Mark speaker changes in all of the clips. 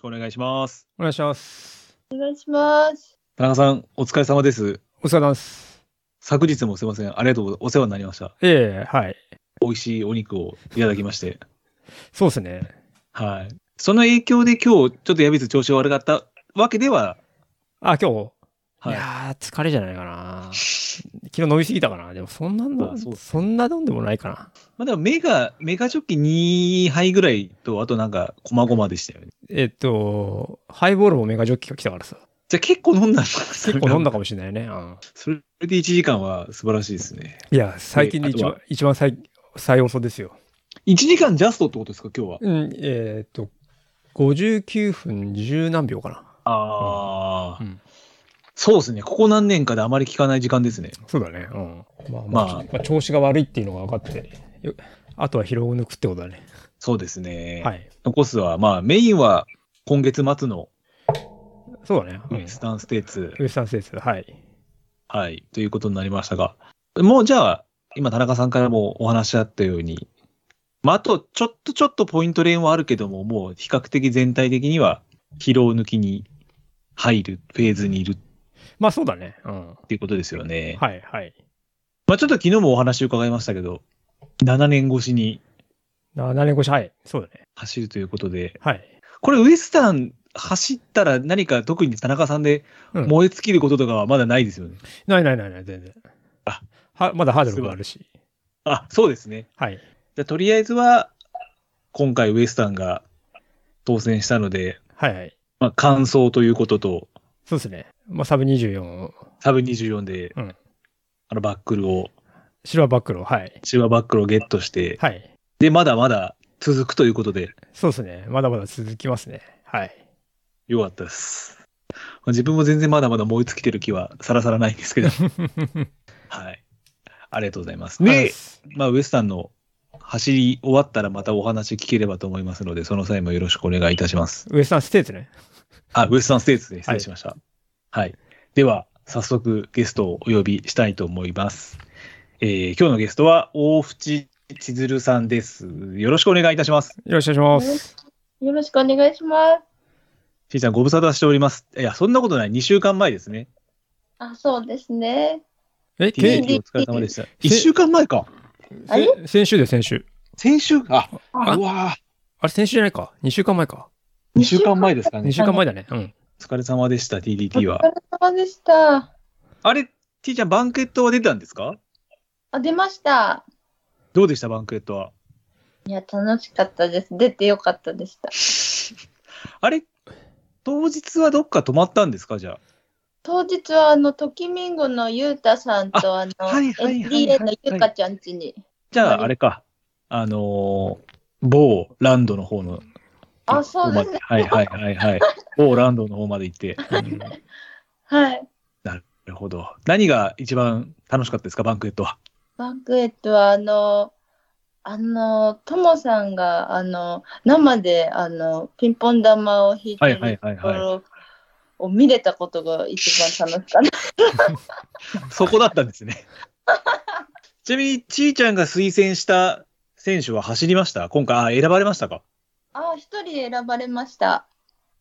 Speaker 1: くお願いします。
Speaker 2: お願いします。
Speaker 3: お願いします。
Speaker 1: 田中さん、お疲れ様です。
Speaker 2: お疲れ様です。
Speaker 1: 昨日もすいません。ありがとうございます。お世話になりました。
Speaker 2: ええはい。
Speaker 1: 美味しいお肉をいただきまして。
Speaker 2: そうですね。
Speaker 1: はい。その影響で今日、ちょっとヤビス調子悪かったわけでは、
Speaker 2: あ、今日、、
Speaker 1: はいい。
Speaker 2: やー、疲れじゃないかな。昨日飲みすぎたかな。でも、そんな
Speaker 1: あ
Speaker 2: の、
Speaker 1: そう
Speaker 2: そんな飲んでもないかな。
Speaker 1: まあ、でも目が、目がジョッキ2杯ぐらいと、あとなんか、こまごまでしたよね。
Speaker 2: えっと、ハイボールもメガジョッキが来たからさ。
Speaker 1: じゃあ結構飲んだんだ。
Speaker 2: 結構飲んだか
Speaker 1: も。
Speaker 2: もしれないね。うん、
Speaker 1: それで1時間は素晴らしいですね。
Speaker 2: いや、最近で一
Speaker 1: あ
Speaker 2: 番、一番最、最遅ですよ。
Speaker 1: 1時間ジャストってことですか、今日は。
Speaker 2: うん、えっと、59分10何秒かな。
Speaker 1: ああ、
Speaker 2: うん
Speaker 1: そうですね。ここ何年かであまり聞かない時間ですね。
Speaker 2: そうだね。うん。まあ、
Speaker 1: ま
Speaker 2: ま
Speaker 1: あ
Speaker 2: あ、まあ、調子が悪いっていうのが分かって、よあとは疲労を抜くってことだね。
Speaker 1: そうですね。
Speaker 2: はい。
Speaker 1: 残すは、まあ、メインは今月末の
Speaker 2: そうだね。
Speaker 1: ウ
Speaker 2: うん
Speaker 1: エスタンステーツ、
Speaker 2: ウエスタンステーツ、はい。
Speaker 1: はい、ということになりましたが、もうじゃあ、今、田中さんからもお話しあったように、まあ、あと、ちょっとちょっとポイントレーンはあるけども、もう比較的全体的には疲労抜きに入るフェーズにいる
Speaker 2: まあそうだね。うん。
Speaker 1: っていうことですよね。
Speaker 2: はいはい。
Speaker 1: まあ、ちょっと昨日もお話伺いましたけど、7年越しに
Speaker 2: 7年越し、はい。そうだね。
Speaker 1: 走るということで、
Speaker 2: はい。
Speaker 1: これ、ウエスタン走ったら何か特に田中さんで
Speaker 2: うん
Speaker 1: 燃え尽きることとかはまだないですよね。
Speaker 2: ないないないない、全然。
Speaker 1: あ
Speaker 2: は、まだハードルがあるし。
Speaker 1: あ、そうですね。
Speaker 2: はい。
Speaker 1: じゃあとりあえずは、今回ウエスタンが当選したので、
Speaker 2: はいはい。
Speaker 1: まあ、感想ということと、
Speaker 2: そうですね。まあサブ24、
Speaker 1: サブ24で、
Speaker 2: うん
Speaker 1: あのバックルを、
Speaker 2: シルバーバックロー、はい。
Speaker 1: シルバーバックルをゲットして、
Speaker 2: はい。
Speaker 1: で、まだまだ続くということで、
Speaker 2: そうですね。まだまだ続きますね。はい。
Speaker 1: よかったです。まあ自分も全然まだまだ燃え尽きてる気はさらさらないんですけ ど、はい。ありがとうございます。
Speaker 2: ありがとうございま
Speaker 1: で、
Speaker 2: す
Speaker 1: まあ、ウエスタンの走り終わったらまたお話聞ければと思いますので、その際もよろしくお願いいたします。
Speaker 2: ウエスタンステーツね。
Speaker 1: あ、ウエスタンステーツで失礼しました。はい。では、早速ゲストをお呼びしたいと思います。えー今日のゲストは大淵千鶴さんです。よろしくお願いいたします。
Speaker 2: よろしくお願いします。
Speaker 3: よろしくお願いします。
Speaker 1: ちいちゃん、ご無沙汰しております。いや、そんなことない。2週間前ですね。
Speaker 3: あ、そうですね。
Speaker 2: え、け
Speaker 1: TNT お疲れ様でした。
Speaker 2: せ
Speaker 1: 1週間前か。
Speaker 3: あれ
Speaker 2: せ先週で先週。
Speaker 1: 先週、あ、
Speaker 3: あ
Speaker 1: うわ
Speaker 2: あれ先週じゃないか。2週間前か。
Speaker 1: ー2週間前ですかね
Speaker 2: 2。週間前だね。うん。
Speaker 1: お疲れ様でした、
Speaker 3: お
Speaker 1: TDT
Speaker 3: 疲
Speaker 1: は。
Speaker 3: れ様でした。
Speaker 1: あれ、ちいちゃん、バンクエットは出たんですか
Speaker 3: あ、出ました。
Speaker 1: どうでした、バンクエットは。
Speaker 3: いや、楽しかったです。出てよかったでした。
Speaker 1: あれ、当日はどっか泊まったんですか、じゃあ。
Speaker 3: 当日は、あの、ときみんごのゆうたさんと、あの、
Speaker 1: はいはいはい
Speaker 3: NDA のゆかちゃんちに。
Speaker 1: じゃあ、
Speaker 3: はい
Speaker 1: あれか。あのー某ランドの方の。
Speaker 3: あ、そうです
Speaker 1: 方ま
Speaker 3: ね。
Speaker 1: はいはいはい はい。某ランドの方まで行って。
Speaker 3: はい。
Speaker 1: なるほど。何が一番楽しかったですか、バンクエットは。
Speaker 3: バンクエットは、あの、あの、ともさんが、あの、生で、あの、ピンポン玉を弾いて
Speaker 1: はいはい
Speaker 3: る
Speaker 1: はい
Speaker 3: とこ
Speaker 1: は
Speaker 3: ろを見れたことが一番楽しかった。
Speaker 1: い。そこだったんです ね。ちなみに、ちーちゃんが推薦した選手は走りました今回、あ、選ばれましたか
Speaker 3: あ、一人選ばれました。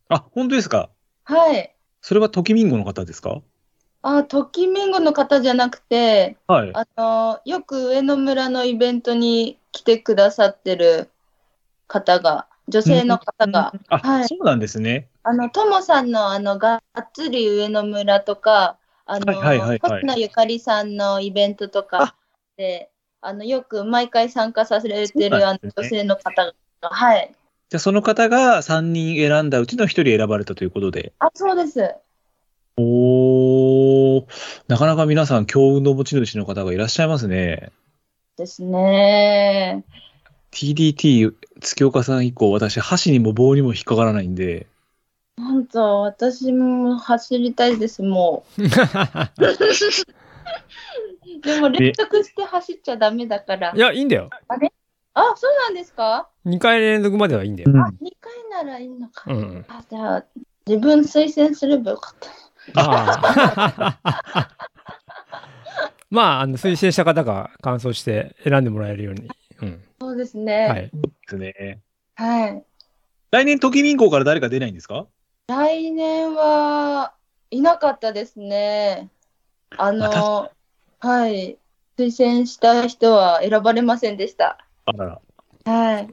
Speaker 1: あ、本当ですか
Speaker 3: はい。
Speaker 1: それはトキミンゴの方ですか
Speaker 3: あ、トキミンゴの方じゃなくて、
Speaker 1: はい。
Speaker 3: あの、よく上野村のイベントに来てくださってる方が、女性の方が、
Speaker 1: あ、
Speaker 3: はい
Speaker 1: そうなんですね。
Speaker 3: あの、ともさんのあの、がっつり上野村とか、あ
Speaker 1: は
Speaker 3: の、
Speaker 1: いはいはいはい
Speaker 3: 星野ゆかりさんのイベントとかで、あの、よく毎回参加されて
Speaker 1: そう
Speaker 3: る
Speaker 1: な
Speaker 3: あ
Speaker 1: んです
Speaker 3: の
Speaker 1: ね
Speaker 3: 女性の方が、はい。
Speaker 1: じゃあ、その方が3人選んだうちの1人選ばれたということで。
Speaker 3: あ、そうです。
Speaker 1: おー、なかなか皆さん、強運の持ち主の方がいらっしゃいますね。
Speaker 3: ですね。
Speaker 1: TDT、月岡さん以降、私、箸にも棒にも引っかからないんで、
Speaker 3: 本当、私も走りたいです、もう。でも連続して走っちゃダメだから
Speaker 2: い。や、いいんだよ。
Speaker 3: あ、そうなんですか
Speaker 2: 2回連続まではいいんだよ。
Speaker 3: あ、2回ならいいのか。
Speaker 2: うん。
Speaker 3: あ、じゃあ、自分推薦すればよかった。
Speaker 2: ああ。 まあ、あの推薦した方が感想して選んでもらえるように。うん。
Speaker 3: そうです
Speaker 2: は
Speaker 3: ね。
Speaker 2: い。
Speaker 1: ですね。
Speaker 3: はい。
Speaker 1: 来年、都き民工から誰か出ないんですか
Speaker 3: 来年はいなかったですね。あの、はい。推薦した人は選ばれませんでした。
Speaker 1: あらら。
Speaker 3: はい。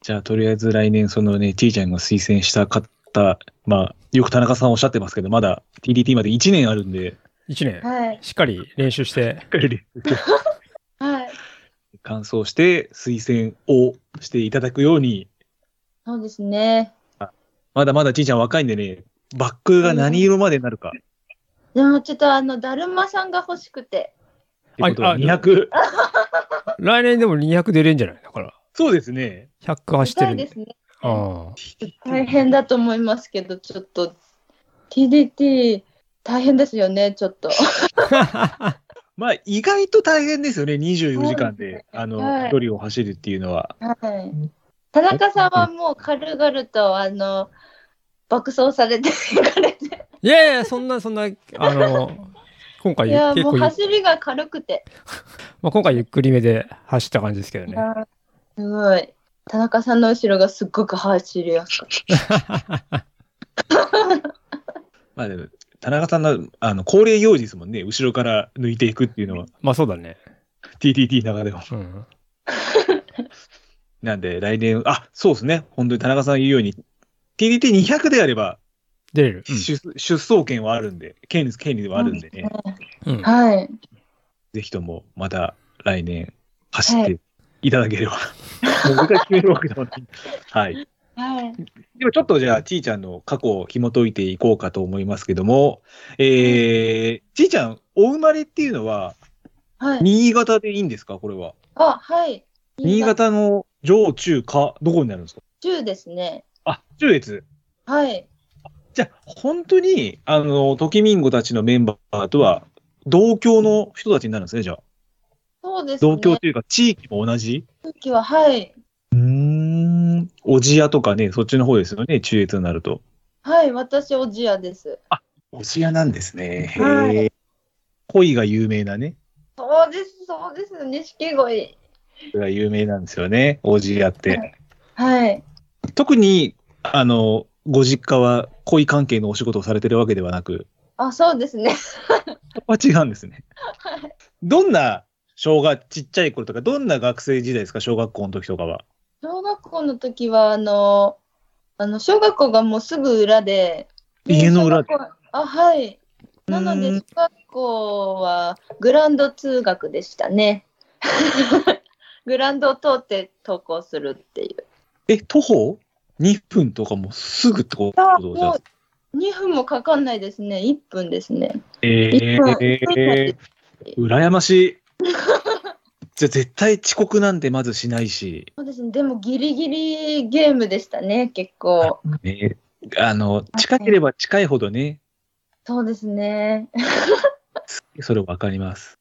Speaker 1: じゃあ、とりあえず来年、そのね、T ちゃんが推薦した方、まあ、よく田中さんおっしゃってますけど、まだ TDT まで1年あるん で、
Speaker 2: 一年、
Speaker 3: はい。
Speaker 2: しっかり練習して、
Speaker 3: はい。
Speaker 1: 完走して推薦をしていただくように、
Speaker 3: そうですね。
Speaker 1: まだまだ T ちゃん若いんでね、バックが何色までになるか。
Speaker 3: でもちょっとあの、だるまさんが欲しくて。
Speaker 1: ってことは
Speaker 2: ああ
Speaker 1: 200。
Speaker 2: 来年でも200出れんじゃないだから、
Speaker 1: そうですね。
Speaker 2: 100走って
Speaker 3: 痛
Speaker 2: る
Speaker 3: い
Speaker 2: んで
Speaker 3: ですね。
Speaker 2: ああ
Speaker 3: 大変だと思いますけど、ちょっと、TDT 大変ですよね、ちょっと。
Speaker 1: まあ、意外と大変ですよね、24時間で、あの、
Speaker 3: はい
Speaker 1: 距離を走るっていうのは。
Speaker 3: はい。田中さんはもう軽々と、あの、爆走されていかれて、
Speaker 2: いやいや、そんな、そんな、あの、今回
Speaker 3: いや、
Speaker 2: 結
Speaker 3: も
Speaker 2: 構
Speaker 3: う
Speaker 2: ゆ、ま
Speaker 3: 走りが軽くて、
Speaker 2: あ、今回ゆっくりめで走った感じですけどね。
Speaker 3: あーすごい。田中さんの後ろがすっごく走りやすかった。
Speaker 1: まあ、でも、田中さんの、あの、恒例行事ですもんね、後ろから抜いていくっていうのは、
Speaker 2: まあそうだね。
Speaker 1: TTT の中でも。
Speaker 2: うん。
Speaker 1: なんで、来年、あ、そうですね、本当に田中さん言うように、TDT200 であれば、
Speaker 2: 出れる。
Speaker 1: 出出走権はあるんで、権利、権利ではあるんでね、
Speaker 2: うん。うん
Speaker 3: はい。
Speaker 1: ぜひとも、また来年、走っていただけ れば。もう僕が決めるわけでもない。はい。
Speaker 3: はい。
Speaker 1: ではちょっとじゃあ、ちーちゃんの過去を紐解いていこうかと思いますけども、えー、ちーちゃん、お生まれっていうのは、
Speaker 3: はい。
Speaker 1: 新潟でいいんですかこれは。
Speaker 3: あ、はい。
Speaker 1: 新潟の上中下、どこになるんですか
Speaker 3: 中ですね。
Speaker 1: あ、中越。
Speaker 3: はい。
Speaker 1: じゃあ、本当に、あの、ときみんごたちのメンバーとは、同郷の人たちになるんですね、じゃあ。
Speaker 3: そうですね。
Speaker 1: 同郷というか、地域も同じ
Speaker 3: 空気は、はい。
Speaker 1: うーん。小千谷とかね、そっちの方ですよね、中越になると。
Speaker 3: はい、私、おじやです。
Speaker 1: 小千谷なんですね。へ
Speaker 3: はい
Speaker 1: ー。恋が有名なね。
Speaker 3: そうです、そうです、錦鯉。
Speaker 1: が有名なんですよね、王子屋って。
Speaker 3: ははい。
Speaker 1: 特に、あの、ご実家は恋関係のお仕事をされてるわけではなく、
Speaker 3: あ、そうですね。
Speaker 1: そこは違うんですね。どんな小学、ちっちゃい頃とか、どんな学生時代ですか、小学校の時とかは。
Speaker 3: 小学校の時は、あの、あの小学校がもうすぐ裏で。で
Speaker 1: 家の裏で
Speaker 3: 小学校あ、はい。なの
Speaker 1: うー
Speaker 3: で、
Speaker 1: ん
Speaker 3: 小学校はグラウンド通学でしたね。 グラウンドを通って登校するっていう。
Speaker 1: え、徒歩 ?2 分とかもうすぐってこ
Speaker 3: あ
Speaker 1: とじゃ
Speaker 3: も
Speaker 1: あ
Speaker 3: う2分もかかんないですね。1分ですね。
Speaker 1: えー、羨まし い。じゃあ絶対遅刻なんてまずしないし。
Speaker 3: そうですね。でもギリギリゲームでしたね、結構。
Speaker 1: ね、あの、近ければ近いほどね、
Speaker 3: そうですね。
Speaker 1: それわかります。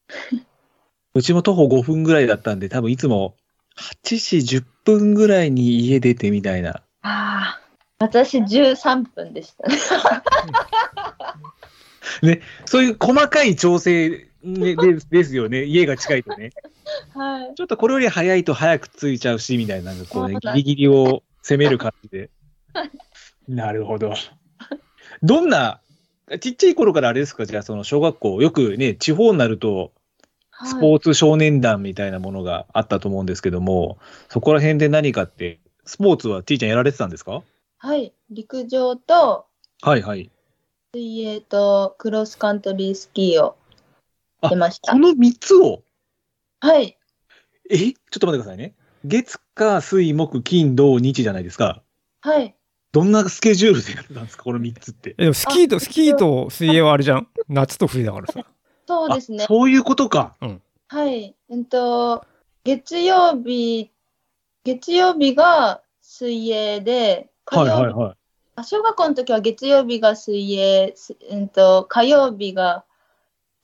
Speaker 1: うちも徒歩5分ぐらいだったんで、多分いつも8時10分ぐらいに家出てみたいな。
Speaker 3: ああ、私13分でしたね。
Speaker 1: そういう細かい調整、ね、 でですよね。家が近いとね。
Speaker 3: はい。
Speaker 1: ちょっとこれより早いと早く着いちゃうし、みたいな、なんかこうね
Speaker 3: そう、
Speaker 1: ギ
Speaker 3: だ
Speaker 1: リギリを攻める感じで。なるほど。どんな、ちっちゃい頃からあれですかじゃあその小学校、よくね、地方になると、ス
Speaker 3: ー
Speaker 1: ポーツ少年団みたいなものがあったと思うんですけども、そこら辺で何かって、スポーツは T ちゃんやられてたんですか
Speaker 3: はい。陸上と
Speaker 1: はいはい。
Speaker 3: 水泳とクロスカントリースキーを出ました
Speaker 1: こ。の3つを、
Speaker 3: はい。
Speaker 1: えちょっと待ってくださいね。月、火、水、木、金、土、日じゃないですか。
Speaker 3: はい。
Speaker 1: どんなスケジュールでやってたんですかこの3つって。
Speaker 2: えでもスキーと、スキーと水泳はあれじゃん。夏と冬だからさ。
Speaker 3: そうですね
Speaker 1: あ。そういうことか。
Speaker 3: はい。うんと、月曜日、月曜日が水泳で、火
Speaker 1: は
Speaker 3: 曜
Speaker 1: い
Speaker 3: 日
Speaker 1: はいはい。
Speaker 3: あ小学校の時は月曜日が水泳、すうん、と火曜日が、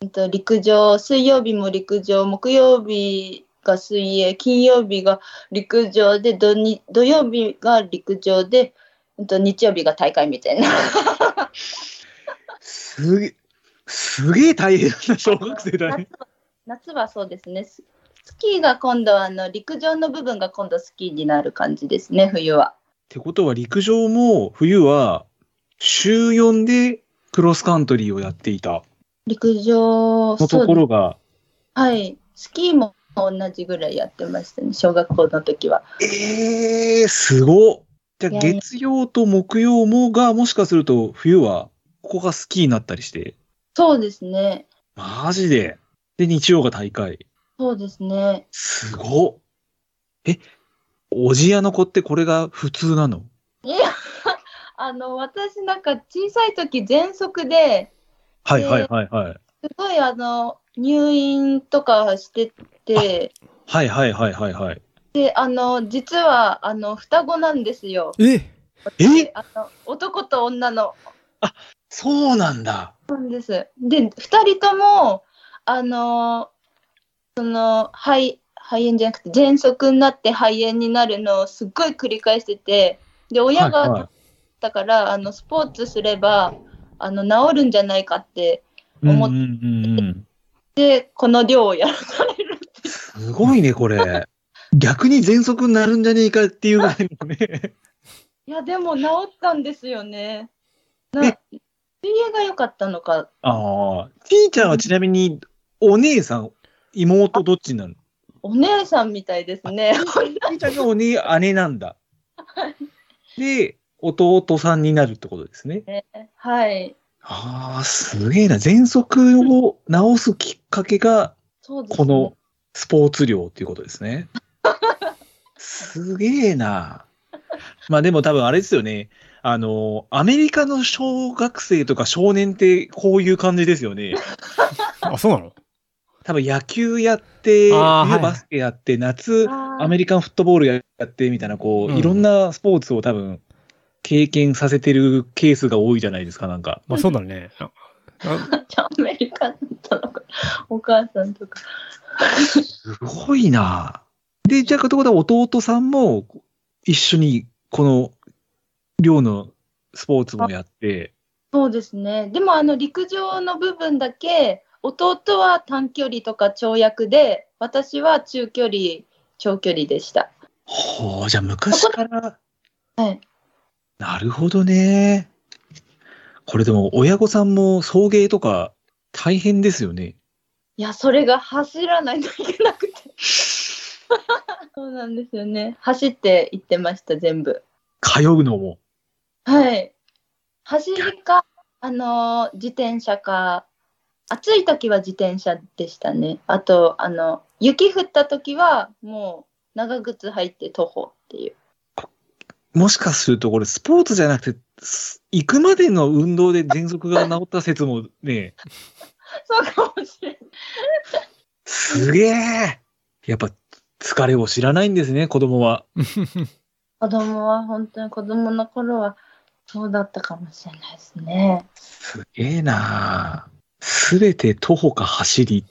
Speaker 3: うん、と陸上水曜日も陸上木曜日が水泳金曜日が陸上で土に土曜日が陸上で、うん、と日曜日が大会みたいな
Speaker 1: すげえ、すげえ大変な小学生だ ね。
Speaker 3: 夏はそうですねススキーが今度はあの陸上の部分が今度スキーになる感じですね冬は
Speaker 1: てことは陸上も冬は週4でクロスカントリーをやっていた
Speaker 3: 陸上、
Speaker 1: のところが、
Speaker 3: はい。スキーも同じぐらいやってましたね、小学校の時は。
Speaker 1: ええー、すごっじゃあ
Speaker 3: いやいや
Speaker 1: 月曜と木曜もがもしかすると冬はここがスキーになったりして、
Speaker 3: そうですね。
Speaker 1: マジで。で、日曜が大会。
Speaker 3: そうですね。
Speaker 1: すごっえ、おじやの子ってこれが普通なの
Speaker 3: いや、あの、私なんか小さい時喘息で、
Speaker 1: はいはいはいはい。
Speaker 3: すごいあの、入院とかしてて、
Speaker 1: はいはいはいはいはい。
Speaker 3: で、あの、実は、あの、双子なんですよ。
Speaker 2: え
Speaker 1: え
Speaker 3: あの男と女の
Speaker 1: そうなんだ。
Speaker 3: なんです。で、2人とも、あのーその、肺、肺炎じゃなくて、喘息になって肺炎になるのをすっごい繰り返してて、で、親
Speaker 1: はい
Speaker 3: が
Speaker 1: は
Speaker 3: だから、あの、スポーツすれば、あの、治るんじゃないかって、
Speaker 1: い、うん
Speaker 3: 思
Speaker 1: う
Speaker 3: っ
Speaker 1: んうんうん。
Speaker 3: で、この量をやらされる。
Speaker 1: すごいね、これ。逆に喘息になるんじゃねえかっていうぐらいのね。
Speaker 3: いや、でも治ったんですよね。な水泳が良かったのか、
Speaker 1: ああ。ティーちゃんはちなみに、お姉さん、妹どっちなの
Speaker 3: お姉さんみたいですね。
Speaker 1: テ ィーちゃんがお姉、姉なんだ。で、弟さんになるってことですね。
Speaker 3: はい。
Speaker 1: ああ、すげえな。喘息を治すきっかけが、
Speaker 3: そうです、
Speaker 1: この。スポーツ量っていうことですね。すげえな。まあでも多分あれですよね。あの、アメリカの小学生とか少年ってこういう感じですよね。
Speaker 2: あ、そうなの
Speaker 1: 多分野球やって、
Speaker 2: あー
Speaker 1: 冬
Speaker 2: はい
Speaker 1: バスケやって、夏、
Speaker 3: あー
Speaker 1: アメリカンフットボールやってみたいな、こう、
Speaker 2: うん
Speaker 1: いろんなスポーツを多分経験させてるケースが多いじゃないですか、なんか。
Speaker 2: まあそうだ ね。ああ
Speaker 3: じゃあアメリカだったのか、お母さんとか。
Speaker 1: すごいなで、じゃあ、ということは弟さんも一緒にこの寮のスポーツもやって、
Speaker 3: そうですね。でもあの陸上の部分だけ弟は短距離とか跳躍で私は中距離長距離でした。
Speaker 1: ほう、じゃあ昔から。
Speaker 3: はい。
Speaker 1: なるほどね。これでも親御さんも送迎とか大変ですよね。
Speaker 3: いやそれが走らないといけなくて。 そうなんですよね。走って行ってました全部。
Speaker 1: 通うのも。
Speaker 3: はい。走りかあの自転車か。暑い時は自転車でしたね。あとあの雪降った時はもう長靴履いて徒歩っていう。
Speaker 1: もしかするとこれスポーツじゃなくて、す行くまでの運動で喘息が治った説もね、
Speaker 3: そうかもしれない。
Speaker 1: すげえやっぱ疲れを知らないんですね、子供は。
Speaker 3: 子供は本当に子供の頃はそうだったかもしれないですね。
Speaker 1: すげえなすべて徒歩か走り。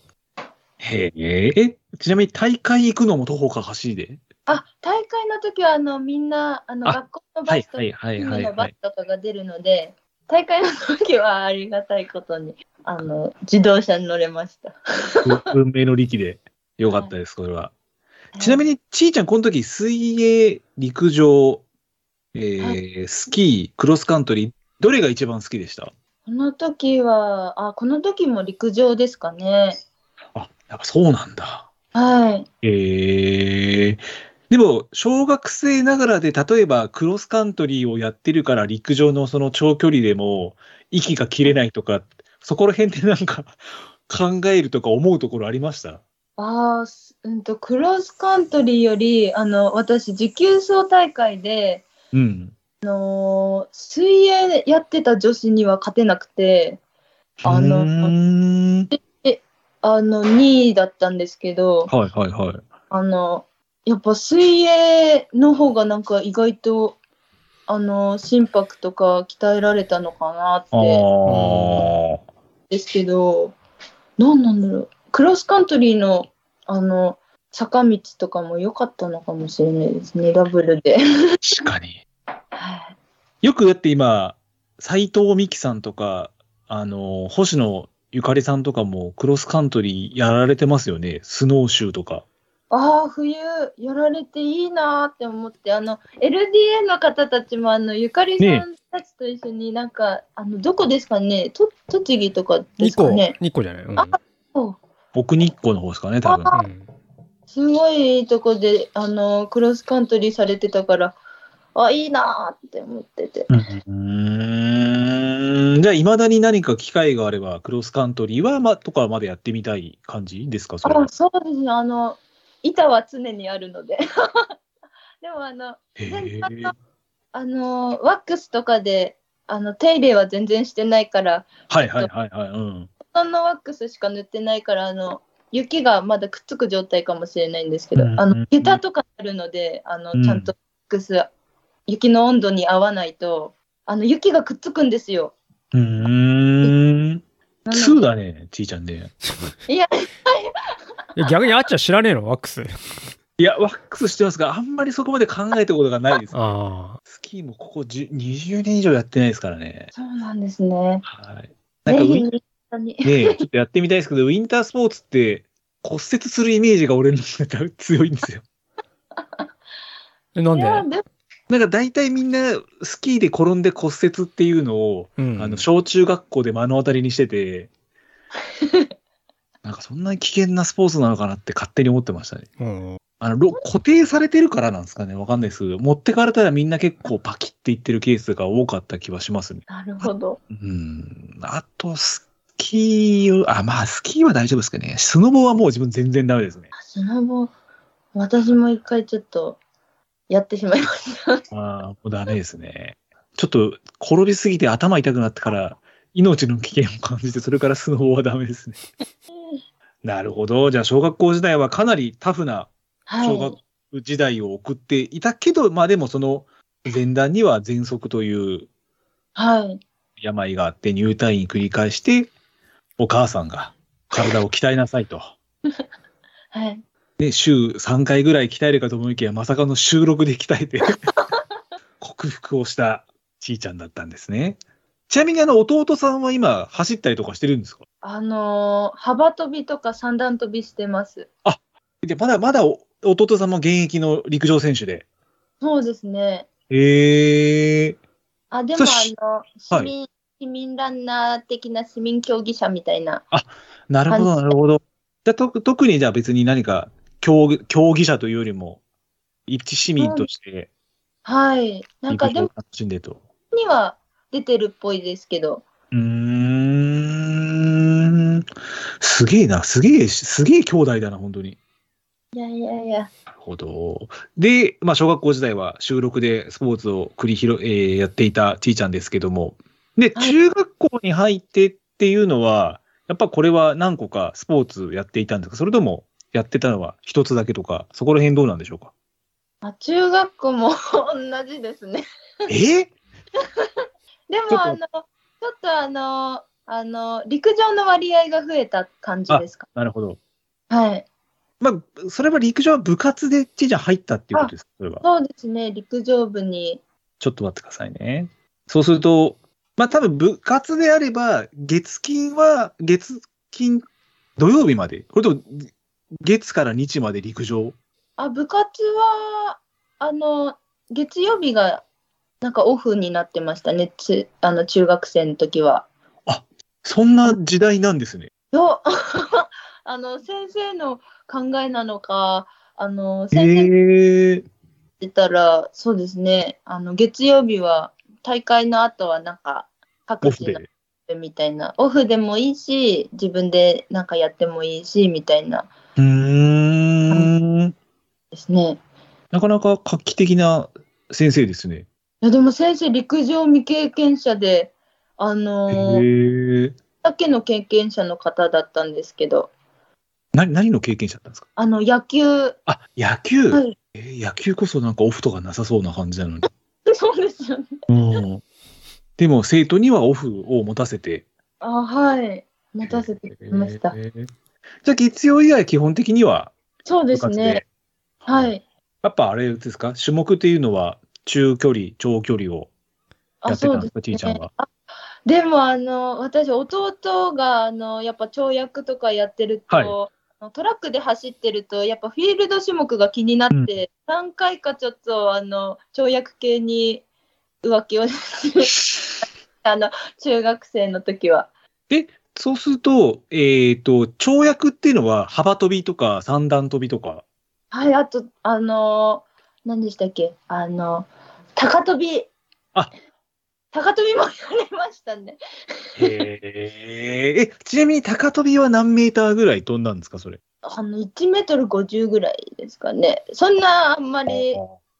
Speaker 1: へえ。え、ちなみに大会行くのも徒歩か走りで
Speaker 3: あ、大会の時はあのみんなあの
Speaker 1: あ
Speaker 3: 学校のバスとか、
Speaker 1: は
Speaker 3: チームのバスとかが出るので、大会の時はありがたいことにあの自動車に乗れました。
Speaker 1: 運命の力で。よかったです、これは。ちなみ
Speaker 3: に
Speaker 1: に、ちーちゃん、この時、水泳、陸上、えー
Speaker 3: は
Speaker 1: スキー、クロスカントリー、どれが一番好きでした
Speaker 3: この時はあこの時も陸上ですかね。
Speaker 1: あ、やっぱそうなんだ。
Speaker 3: はい。
Speaker 1: へえ。でも、小学生ながらで、例えばクロスカントリーをやってるから、陸上のその長距離でも、息が切れないとか、そこら辺ってなんか、考えるとか思うところありました
Speaker 3: ああ、すうんとクロスカントリーよりあの私持久走大会で。
Speaker 1: うん。
Speaker 3: 水泳やってた女子には勝てなくてあの
Speaker 1: うーん
Speaker 3: あの2位だったんですけど
Speaker 1: はいはいはい。
Speaker 3: あのやっぱ水泳の方がなんか意外とあの心拍とか鍛えられたのかなっ
Speaker 1: あ
Speaker 3: て
Speaker 1: あ。
Speaker 3: ですけど何なんだろうクロスカントリーのあの坂道とかも良かったのかもしれないですねダブルで。
Speaker 1: 確かに。よくだって今、斎藤美希さんとか、あの、星野ゆかりさんとかもクロスカントリーやられてますよね。スノーシューとか。
Speaker 3: あああ、冬、やられていいなーって思って、あの、LDA の方たちも、あの、ゆかりさんたちと一緒になんか、あの、どこですかねと栃木とかで
Speaker 2: 2
Speaker 3: すか
Speaker 2: 個、
Speaker 3: ね
Speaker 2: 2個じゃない、うん
Speaker 3: あそう
Speaker 1: 奥日光の方ですかね、多分。
Speaker 2: うん
Speaker 3: すごいいいとこで、あの、クロスカントリーされてたから、あ、いいなーって思ってて。
Speaker 1: うん。じゃあ、いまだに何か機会があれば、クロスカントリーは、ま、とかまでやってみたい感じですか、それは
Speaker 3: あ、。そうですね。あの、板は常にあるので。 でも、あの、
Speaker 1: へ
Speaker 3: 全
Speaker 1: え。
Speaker 3: 般のあの、ワックスとかで、あの、手入れは全然してないから、
Speaker 1: はいはいはいはい。うん。
Speaker 3: そんなワックスしか塗ってないから、あの、雪がまだくっつく状態かもしれないんですけど、
Speaker 1: うん
Speaker 3: あ
Speaker 1: う
Speaker 3: の
Speaker 1: ん、
Speaker 3: 下駄とかあるので、あの
Speaker 1: う、ん
Speaker 3: ちゃんとワックス、雪の温度に合わないと、あの、雪がくっつくんですよ。
Speaker 1: うーん。
Speaker 3: なので
Speaker 1: 2だね、ちいちゃんね。
Speaker 3: いや、
Speaker 2: いや逆にあっちゃん知らねえのワックス。
Speaker 1: いや、ワックスしてますが、あんまりそこまで考えたことがないです。
Speaker 2: ああ。
Speaker 1: スキーもここ10 20年以上やってないですからね。
Speaker 3: そうなんですね。
Speaker 1: はい。なん
Speaker 3: ぜ
Speaker 1: かウ
Speaker 3: ひ、
Speaker 1: ィン、
Speaker 3: 本当に。
Speaker 1: ねえちょっとやってみたいですけど、ウィンタースポーツって骨折するイメージが俺の中で強いんです よ。
Speaker 2: えないんで
Speaker 3: や、でも
Speaker 1: なんか大体みんなスキーで転んで骨折っていうのを、
Speaker 2: うん
Speaker 1: あの、小中学校で目の当たりにして て、なんかそんなに危険なスポーツなのかなって勝手に思ってましたね。
Speaker 2: うん
Speaker 1: あの、ろ固定されてるからなんですかねわかんないですけど、持ってかれたらみんな結構パキっていってるケースが多かった気はしますね。
Speaker 3: なるほど。
Speaker 1: うん。あと、スキーを、あ、まあ、スキーは大丈夫ですかね。スノボはもう自分全然ダメですね。
Speaker 3: スノボ、私も一回ちょっとやってしまいま した。
Speaker 1: ああ、もうダメですね。ちょっと、転びすぎて頭痛くなってから、命の危険を感じて、それからスノボはダメですね。なるほど。じゃあ、小学校時代はかなりタフな
Speaker 3: は
Speaker 1: 小学
Speaker 3: い。
Speaker 1: 時代を送っていたけど、まあでもその前段には喘息という
Speaker 3: はい。
Speaker 1: 病があって入退院繰り返して、お母さんが体を鍛えなさいと。
Speaker 3: はい。
Speaker 1: で、週3回ぐらい鍛えるかと思いきや、まさかの収録で鍛え て、克服をしたちいちゃんだったんですね。ちなみにあの弟さんは今走ったりとかしてるんですか
Speaker 3: あのー幅跳びとか三段跳びしてます。
Speaker 1: で、まだまだお弟さんも現役の陸上選手で。
Speaker 3: そうですね。
Speaker 1: ええ
Speaker 3: あ、でも、
Speaker 1: そし
Speaker 3: あの、市民、市民ランナー的な市民競技者みたいな。
Speaker 1: なるほど、
Speaker 3: 感
Speaker 1: な
Speaker 3: じ
Speaker 1: るほど。じゃあと特にじゃあ別に何か競技競技者というよりも、一市民として
Speaker 3: はい。なんか、
Speaker 1: 陸
Speaker 3: で
Speaker 1: 上を
Speaker 3: も、
Speaker 1: 楽しんでと。
Speaker 3: には出てるっぽいですけど。
Speaker 1: うーん。すげえな、すげえ、すげえ兄弟だな、本当に。
Speaker 3: いやいやいや。
Speaker 1: なるほど。で、まあ、小学校時代は収録でスポーツを繰り広、えーやっていたちいちゃんですけども。で、
Speaker 3: はい
Speaker 1: 中学校に入ってっていうのは、やっぱこれは何個かスポーツやっていたんですかそれともやってたのは一つだけとか、そこら辺どうなんでしょうか
Speaker 3: あ中学校も 同じですね。
Speaker 1: えー
Speaker 3: で
Speaker 1: ちょっ
Speaker 3: も、
Speaker 1: と
Speaker 3: あの、ちょっとあの、あの、陸上の割合が増えた感じですか。
Speaker 1: なるほど。
Speaker 3: はい。
Speaker 1: まあ、それは陸上は部活でちいちゃん入ったっていうことですかそれは。
Speaker 3: そうですね、陸上部に。
Speaker 1: ちょっと待ってくださいね。そうすると、まあ多分部活であれば、月金は、月金、土曜日まで。これとも、月から日まで陸上。
Speaker 3: あ、部活は、あの、月曜日が、なんかオフになってましたね、つあの中学生の時は。
Speaker 1: そんな時代なんですね。
Speaker 3: よ あの、先生の考えなのか、あの、
Speaker 1: へ
Speaker 3: 先生が
Speaker 1: え。
Speaker 3: 言ってたら、そうですね、あの、月曜日は、大会の後は、なんか、
Speaker 1: オ
Speaker 3: 各
Speaker 1: フ
Speaker 3: 地の
Speaker 1: で。
Speaker 3: みたいなオフでもいいし自分でなんかやってもいいしみたいな
Speaker 1: うーん。
Speaker 3: ですね
Speaker 1: なかなか画期的な先生ですね。
Speaker 3: いやでも先生陸上未経験者であの
Speaker 1: へ
Speaker 3: ー
Speaker 1: え。
Speaker 3: だけの経験者の方だったんですけど
Speaker 1: な、何の経験者だったんですか
Speaker 3: あの野球
Speaker 1: あ、野球、
Speaker 3: はい
Speaker 1: えー野球こそなんかオフとかなさそうな感じなのに。
Speaker 3: そうですよね
Speaker 1: うん。でも生徒にはオフを持たせて。
Speaker 3: あはい持たせてくれました、
Speaker 1: へーじゃあ月曜以外基本的には
Speaker 3: そう
Speaker 1: 部
Speaker 3: です
Speaker 1: 活で。
Speaker 3: ねは。い
Speaker 1: やっぱあれですか種目っていうのは中距離、長距離をや
Speaker 3: あ
Speaker 1: ってた
Speaker 3: そ
Speaker 1: ん
Speaker 3: う
Speaker 1: ですか、ち
Speaker 3: で
Speaker 1: い
Speaker 3: す
Speaker 1: ちゃん
Speaker 3: ね
Speaker 1: は。
Speaker 3: でもあの私弟があのやっぱ跳躍とかやってると、
Speaker 1: は
Speaker 3: あのトラックで走ってると、やっぱフィールド種目が気になって、何回かちょっと、あの、跳躍系に浮気をして、 あの、中学生の時は。
Speaker 1: そうすると、えっ、と、跳躍っていうのは幅跳びとか三段跳びとか、
Speaker 3: はい、あと、あの、何でしたっけあの、高跳び。
Speaker 1: あ
Speaker 3: 高跳びもやりましたね。
Speaker 1: へえ。え、ちなみに高跳びは何メーターぐらい飛んだんですか、それ。
Speaker 3: あの、1メートル50ぐらいですかね。そんな、あんまり、
Speaker 1: す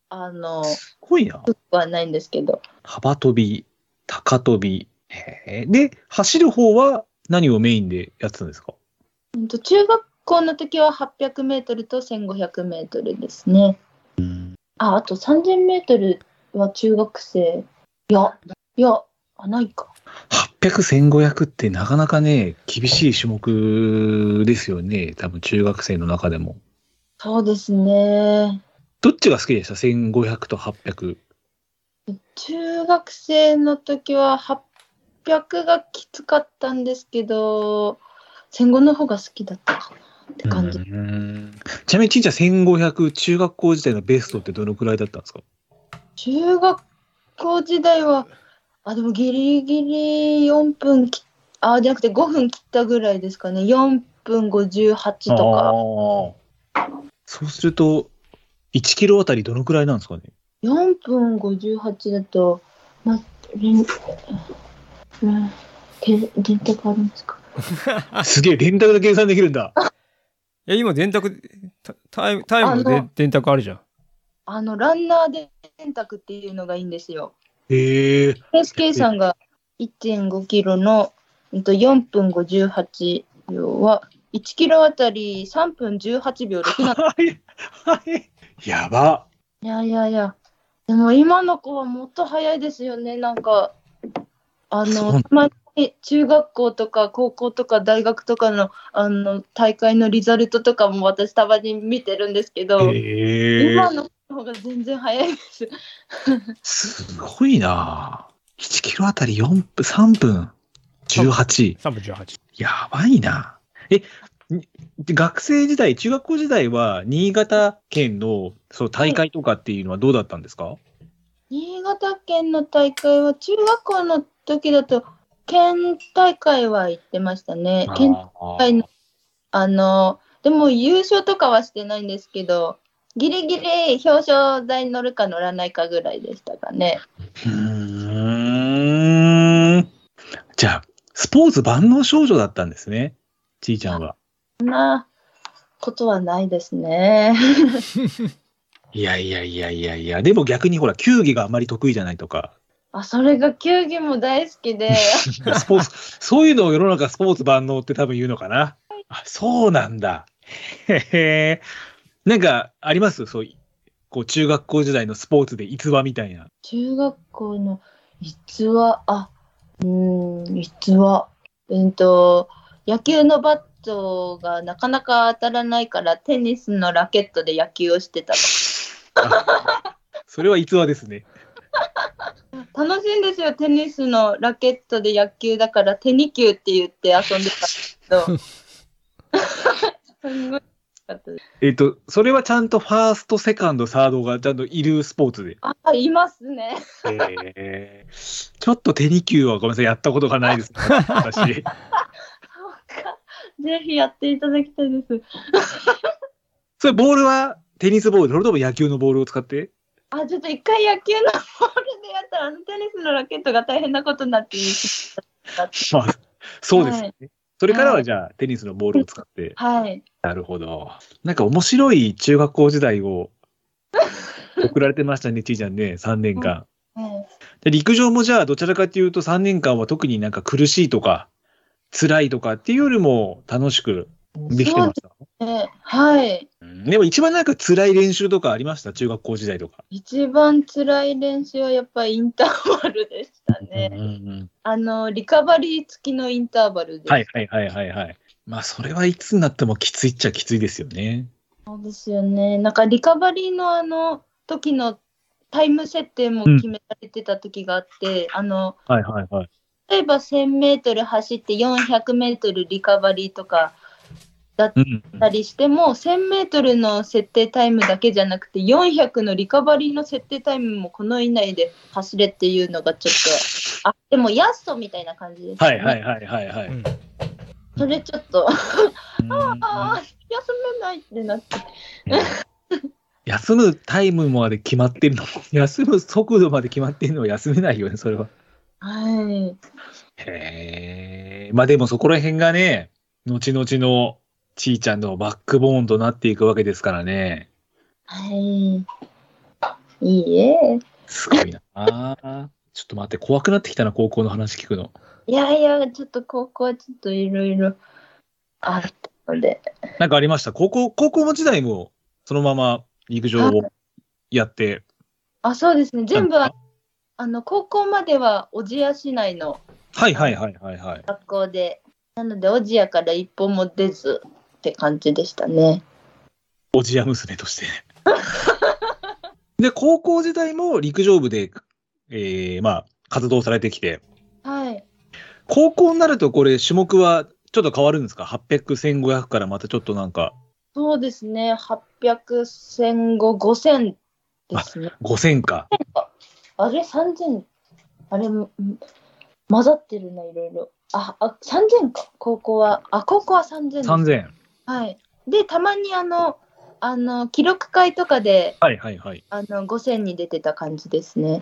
Speaker 3: あの、
Speaker 1: ごいな。
Speaker 3: はないんですけど。
Speaker 1: 幅跳び、高跳び。へえ。で、走る方は何をメインでやってたんですか
Speaker 3: うんと中学校の時は800メートルと1500メートルですね。あ、あと3000メートルは中学生。いや、いや、あ、ないか。
Speaker 1: ?800、1500ってなかなかね、厳しい種目ですよね。多分中学生の中でも。
Speaker 3: そうですね。
Speaker 1: どっちが好きでした ?1500 と800。
Speaker 3: 中学生の時は800がきつかったんですけど、戦後の方が好きだったかなって感じ。
Speaker 1: うんちなみにちんちゃん1500、中学校時代のベストってどのくらいだったんですか
Speaker 3: 中学校時代は、あ、でもギリギリ4分き、あ、じゃなくて5分切ったぐらいですかね。4分58とか。
Speaker 1: そうすると、1キロあたりどのくらいなんですかね
Speaker 3: 4分58だと、ま、レン、うん、け電卓あるんですか
Speaker 1: すげえ、電卓で計算できるんだ。
Speaker 2: いや、今、電卓、タタイム、タイムので
Speaker 3: あの
Speaker 2: 電卓あるじゃん。
Speaker 3: あの、ランナー電卓っていうのがいいんですよ。
Speaker 1: へえ。
Speaker 3: SK さんが1.5キロの、うんと、4分58秒は、1キロあたり3分18秒6なん
Speaker 1: はい。はい。 やば。
Speaker 3: いやいやいや。でも今の子はもっと早いですよね。なんか、あ
Speaker 1: そう
Speaker 3: の、たまに中学校とか高校とか大学とかの、あの、大会のリザルトとかも私たまに見てるんですけど、
Speaker 1: へえ。
Speaker 3: 今の子の方が全然早いです。
Speaker 1: すごいな。1キロあたり4分、3分18。
Speaker 2: 3分18。
Speaker 1: やばいな。え、に学生時代、中学校時代は、新潟県のそう大会とかっていうのはどうだったんですか、
Speaker 3: 新潟県の大会は、中学校の時だと、県大会は行ってましたね。県
Speaker 1: あ
Speaker 3: はいあの、でも優勝とかはしてないんですけど、ギリギリ表彰台に乗るか乗らないかぐらいでしたかね。
Speaker 1: うーん。じゃあ、スポーツ万能少女だったんですね。ちいちゃんは。
Speaker 3: そんなことはないですね。
Speaker 1: いやいやいやいやいや、でも逆にほら、球技があまり得意じゃないとか、
Speaker 3: あ、それが球技も大好き で、
Speaker 1: スポーツ、そういうのを世の中スポーツ万能って多分言うのかな。あ、そうなんだ。へへなんか、ありますそうい、こう、中学校時代のスポーツで逸話みたいな。
Speaker 3: 中学校の逸話、あ、うーん、逸話。うんと、野球のバットがなかなか当たらないから、テニスのラケットで野球をしてたと
Speaker 1: あそれは逸話ですね。
Speaker 3: 楽しいんですよテニスのラケットで野球だから手ニ球って言って遊んでたんですけど すんごい楽しかったです
Speaker 1: えっと、それはちゃんとファースト、セカンド、サードがちゃんといるスポーツで。
Speaker 3: あいますね
Speaker 1: えーちょっと手に球はごめんなさい、やったことがないです。私。
Speaker 3: ぜひやっていただきたいです
Speaker 1: それ、ボールはテニスボール、それとも野球のボールを使って
Speaker 3: あちょっと一回野球のボールでやったらあのテニスのラケットが大変なことになって
Speaker 1: まあ、そうですね。
Speaker 3: は
Speaker 1: それからはじゃあ、テニスのボールを使って。
Speaker 3: はい
Speaker 1: なるほど。なんか面白い中学校時代を送られてましたね、ちいちゃん ね、3年間。
Speaker 3: ね
Speaker 1: で陸上もじゃあ、どちらかというと3年間は特になんか苦しいとか、辛いとかっていうよりも楽しくできてました。
Speaker 3: ねはい
Speaker 1: うんでも一番なんか辛い練習とかありました中学校時代とか。
Speaker 3: 一番辛い練習はやっぱりインターバルでした
Speaker 1: う
Speaker 3: ね
Speaker 1: んうん
Speaker 3: あのリカバリー付きのインターバルです、
Speaker 1: はいはいはいはいはい。まあそれはいつになってもきついっちゃきついですよね。
Speaker 3: そうですよね。なんかリカバリーのあの時のタイム設定も決められてた時があって、あの、
Speaker 1: はいはいはい。
Speaker 3: 例えば1000メートル走って400メートルリカバリーとか、
Speaker 1: うん。
Speaker 3: たりしても、1000メートルの設定タイムだけじゃなくて、400のリカバリーの設定タイムもこの以内で走れっていうのがちょっと、あ、でもヤストみたいな感じです、ね。
Speaker 1: はいはいはいはいはい。
Speaker 2: うん
Speaker 3: それちょっと、あ
Speaker 1: う
Speaker 3: あ、休めないってなって。
Speaker 1: ん休むタイムまで決まってるの 休む速度まで決まってるのは休めないよね、それは。
Speaker 3: はい。
Speaker 1: へえ。まあでもそこら辺がね、後々のちーちゃんのバックボーンとなっていくわけですからね。
Speaker 3: はい。いいえ。
Speaker 1: すごいな あ。ちょっと待って、怖くなってきたな、高校の話聞くの。
Speaker 3: いやいや、ちょっと高校はちょっといろいろあったので。
Speaker 1: なんかありました高校、高校時代もそのまま陸上をやって。
Speaker 3: あ、そうですね。全部
Speaker 1: は
Speaker 3: は、あの、高校までは小千谷市内の
Speaker 1: はいはいはいはいはい。
Speaker 3: 学校で、なので小千谷から一歩も出ずって感じでしたね。
Speaker 1: おじや娘として。で、高校時代も陸上部で、えー、まあ、活動されてきて、
Speaker 3: はい。
Speaker 1: 高校になるとこれ、種目はちょっと変わるんですか ?800、1500からまたちょっとなんか、
Speaker 3: そうですね。800、1500、5000ですね。
Speaker 1: 5000か。
Speaker 3: あれ ?3000? あれ、ん混ざってるな、いろいろ。あ、あ3000か、高校は。あ、高校は3000です。
Speaker 1: 3000。
Speaker 3: はい。で、たまにあの、あの、記録会とかで、
Speaker 1: はいはいはい。
Speaker 3: あの、5000に出てた感じですね。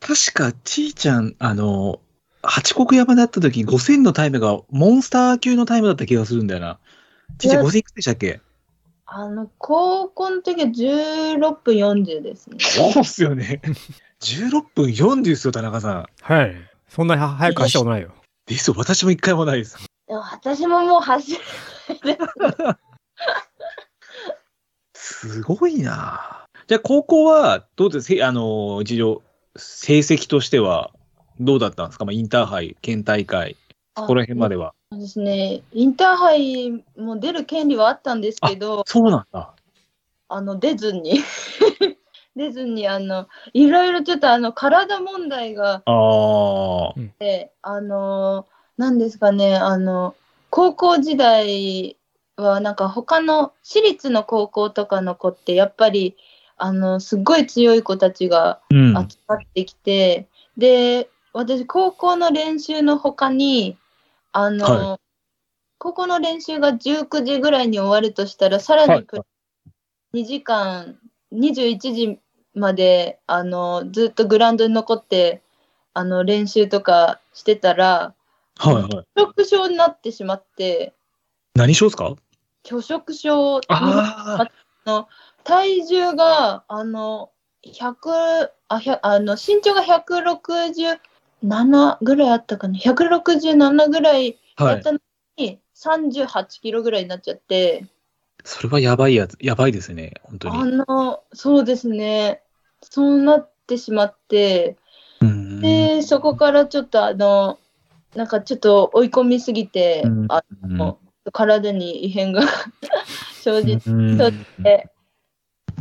Speaker 1: 確か、ちーちゃん、あの、八国山だった時5000のタイムがモンスター級のタイムだった気がするんだよな。ちーちゃん
Speaker 3: いや
Speaker 1: 5000いくつでしたっけ
Speaker 3: あの、高校の時は16分40ですね。
Speaker 1: そうっすよね。16分40ですよ、田中さん。
Speaker 2: はい。そんなに早く走ったことないよ。
Speaker 1: ですよ、私も一回もないです。
Speaker 3: でも私ももう走る。
Speaker 1: すごいなじゃあ、高校は、どうですあの、一応、成績としては、どうだったんですかまあ、インターハイ、県大会、
Speaker 3: あ
Speaker 1: ここら辺までは。
Speaker 3: そうですね。インターハイも出る権利はあったんですけど、
Speaker 1: そうなんだ。
Speaker 3: あの、出ずに。 出ずに、あの、いろいろちょっとあの、体問題が
Speaker 1: ああ。
Speaker 3: で、あのー、なんですかね、あの、高校時代は、なんか他の私立の高校とかの子って、やっぱり、あの、すごい強い子たちが
Speaker 1: うん。
Speaker 3: 集まってきて、で、私、高校の練習の他に、あの、
Speaker 1: は
Speaker 3: 高校の練習が19時ぐらいに終わるとしたら、さら
Speaker 1: はい
Speaker 3: にプラ2時間、21時まで、あの、ずっとグラウンドに残って、あの、練習とかしてたら、
Speaker 1: はいはい。
Speaker 3: 拒食症になってしまって、
Speaker 1: 何しようですか
Speaker 3: 拒食症に
Speaker 1: あ
Speaker 3: 体重が、あの、100、あ、100あの、身長が167ぐらいあったかな。167ぐらい
Speaker 1: あ。は
Speaker 3: やっ
Speaker 1: い。
Speaker 3: たのに、38キロぐらいになっちゃって、
Speaker 1: それはやばいやつ、やばいですね、本当
Speaker 3: あ
Speaker 1: に。
Speaker 3: の、そうですね。そうなってしまって、
Speaker 1: うん
Speaker 3: で、そこからちょっとあの、なんかちょっと追い込みすぎて、
Speaker 1: うん
Speaker 3: あ
Speaker 1: うん
Speaker 3: 体に異変が生じて、
Speaker 1: うん
Speaker 3: そうで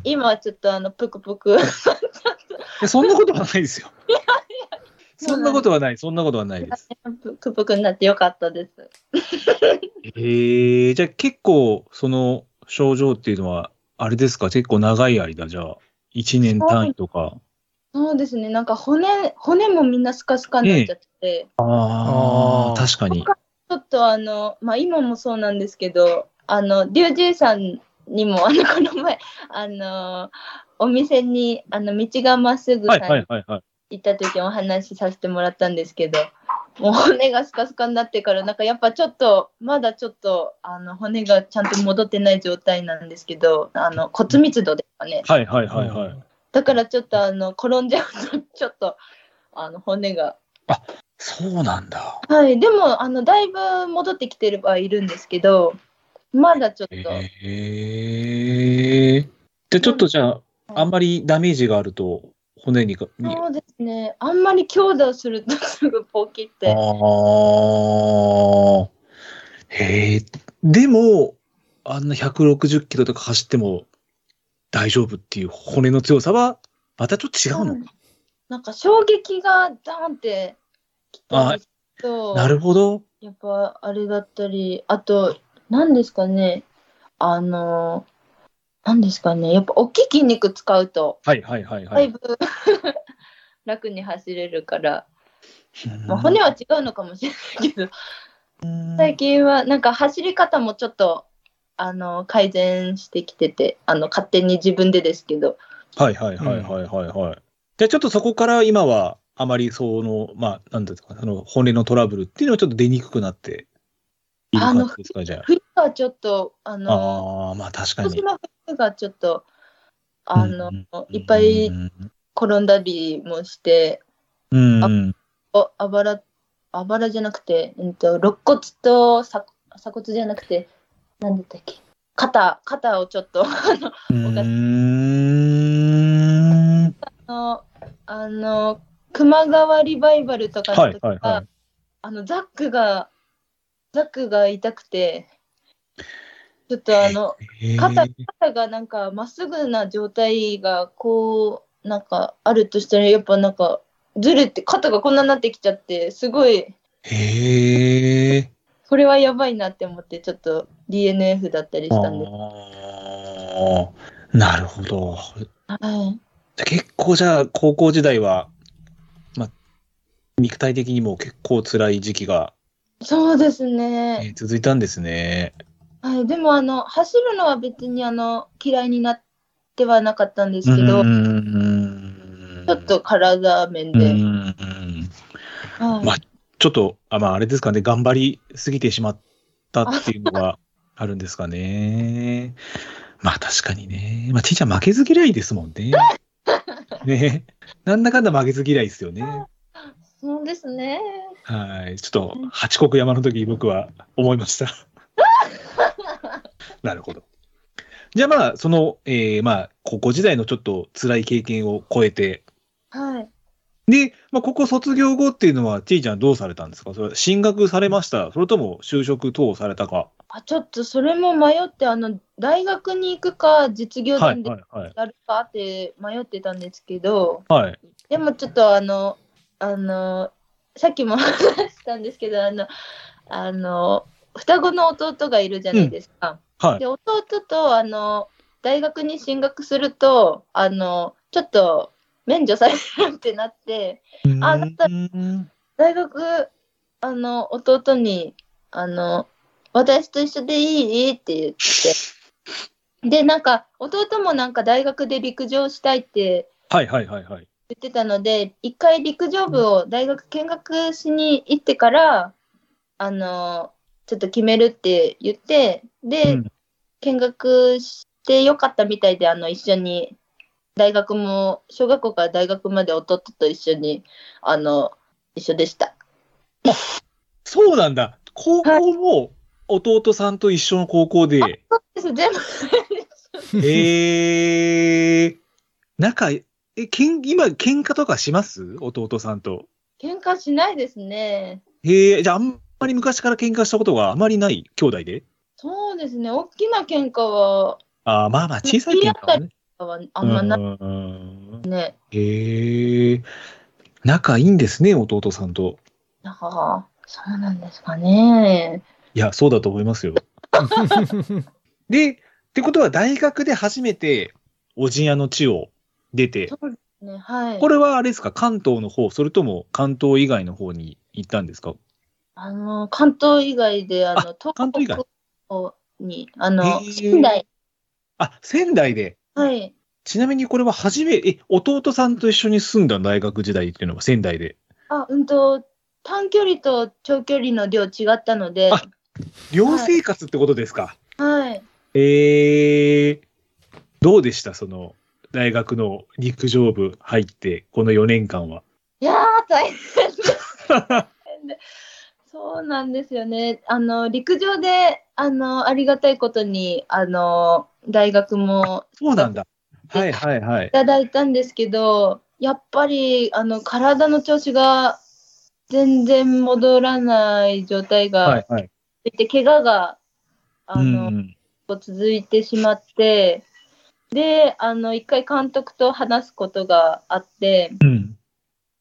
Speaker 3: 今はちょっとあの、ぷくぷく。
Speaker 1: いやそんなことはないですよ。そんなことはない、そんなことはないです。
Speaker 3: ぷくぷくになってよかったです。
Speaker 1: へえ、じゃあ結構、その症状っていうのは、あれですか、結構長い間、じゃあ、1年単位とか。
Speaker 3: そうですね、なんか骨、骨もみんなスカスカになっちゃって、
Speaker 1: ああ、確かに。
Speaker 3: ちょっとあの、まあ今もそうなんですけど、あの、リュウジュウさんにも、あの、この前、あの、お店に、あの、道がまっすぐさ
Speaker 1: はい
Speaker 3: ん
Speaker 1: はいはいはい。
Speaker 3: 行った時お話しさせてもらったんですけど、もう骨がスカスカになってから、なんかやっぱちょっと、まだちょっと、あの、骨がちゃんと戻ってない状態なんですけど、あの、骨密度ですかね。
Speaker 1: はいはいはいはい。
Speaker 3: だからちょっとあの転んじゃうとちょっとあの骨が
Speaker 1: そうなんだ。
Speaker 3: はいでもあのだいぶ戻ってきてればいるんですけどまだちょっと、
Speaker 1: へえ。で、ちょっとじゃあ、あんまりダメージがあると、骨にか、に
Speaker 3: そうですねあんまり強打をすると すぐポキって
Speaker 1: ああ。へえ。でも、あんな160キロとか走っても大丈夫っていう骨の強さは、またちょっと違うのか。
Speaker 3: なんか衝撃がダーンってきたりすると
Speaker 1: なるほど。
Speaker 3: やっぱあれだったりあと何ですかね、あの、何ですかね、やっぱ大きい筋肉使うと、
Speaker 1: はいはいはいは
Speaker 3: だい
Speaker 1: い。
Speaker 3: ぶ、 楽に走れるから、
Speaker 1: うん
Speaker 3: まあ、骨は違うのかもしれないけど、
Speaker 1: うん
Speaker 3: 最近はなんか走り方もちょっと、あの、改善してきてて、あの、勝手に自分でですけど、
Speaker 1: はいはいはいはいはいはい。で、ちょっとそこから今は、あまりその、まあ、なんていうんですか、あの、骨のトラブルっていうのはちょっと出にくくなっている感じですか、じゃあ。
Speaker 3: 冬はちょっと、あの、
Speaker 1: ああー、まあ確か
Speaker 3: 今年
Speaker 1: に。
Speaker 3: の冬がちょっと、あの、
Speaker 1: うん
Speaker 3: いっぱい
Speaker 1: うん
Speaker 3: 転んだりもして、
Speaker 1: うんうん。
Speaker 3: おあばら、あばらじゃなくて、うんと、肋骨と鎖鎖骨じゃなくて、なんだったっけ、肩、肩をちょっと、
Speaker 1: うーん。
Speaker 3: あの、あの、熊川リバイバルとか
Speaker 1: は
Speaker 3: の
Speaker 1: い
Speaker 3: 時
Speaker 1: はいは。
Speaker 3: はいあの、ザックが、ザックが痛くて、ちょっとあの、
Speaker 1: へー
Speaker 3: 肩肩がなんかまっすぐな状態がこうなんかあるとしたらやっぱなんかずれて肩がこんなになってきちゃってすごい
Speaker 1: へえ。
Speaker 3: これはやばいなって思ってちょっと DNF だったりしたんで
Speaker 1: ああ、なるほど。
Speaker 3: はい、
Speaker 1: じゃあ結構じゃあ高校時代は、まあ、肉体的にも結構辛い時期が、
Speaker 3: そうです
Speaker 1: え
Speaker 3: ね、
Speaker 1: ー続いたんですね。
Speaker 3: はい、でもあの走るのは別にあの嫌いになってはなかったんですけど、
Speaker 1: う
Speaker 3: ち
Speaker 1: ん
Speaker 3: ょっと体面
Speaker 1: うんう
Speaker 3: で、
Speaker 1: ん
Speaker 3: はい
Speaker 1: まあちょっとあまああれですかね頑張りすぎてしまったっていうのがあるんですかね。まあ確かにね。まあ T ちゃん負けず嫌いですもんね。ね。なんだかんだ負けず嫌いですよね。
Speaker 3: そうですね
Speaker 1: はい、ちょっと八国山の時僕は思いました。なるほど。じゃあまあその、えーまあ高校時代のちょっと辛い経験を超えて、
Speaker 3: はい
Speaker 1: で、まあ、ここ卒業後っていうのは T ちゃんどうされたんですかそれは進学されましたそれとも就職等されたか
Speaker 3: あちょっとそれも迷ってあの大学に行くか実業
Speaker 1: は
Speaker 3: 団
Speaker 1: い
Speaker 3: で
Speaker 1: はいはい。
Speaker 3: やるかって迷ってたんですけど、
Speaker 1: はい。
Speaker 3: でもちょっとあの、あの、さっきも話したんですけど、あの、あの、双子の弟がいるじゃないですか。
Speaker 1: はい。
Speaker 3: で、弟と、あの、大学に進学すると、あの、ちょっと免除されるってなって、あだった
Speaker 1: うん
Speaker 3: 大学、あの、弟に、あの、私と一緒でいいって言って、で、なんか、弟もなんか大学で陸上したいって
Speaker 1: はいはいはいはい。
Speaker 3: 言ってたので、一回陸上部を大学見学しに行ってから、あの、ちょっと決めるって言って、で、
Speaker 1: うん
Speaker 3: 見学してよかったみたいで、あの、一緒に、大学も、小学校から大学まで弟と一緒に、あの、一緒でした。
Speaker 1: そうなんだ。高校も弟さんと一緒の高校で。
Speaker 3: そうです、全部。
Speaker 1: えー、仲、え、けん、今、喧嘩とかします弟さんと。
Speaker 3: 喧嘩しないですね。
Speaker 1: へえ、じゃあ、あんまり昔から喧嘩したことがあまりない兄弟で
Speaker 3: そうですね、大きな喧嘩は、
Speaker 1: あーまあまあ、小さい喧嘩はね。
Speaker 3: はあんまな
Speaker 1: うん
Speaker 3: いね。
Speaker 1: へえ、仲いいんですね、弟さんと。
Speaker 3: なんか、そうなんですかね。
Speaker 1: いや、そうだと思いますよ。で、ってことは、大学で初めて、おじやの地を出て
Speaker 3: そ、うですね、はい。
Speaker 1: これはあれですか、関東の方、それとも関東以外の方に行ったんですか
Speaker 3: あの関東以外であの東
Speaker 1: 関東以外
Speaker 3: 北にあの
Speaker 1: へー
Speaker 3: 仙台
Speaker 1: あ、仙台で。
Speaker 3: はい
Speaker 1: ちなみにこれは初め、え、弟さんと一緒に住んだ大学時代っていうのは仙台で。
Speaker 3: あうんと短距離と長距離の量違ったので
Speaker 1: あ寮生活ってことですか、
Speaker 3: はい
Speaker 1: えー、どうでしたその、大学の陸上部入って、この4年間は。
Speaker 3: いやー大変でそうなんですよねあの陸上であのありがたいことにあの大学も
Speaker 1: そうなんだ。はいはいはい
Speaker 3: い。ただいたんですけどやっぱりあの体の調子が全然戻らない状態が、
Speaker 1: はいはい。
Speaker 3: で怪我があ
Speaker 1: うん
Speaker 3: の、
Speaker 1: うん
Speaker 3: 続いてしまってであの一回監督と話すことがあって
Speaker 1: うん。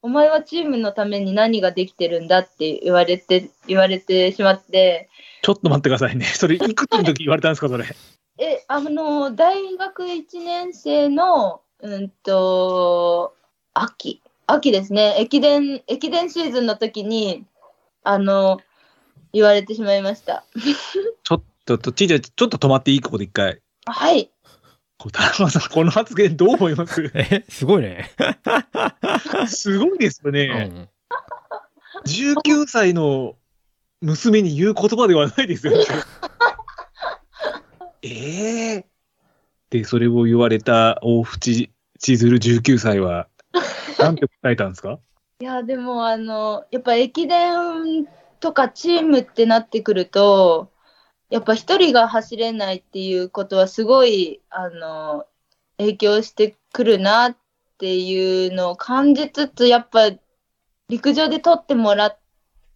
Speaker 3: お前はチームのために何ができてるんだって言われて、言われてしまって、
Speaker 1: ちょっと待ってくださいね。 それ、いくつの時言われたんですか、それ。
Speaker 3: え、あの、大学1年生の、うんと、秋、秋ですね、駅伝、駅伝シーズンの時に、あの、言われてしまいました。
Speaker 1: ちょっと、ちいちゃん、ちょっと止まっていいここで一回。
Speaker 3: はい。
Speaker 1: こう田中さん、この発言どう思います
Speaker 2: え、すごいね。
Speaker 1: すごいですよ
Speaker 2: う
Speaker 1: ね。
Speaker 2: ん
Speaker 1: 19歳の娘に言う言葉ではないです よね。ええで、それを言われた大淵千鶴19歳は、なんて答えたんですか
Speaker 3: いや、でも、あの、やっぱ駅伝とかチームってなってくると、やっぱ一人が走れないっていうことはすごい、あの、影響してくるなっていうのを感じつつ、やっぱ陸上で取ってもらっ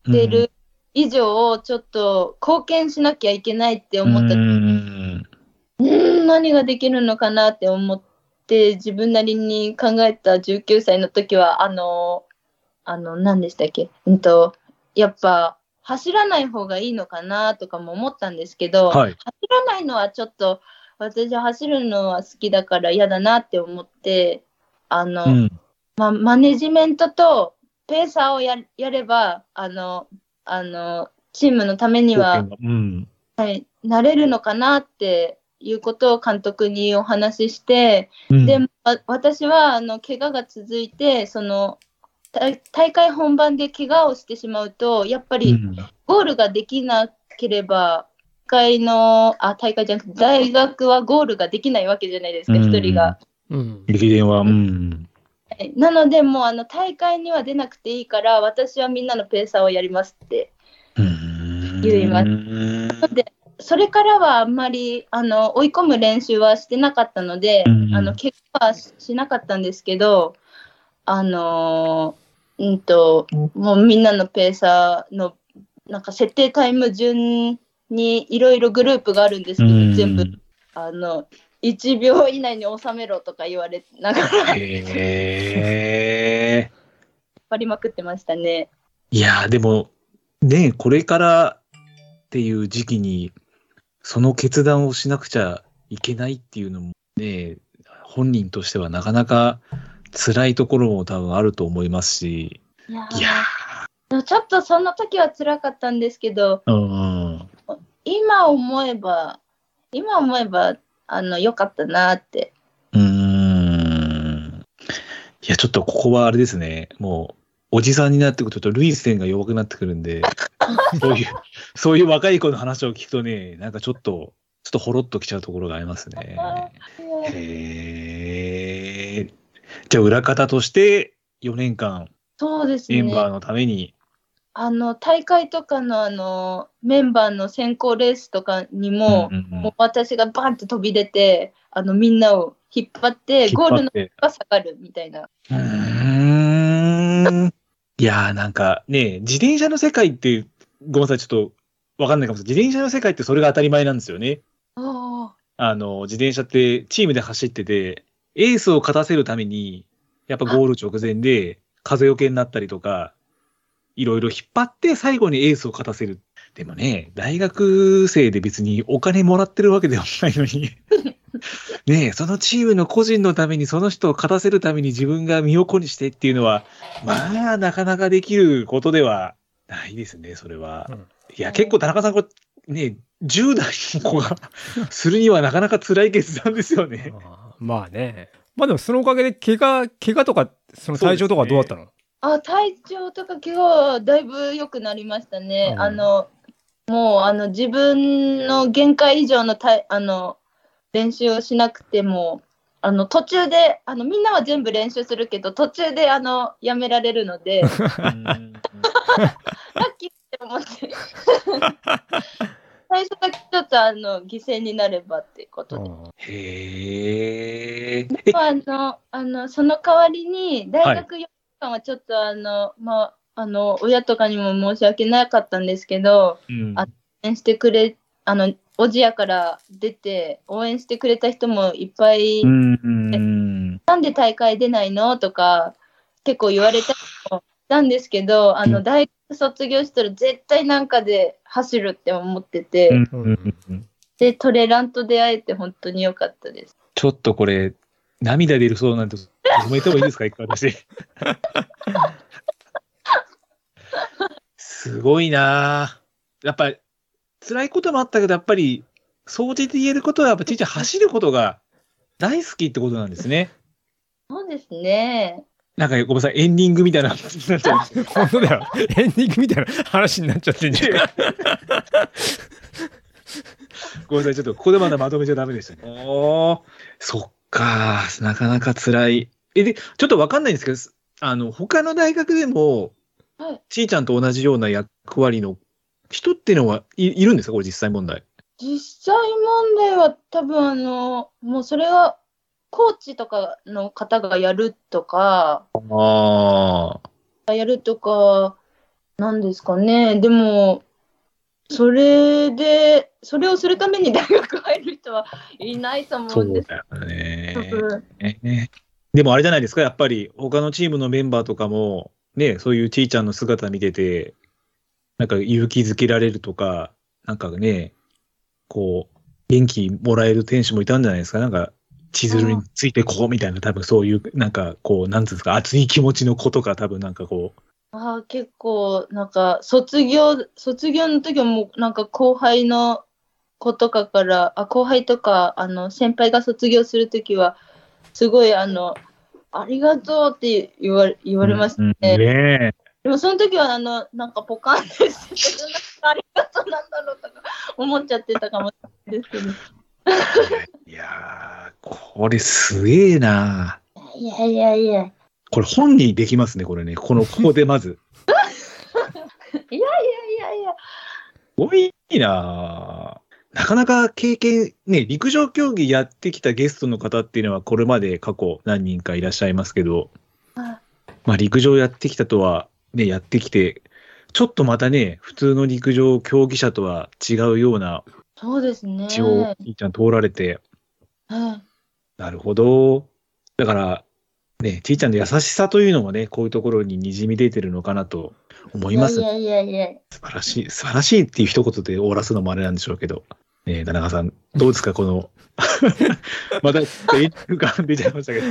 Speaker 1: うん
Speaker 3: てる以上をちょっと貢献しなきゃいけないって思った
Speaker 1: う
Speaker 3: り、
Speaker 1: ん
Speaker 3: うーん、何ができるのかなって思って、自分なりに考えた19歳の時は、あの、あの、何でしたっけうんと、やっぱ、走らない方がいいのかなとかも思ったんですけど、
Speaker 1: はい。
Speaker 3: 走らないのはちょっと、私走るのは好きだから嫌だなって思って、あの、
Speaker 1: うん。
Speaker 3: ま、マネジメントとペーサーをややれば、あの、あの、チームのためには、
Speaker 1: うん。
Speaker 3: はい、なれるのかなっていうことを監督にお話しして、
Speaker 1: うん
Speaker 3: で、わ私はあの怪我が続いて、その大大会本番で怪我をしてしまうと、やっぱ
Speaker 1: う
Speaker 3: り
Speaker 1: ん
Speaker 3: ゴールができなければ、大会の、あ、大会じゃなくて、大学はゴールができないわけじゃないですか、
Speaker 1: うん
Speaker 3: 一、人が。
Speaker 2: うん。
Speaker 1: 駅伝は、うん。
Speaker 3: はいなので、もうあの大会には出なくていいから、私はみんなのペーサーをやりますって言います
Speaker 1: す
Speaker 3: それからはあんまりあの追い込む練習はしてなかったので、
Speaker 1: うんうん
Speaker 3: あの結果はししなかったんですけど、あのーうんと、もうみんなのペーサーのなんか設定タイム順にいろいろグループがあるんですけど、全部あの1秒以内に収めろとか言われながら 引っ
Speaker 1: へえ。
Speaker 3: 張りまくってましたね。
Speaker 1: いやー、でも、ねえこれからっていう時期に、その決断をしなくちゃいけないっていうのも、ねえ本人としてはなかなか辛いところも多分あると思いますし、
Speaker 3: いやー
Speaker 1: いや
Speaker 3: でもちょっとその時は辛かったんですけど、
Speaker 1: ー、うんうん。
Speaker 3: 今思えば今思えばあの良かったなって
Speaker 1: うーんいや、ちょっとここはあれですね。もう、おじさんになってくると、ちょっと涙腺が弱くなってくる んで、そういう、そういう若い子の話を聞くとね、なんかちょっと、ちょっとほろっときちゃうところがありますね。へえ。じゃあ、裏方として、4年間、
Speaker 3: そうです
Speaker 1: メ
Speaker 3: ね
Speaker 1: ンバーのために、
Speaker 3: あの大会とかのあのメンバーの選考レースとかにも,、
Speaker 1: うんうんうん
Speaker 3: もう私がバンって飛び出てあのみんなを引っ張って
Speaker 1: 引っ
Speaker 3: ゴー
Speaker 1: 張
Speaker 3: ル
Speaker 1: っ
Speaker 3: の
Speaker 1: て。
Speaker 3: が下がるみたいな
Speaker 1: うーん。いやーなんかね、自転車の世界って、ごめんなさい、ちょっとわかんないかもしれない。自転車の世界ってそれが当たり前なんですよね。
Speaker 3: あ
Speaker 1: あの、自転車ってチームで走ってて、エースを勝たせるために、やっぱゴール直前で風よけになったりとか、いろいろ引っ張って最後にエースを勝たせる。でもね、大学生で別にお金もらってるわけではないの に。ねえ、そのチームの個人のために、その人を勝たせるために自分が身を粉にしてっていうのは、まあ、なかなかできることではないですね、それは。
Speaker 2: うん
Speaker 1: いや、結構田中さん、これ、ねえ、10代の子がするにはなかなか辛い決断ですよね。
Speaker 2: あーまあね。まあでもそのおかげで怪我、怪我とか、その体調とかどうだったの
Speaker 3: あ体調とか怪我はだいぶ良くなりましたね、
Speaker 2: うん
Speaker 3: あのもうあの自分の限界以上のたいあの練習をしなくてもあの途中であのみんなは全部練習するけど途中であのやめられる のでラッ
Speaker 1: うん
Speaker 3: キーって思って最初だけちょっとあの犠牲になればってことで。
Speaker 2: うん
Speaker 1: へえ。
Speaker 3: まああの、あの、その代わりに、大学4年間はちょっと、あの、まあ、あの、親とかにも申し訳なかったんですけど、
Speaker 1: うん
Speaker 3: あ応援してくれ、あの、おじやから出て、応援してくれた人もいっぱい、
Speaker 1: うんうん
Speaker 3: なんで大会出ないのとか、結構言われたりたんですけど、あ
Speaker 1: う
Speaker 3: の、
Speaker 1: ん
Speaker 3: 大学卒業したら絶対なんかで走るって思ってて、
Speaker 1: うん
Speaker 2: うん
Speaker 1: うんうん
Speaker 3: で、トレランと出会えて本当に良かったです。
Speaker 1: ちょっとこれ、涙出るそうなんて、止めてもいいですか、一回 私。すごいなぁやっぱ、辛いこともあったけど、やっぱり、総じて言えることは、やっぱ、ちいちゃん走ることが大好きってことなんですね。
Speaker 3: そうですね。
Speaker 1: なんか、ごめんなさい、エンディングみたいな話になっちゃいましたけど
Speaker 2: 本当だよ。エンディングみたいな話になっちゃってんじゃん。
Speaker 1: ごめんなさい、ちょっとここでまだまとめちゃダメでしたね。おーそっかー、なかなか辛い。え、で、ちょっとわかんないんですけど、あの、他の大学でも、
Speaker 3: はい
Speaker 1: ちいちゃんと同じような役割の人っていうのはいいるんですかこれ実際問題。
Speaker 3: 実際問題は多分あの、もうそれは、コーチとかの方がやるとか、
Speaker 1: ああ。
Speaker 3: やるとか、なんですかね。でも、それで、それをするために大学入る人はいないと思
Speaker 1: そ
Speaker 3: うんで
Speaker 1: う
Speaker 3: す
Speaker 1: だよね
Speaker 3: け。ど、
Speaker 1: ねでもあれじゃないですかやっぱり他のチームのメンバーとかも、ね、そういうちいちゃんの姿見てて、なんか勇気づけられるとか、なんかね、こう、元気もらえる天使もいたんじゃないですかなんか、千鶴についてこうみたいな、多分そういう、なんかこう、なんつうんですか、熱い気持ちの子とか、多分なんかこう、
Speaker 3: ああ、結構、なんか、卒業、卒業の時はもう、なんか後輩の子とかから、あ、後輩とか、あの、先輩が卒業する時は、すごい、あの、ありがとうって言われ、言われました
Speaker 1: うん
Speaker 3: ね。
Speaker 1: ね
Speaker 3: でも、その時は、あの、なんかポカンってしてて、なんかありがとうなんだろうとか、思っちゃってたかもしれないですけど。
Speaker 1: えいやー、これすげえない
Speaker 3: やいやいや、いや
Speaker 1: これ本にできますね、これね。この、ここでまず。す
Speaker 3: いやいや、
Speaker 1: ごいなぁなかなか経験、ね、陸上競技やってきたゲストの方っていうのはこれまで過去何人かいらっしゃいますけど、
Speaker 3: あ
Speaker 1: まあ陸上やってきたとは、ね、やってきて、ちょっとまたね、普通の陸上競技者とは違うような
Speaker 3: そうですね。
Speaker 1: 血をいいちゃん通られて、
Speaker 3: うん
Speaker 1: なるほど。だから、ね、ちいちゃんの優しさというのもね、こういうところに滲み出てるのかなと思います
Speaker 3: いやいやいやいや。
Speaker 1: 素晴らしい、素晴らしいっていう一言で終わらすのもあれなんでしょうけど、ねえ、田中さん、どうですか、こ の、また、エイプ感出ちゃいま したけど。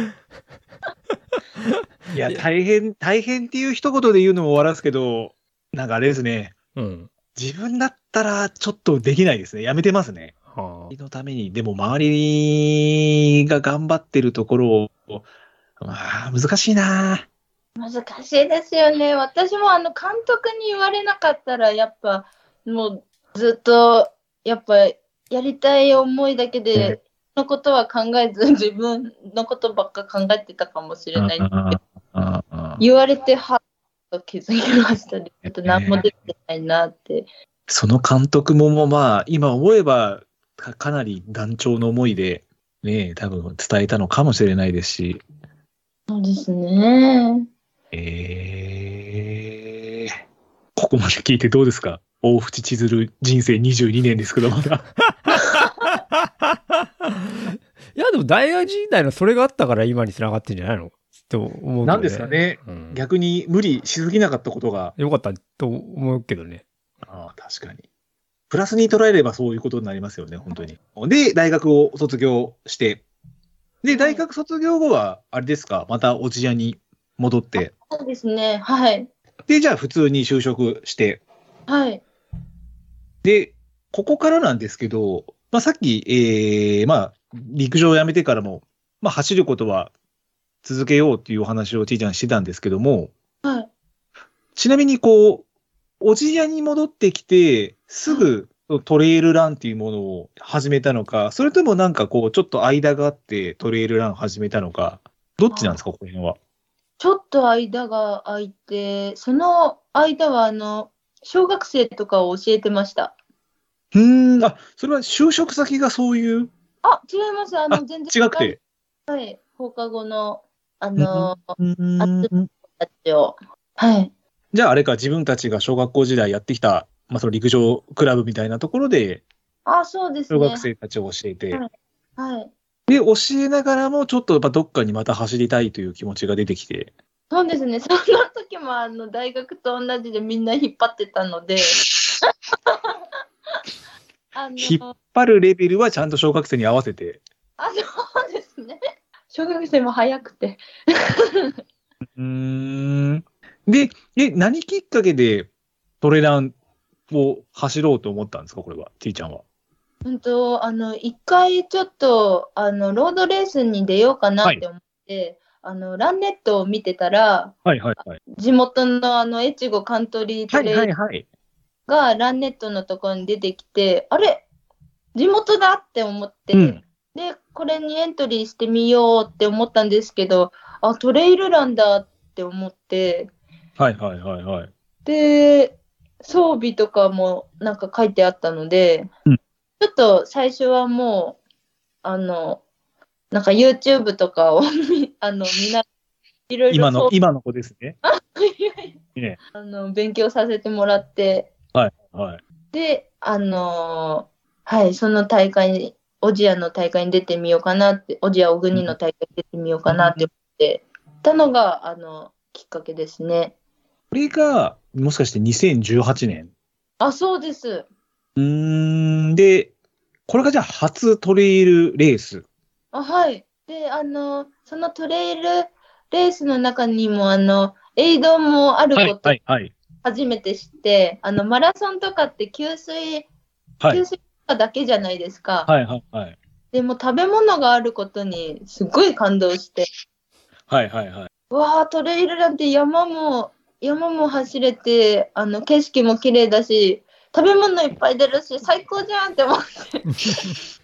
Speaker 1: いや、大変、大変っていう一言で言うのも終わらすけど、なんかあれですね、
Speaker 2: うん。
Speaker 1: 自分だったらちょっとできないですね。やめてますね。
Speaker 2: は
Speaker 1: のために、でも周りが頑張ってるところを、まあ、難しいな
Speaker 3: 難しいですよね。私もあの監督に言われなかったら、やっぱもうずっと、やっぱやりたい思いだけ
Speaker 1: え
Speaker 3: で、のことは考えず、自分のことばっか考えてたかもしれないんですけど、
Speaker 1: ああ
Speaker 3: 言われてはっと気づきましたね。ちょっと何もできてないなって。
Speaker 1: その監督ももうまあ、今思えばかかなり団長の思いで、ね、多分伝えたのかもしれないですし、
Speaker 3: そうですね。
Speaker 1: えー、ここまで聞いてどうですか大淵千鶴人生22年ですけど、まだ。
Speaker 2: あ いや、でも大学時代のそれがあったから今に繋がってんじゃないのって思うけど、ね。
Speaker 1: なんですかね
Speaker 2: うん
Speaker 1: 逆に無理しすぎなかったことが、
Speaker 2: よかったと思うけどね。
Speaker 1: ああ確かに。プラスに捉えればそういうことになりますよね、本当に。で、大学を卒業して、で、大学卒業後は、あれですか、またおじやに戻って。
Speaker 3: そうですね。はい。
Speaker 1: で、じゃあ普通に就職して、
Speaker 3: はい。
Speaker 1: で、ここからなんですけど、まあ、さっき、えーまあ、陸上をやめてからも、まあ、走ることは続けようっていうお話をちいちゃんしてたんですけども、
Speaker 3: はい。
Speaker 1: ちなみにこう、おじやに戻ってきて、すぐトレイルランっていうものを始めたのか、それともなんかこう、ちょっと間があってトレイルラン始めたのか、どっちなんですか、この辺は。
Speaker 3: ちょっと間が空いて、その間はあの、小学生とかを教えてました。
Speaker 1: うーん、あ、それは就職先がそういう、
Speaker 3: あ、違います。あ
Speaker 1: あ
Speaker 3: の、全然
Speaker 1: 違くて。
Speaker 3: はい。放課後の、あの、
Speaker 1: うーん
Speaker 3: たちを。はい。
Speaker 1: じゃああれか、自分たちが小学校時代やってきた、まあ、その陸上クラブみたいなところで、
Speaker 3: あ、そうです
Speaker 1: 小
Speaker 3: ね。
Speaker 1: 学生たちを教えて、
Speaker 3: はいはい。
Speaker 1: で、教えながらも、ちょっとやっぱどっかにまた走りたいという気持ちが出てきて、
Speaker 3: そうですね、その時もあの大学と同じでみんな引っ張ってたので、あの
Speaker 1: 引っ張るレベルはちゃんと小学生に合わせて。
Speaker 3: あそうですね、小学生も早くて、
Speaker 1: うーん。で、え、何きっかけでトレランを走ろうと思ったんですかこれは、T ちゃんは。
Speaker 3: 本当、あの一回ちょっとあのロードレースに出ようかなって思って、あのランネットを見てたら、
Speaker 1: はいはいはい。
Speaker 3: 地元のあの越後カントリー
Speaker 1: は
Speaker 3: ト
Speaker 1: い
Speaker 3: レ
Speaker 1: は
Speaker 3: イ
Speaker 1: い
Speaker 3: ル
Speaker 1: はい。
Speaker 3: がランネットのところに出てきて、あれ地元だって思って、
Speaker 1: うん
Speaker 3: で、これにエントリーしてみようって思ったんですけど、あ、トレイルランだって思って、
Speaker 1: はいはいはいはい。
Speaker 3: で、装備とかもなんか書いてあったので、
Speaker 1: うん
Speaker 3: ちょっと最初はもう、あの、なんか YouTube とかを 見、あの、みんな、いろいろ
Speaker 1: 今の
Speaker 3: 装、備
Speaker 1: 今の子ですね。ね
Speaker 3: あの勉強させてもらって、
Speaker 1: はい。
Speaker 3: で、あのーはい、その大会に、オジアの大会に出てみようかなって、オジア小国の大会に出てみようかなって思ってたのが、あの、きっかけですね。
Speaker 1: これが、もしかして2018年。
Speaker 3: あ、そうです。
Speaker 1: うーん、で、これがじゃあ初トレイルレース。
Speaker 3: あ、はい。で、あの、そのトレイルレースの中にも、あの、エイドもあること
Speaker 1: いはい。
Speaker 3: 初めて知って、あの、マラソンとかって給水、
Speaker 1: はい
Speaker 3: 給水とかだけじゃないですか。
Speaker 1: はいはいはい。
Speaker 3: でも食べ物があることにすごい感動して、
Speaker 1: はいはいはい。
Speaker 3: わあトレイルなんて山も山も走れてあの景色も綺麗だし食べ物いっぱい出るし最高じゃんって思って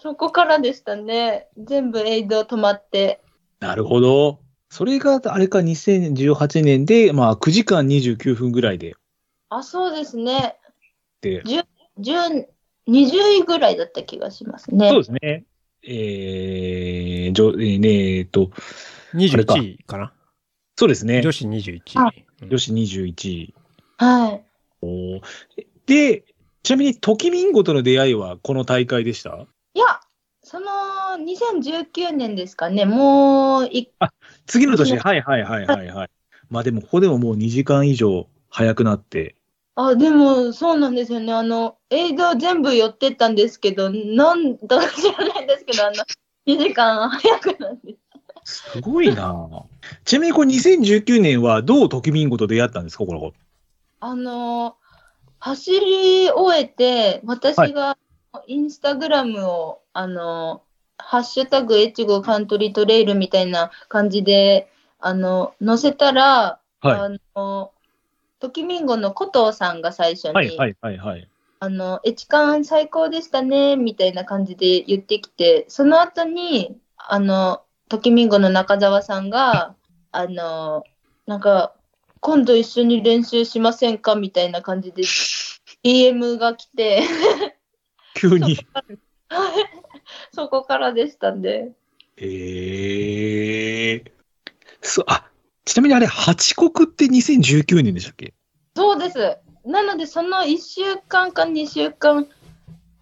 Speaker 3: そこからでしたね全部エイド止まって
Speaker 1: なるほど。それが、あれか、2018年で、まあ、9時間29分ぐらいで、
Speaker 3: あそうですね
Speaker 1: で、
Speaker 3: 10 20位ぐらいだった気がしますね
Speaker 1: そうですね。えー、じょえーねえーっと、
Speaker 2: 21位かな。
Speaker 1: そうですね。
Speaker 2: 女
Speaker 1: 女子
Speaker 2: 子21
Speaker 3: あ
Speaker 2: 位。うん
Speaker 1: 21位。
Speaker 3: はい
Speaker 1: で、ちなみに、ときみんごとの出会いは、この大会でした
Speaker 3: いやその2019年ですかねもうい
Speaker 1: 次の年、
Speaker 3: そう
Speaker 1: はいはいはいはいはい。 まあでも、ここでももう2時間以上早くなって、
Speaker 3: あでもそうなんですよねあの映画全部寄ってったんですけどなんだか知らないんですけどあの2時 間早くなんです
Speaker 1: すごいな ちなみに、これ2019年は、どうときみんごと出会ったんですか、この子。
Speaker 3: あの走り終えて私がインスタグラムを、あのハッシュタグ越後カントリートレイルみたいな感じであの載せたら、
Speaker 1: は
Speaker 3: あのときみんごの古藤さんが最初に、
Speaker 1: い。はいはいはいはい。
Speaker 3: あの、エチカン最高でしたね、みたいな感じで言ってきて、その後に、あの、ときみんごの中澤さんが、あの、なんか、今度一緒に練習しませんかみたいな感じで、DM が来て、
Speaker 1: 急に。
Speaker 3: そこからでしたんで。
Speaker 1: ええそう、あ、ちなみにあれ、八国って2019年でしたっけ
Speaker 3: そうです。なので、その1週間か2週間、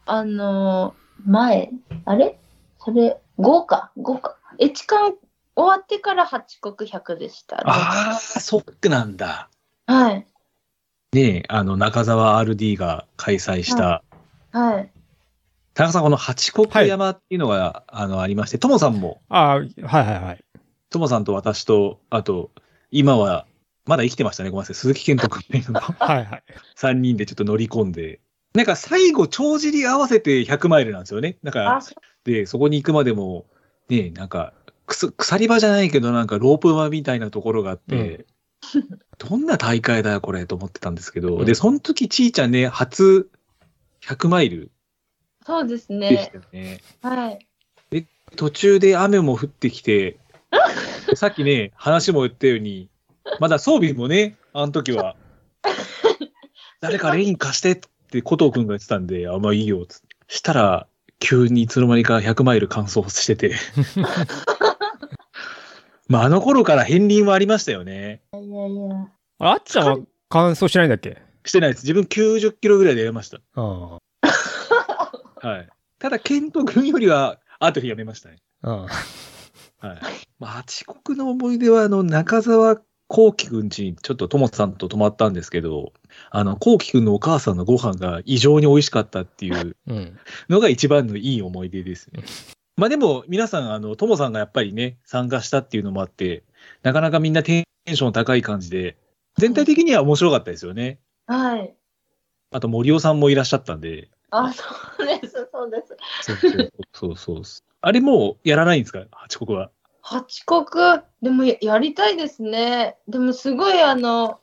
Speaker 3: あのー前、あれそれ、5か、5か。え、時間終わってから八国100でした、ね。
Speaker 1: ああ、そっかなんだ。
Speaker 3: はい。
Speaker 1: ねえ、あの、中澤 RD が開催した、
Speaker 3: はい。
Speaker 1: 田中さん、この八国山っていうのが、あの、ありまして、ともさんも、
Speaker 2: ああ、はいはいはい。
Speaker 1: ともさんと私と、あと、今は、まだ生きてましたね、ごめんなさい。鈴木健人君の
Speaker 2: はいはい。
Speaker 1: 3人でちょっと乗り込んで。なんか最後、帳尻合わせて100マイルなんですよね。なんか、
Speaker 3: あ、そ
Speaker 1: で、そこに行くまでも、ね、なんか、くす鎖場じゃないけど、なんかロープ場みたいなところがあって、 どんな大会だよ、これ、と思ってたんですけど、
Speaker 2: うん
Speaker 1: で、その時、ちーちゃんね、初100マイル
Speaker 3: そうです
Speaker 1: でし
Speaker 3: ね
Speaker 1: た。よね。
Speaker 3: はい。
Speaker 1: 途中で雨も降ってきて、さっきね、話も言ったように、まだ装備もね、あの時は、誰かレイン貸してって、古藤くんが言ってたんで、あ、まあいいよ、つってしたら、急にいつの間にか100マイル完走してて。 まあ、あの頃から片鱗はありましたよね。
Speaker 3: いやいや。
Speaker 2: あれあっちゃんは乾燥しないんだっけ
Speaker 1: してないです。自分90キロぐらいでやめました。
Speaker 2: うん。
Speaker 1: はい。ただ、ケント君よりは、後日やめましたね。
Speaker 2: うん。
Speaker 1: はい。まあ、八国の思い出は、あの、中澤幸輝くんちに、ちょっとともさんと泊まったんですけど、あの、幸輝くんのお母さんのご飯が異常に美味しかったっていう
Speaker 2: うん。
Speaker 1: のが一番のいい思い出です ね。まあでも、皆さん、あの、ともさんがやっぱりね、参加したっていうのもあって、なかなかみんなテンション高い感じで、全体的には面白かったですよね。
Speaker 3: はい。
Speaker 1: あと、森尾さんもいらっしゃったんで。
Speaker 3: あ、そうです、そうです。
Speaker 1: そうそう そうそうそう。あれもうやらないんですか八国は。
Speaker 3: 八国、でもややりたいですね。でもすごいあの、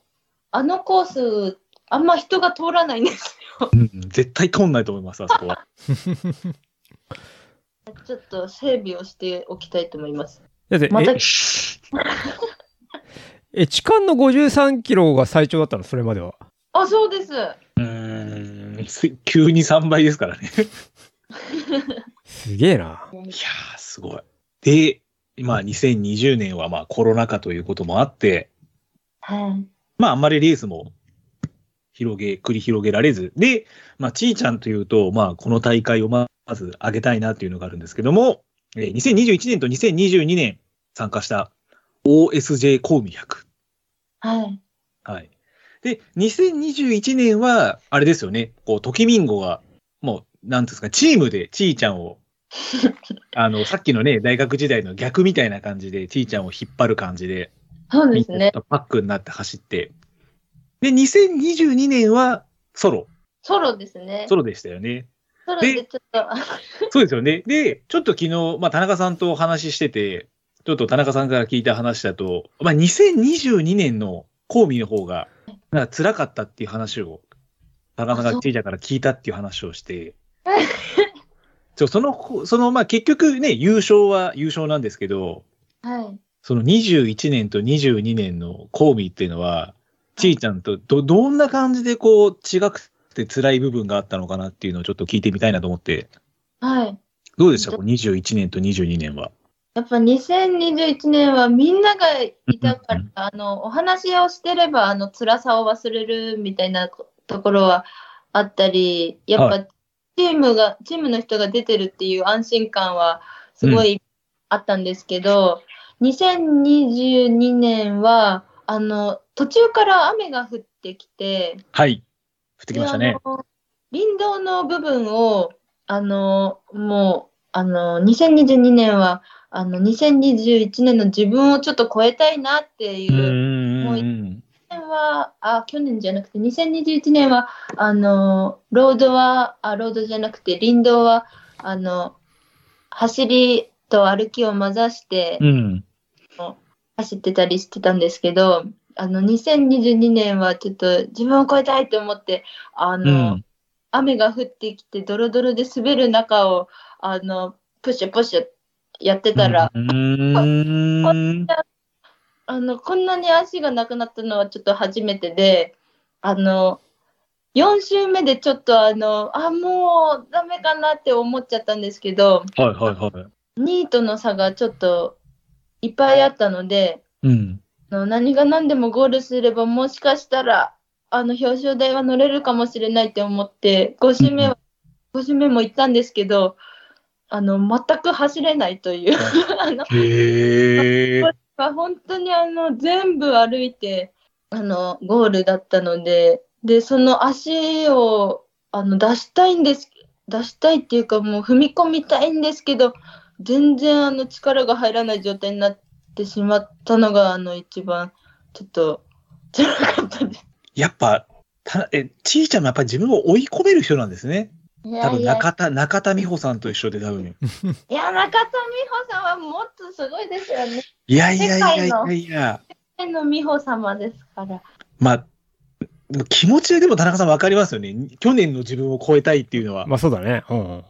Speaker 3: あのコース、あんま人が通らないんです。
Speaker 1: うん、絶対通んないと思います、あそこは。
Speaker 3: ちょっと整備をしておきたいと思います。
Speaker 2: だって、
Speaker 3: また
Speaker 2: え、え、痴漢の53キロが最長だったの、それまでは。
Speaker 3: あ、そうです。
Speaker 1: うーん、 す急に3倍ですからね。いや
Speaker 2: すげえな。
Speaker 1: ー、すごい。で、今、2020年はまあコロナ禍ということもあって、
Speaker 3: はい。
Speaker 1: まあ、あんまりレースも広げ、繰り広げられず。で、まあ、ちーちゃんというと、まあ、この大会をまず上げたいなっていうのがあるんですけども、えー2021年と2022年参加した OSJ コウミ100。
Speaker 3: はい。
Speaker 1: はい。で、2021年は、あれですよね、こう、ときみんごが、もう、なんていうんですか、チームでちーちゃん を、あの、さっきのね、大学時代の逆みたいな感じで、ちーちゃんを引っ張る感じで、
Speaker 3: そうで
Speaker 1: み
Speaker 3: す
Speaker 1: んな
Speaker 3: ね。
Speaker 1: とパックになって走って。で、2022年は、ソロ。
Speaker 3: ソロですね。
Speaker 1: ソロでしたよね。
Speaker 3: ソロでちょっと、
Speaker 1: そうですよね。で、ちょっと昨日、まあ、田中さんとお話ししてて、ちょっと田中さんから聞いた話だと、まあ、2022年のコウミの方が、なんか辛かったっていう話を、田中さん
Speaker 3: あそ
Speaker 1: が
Speaker 3: う
Speaker 1: ちいちゃんから聞いたっていう話をして、そうその、その、まあ、結局ね、優勝は優勝なんですけど、
Speaker 3: はい。
Speaker 1: その21年と22年のコウミっていうのは、ちいちゃんとど、どんな感じでこう、違くて辛い部分があったのかなっていうのをちょっと聞いてみたいなと思って、
Speaker 3: はい。
Speaker 1: どうでしたこの21年と22年は。
Speaker 3: やっぱ2021年はみんながいたか
Speaker 1: う
Speaker 3: ら
Speaker 1: ん、
Speaker 3: あの、お話をしてれば、あの、辛さを忘れるみたいなこところはあったり、やっ
Speaker 1: は
Speaker 3: ぱチームが、チームの人が出てるっていう安心感はすごいあったんですけど、2022年は、あの、途中から雨が降ってきて、
Speaker 1: はい。降ってきましたね
Speaker 3: で。。あの林道の部分を、あの、もう、あの、2022年は、あの、2021年の自分をちょっと超えたいなっていう
Speaker 1: ー
Speaker 3: う、
Speaker 1: ん
Speaker 3: もう去年は、あ、去年じゃなくて、2021年は、あの、ロードは、あ、ロードじゃなくて、林道は、あの、走りと歩きを混ざして
Speaker 1: う、ん。
Speaker 3: 走ってたりしてたんですけど、あの、2022年はちょっと自分を超えたいと思って、あ
Speaker 1: う
Speaker 3: の、
Speaker 1: ん。
Speaker 3: 雨が降ってきてドロドロで滑る中をあのプシュプシュやってたら、
Speaker 1: うーん。
Speaker 3: あのこんなに足がなくなったのはちょっと初めてであの4周目でちょっとあのあもうダメかなって思っちゃったんですけど
Speaker 1: はいはいは
Speaker 3: 2位との差がちょっといっぱいあったので
Speaker 1: い。うん。
Speaker 3: あの何が何でもゴールすればもしかしたらあの表彰台は乗れるかもしれないって思って5周目は5周目も行ったんですけどあの全く走れないというあの
Speaker 1: へえ。
Speaker 3: 本当にあの全部歩いてあのゴールだったのででその足をあの出したいんです出したいっていうかもう踏み込みたいんですけど全然あの力が入らない状態になってしまったのがあの一番ちょっと辛かったです。
Speaker 1: やっぱ、たえ、ちいちゃんもやっぱり自分を追い込める人なんですね。
Speaker 3: い
Speaker 1: 多
Speaker 3: や
Speaker 1: 分
Speaker 3: いや
Speaker 1: 中田、中田美穂さんと一緒で多分。
Speaker 3: いや中田美穂さんはもっとすごいですよね。
Speaker 1: いやいやいやいやいや。
Speaker 3: 天の美穂様ですから。
Speaker 1: まあ、でも気持ちはでも田中さんわかりますよね。去年の自分を超えたいっていうのは。
Speaker 2: まあそうだね。うん うん。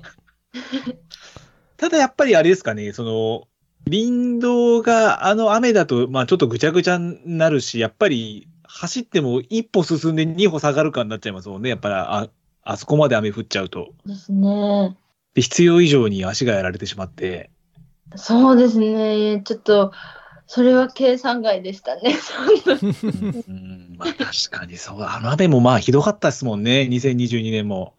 Speaker 1: ただやっぱりあれですかね、その、林道があの雨だと、まあちょっとぐちゃぐちゃになるし、やっぱり走っても一歩進んで二歩下がるかになっちゃいますもんね。やっぱりあ、あそこまで雨降っちゃうと。
Speaker 3: ですね。
Speaker 1: で必要以上に足がやられてしまって。
Speaker 3: そうですね、ちょっと、それは計算外でしたね。
Speaker 1: うん、まあ確かにそう。あの雨もまあひどかったですもんね。2022年も。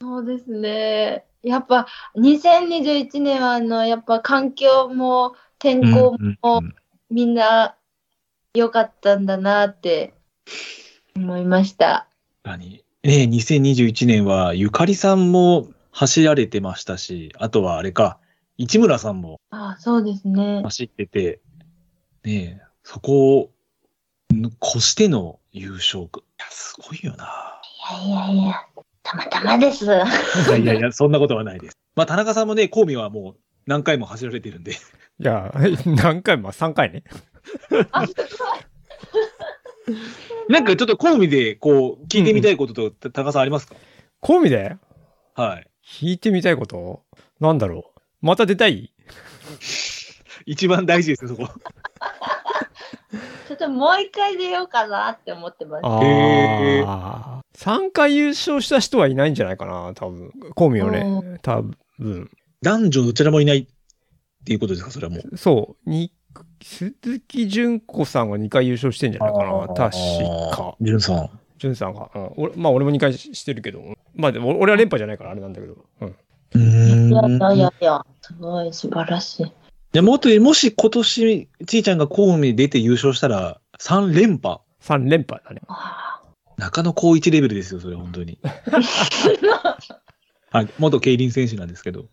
Speaker 3: そうですね。やっぱ、2021年は、あの、やっぱ環境も天
Speaker 1: うん
Speaker 3: 候も
Speaker 1: うんうん
Speaker 3: みんな良かったんだなって思いました。
Speaker 1: 確かに。ねえ、2021年は、ゆかりさんも走られてましたし、あとはあれか、市村さんも
Speaker 3: あそうですね。
Speaker 1: 走ってて、ねえ、そこを、ん越しての優勝。いや、すごいよ な。
Speaker 3: いやいやいや、たまたまです。
Speaker 1: いやいやいや、そんなことはないです。まあ、田中さんもね、神戸はもう何回も走られてるんで、
Speaker 2: いや、 何回も、3回ね。
Speaker 3: あすごい
Speaker 1: なんかちょっと神戸でこう、聞いてみたいことと、田中さんありますか
Speaker 2: コミで
Speaker 1: はい。
Speaker 2: 弾いてみたいことなんだろうまた出たい
Speaker 1: 一番大事ですよ、そこ。
Speaker 3: ちょっともう一回出ようかなって思ってます。
Speaker 2: あ
Speaker 1: へ
Speaker 2: あ。3回優勝した人はいないんじゃないかな、多分。コミを
Speaker 3: う
Speaker 2: ね、多分。
Speaker 1: 男女どちらもいないっていうことですか、それはもう。
Speaker 2: そう。に鈴木純子さんが2回優勝してんじゃないかな、確か。
Speaker 1: ジュンさん。
Speaker 2: 純さんが。うん、俺まあ、俺も2回ししてるけど。まあ、でも俺俺は連覇じゃないから、あれなんだけど。うん。
Speaker 1: う
Speaker 3: いやいや
Speaker 1: ーん
Speaker 3: い
Speaker 1: い
Speaker 3: やいや、すごい素晴らしい。
Speaker 1: やもっと言うもし今年、ちいちゃんが公務に出て優勝したら、3連覇。
Speaker 2: 3連覇だね。
Speaker 3: あ
Speaker 1: 中野光一レベルですよ、それ、本当に。はい、元競輪選手なんですけど、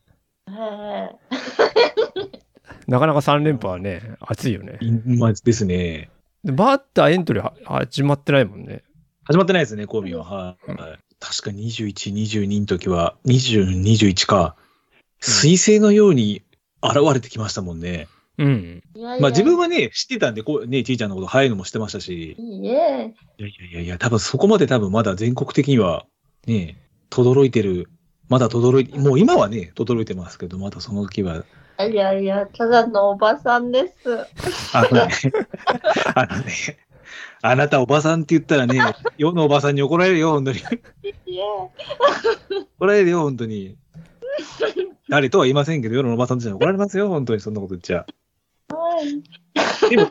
Speaker 3: ーへえ
Speaker 2: なかなか3連覇はね、熱いよね。
Speaker 1: いまあですね。
Speaker 2: でバッターエントリーは始まってないもんね。
Speaker 1: 始まってないですね、公務は。はい。確か21、22の時は、20、21か。彗星のように現れてきましたもんね。
Speaker 2: うん。
Speaker 3: いやいや
Speaker 1: まあ自分はね、知ってたんで、こうね、ちいちゃんのこと早いのも知ってましたし、
Speaker 3: いいえ。
Speaker 1: いやいやいやいや、多分そこまで多分まだ全国的には、ね、轟いてる、まだ轟いて、もう今はね、轟いてますけど、まだその時は、
Speaker 3: いやいや、ただのおばさんです。
Speaker 1: あのね、あのね、あなたおばさんって言ったらね、世のおばさんに怒られるよ、本当に。
Speaker 3: いえ。
Speaker 1: 怒られるよ、本当に。誰とは言いませんけど、世のおばさんたちに怒られますよ、本当に、そんなこと言っちゃ。
Speaker 3: はい。
Speaker 1: でも、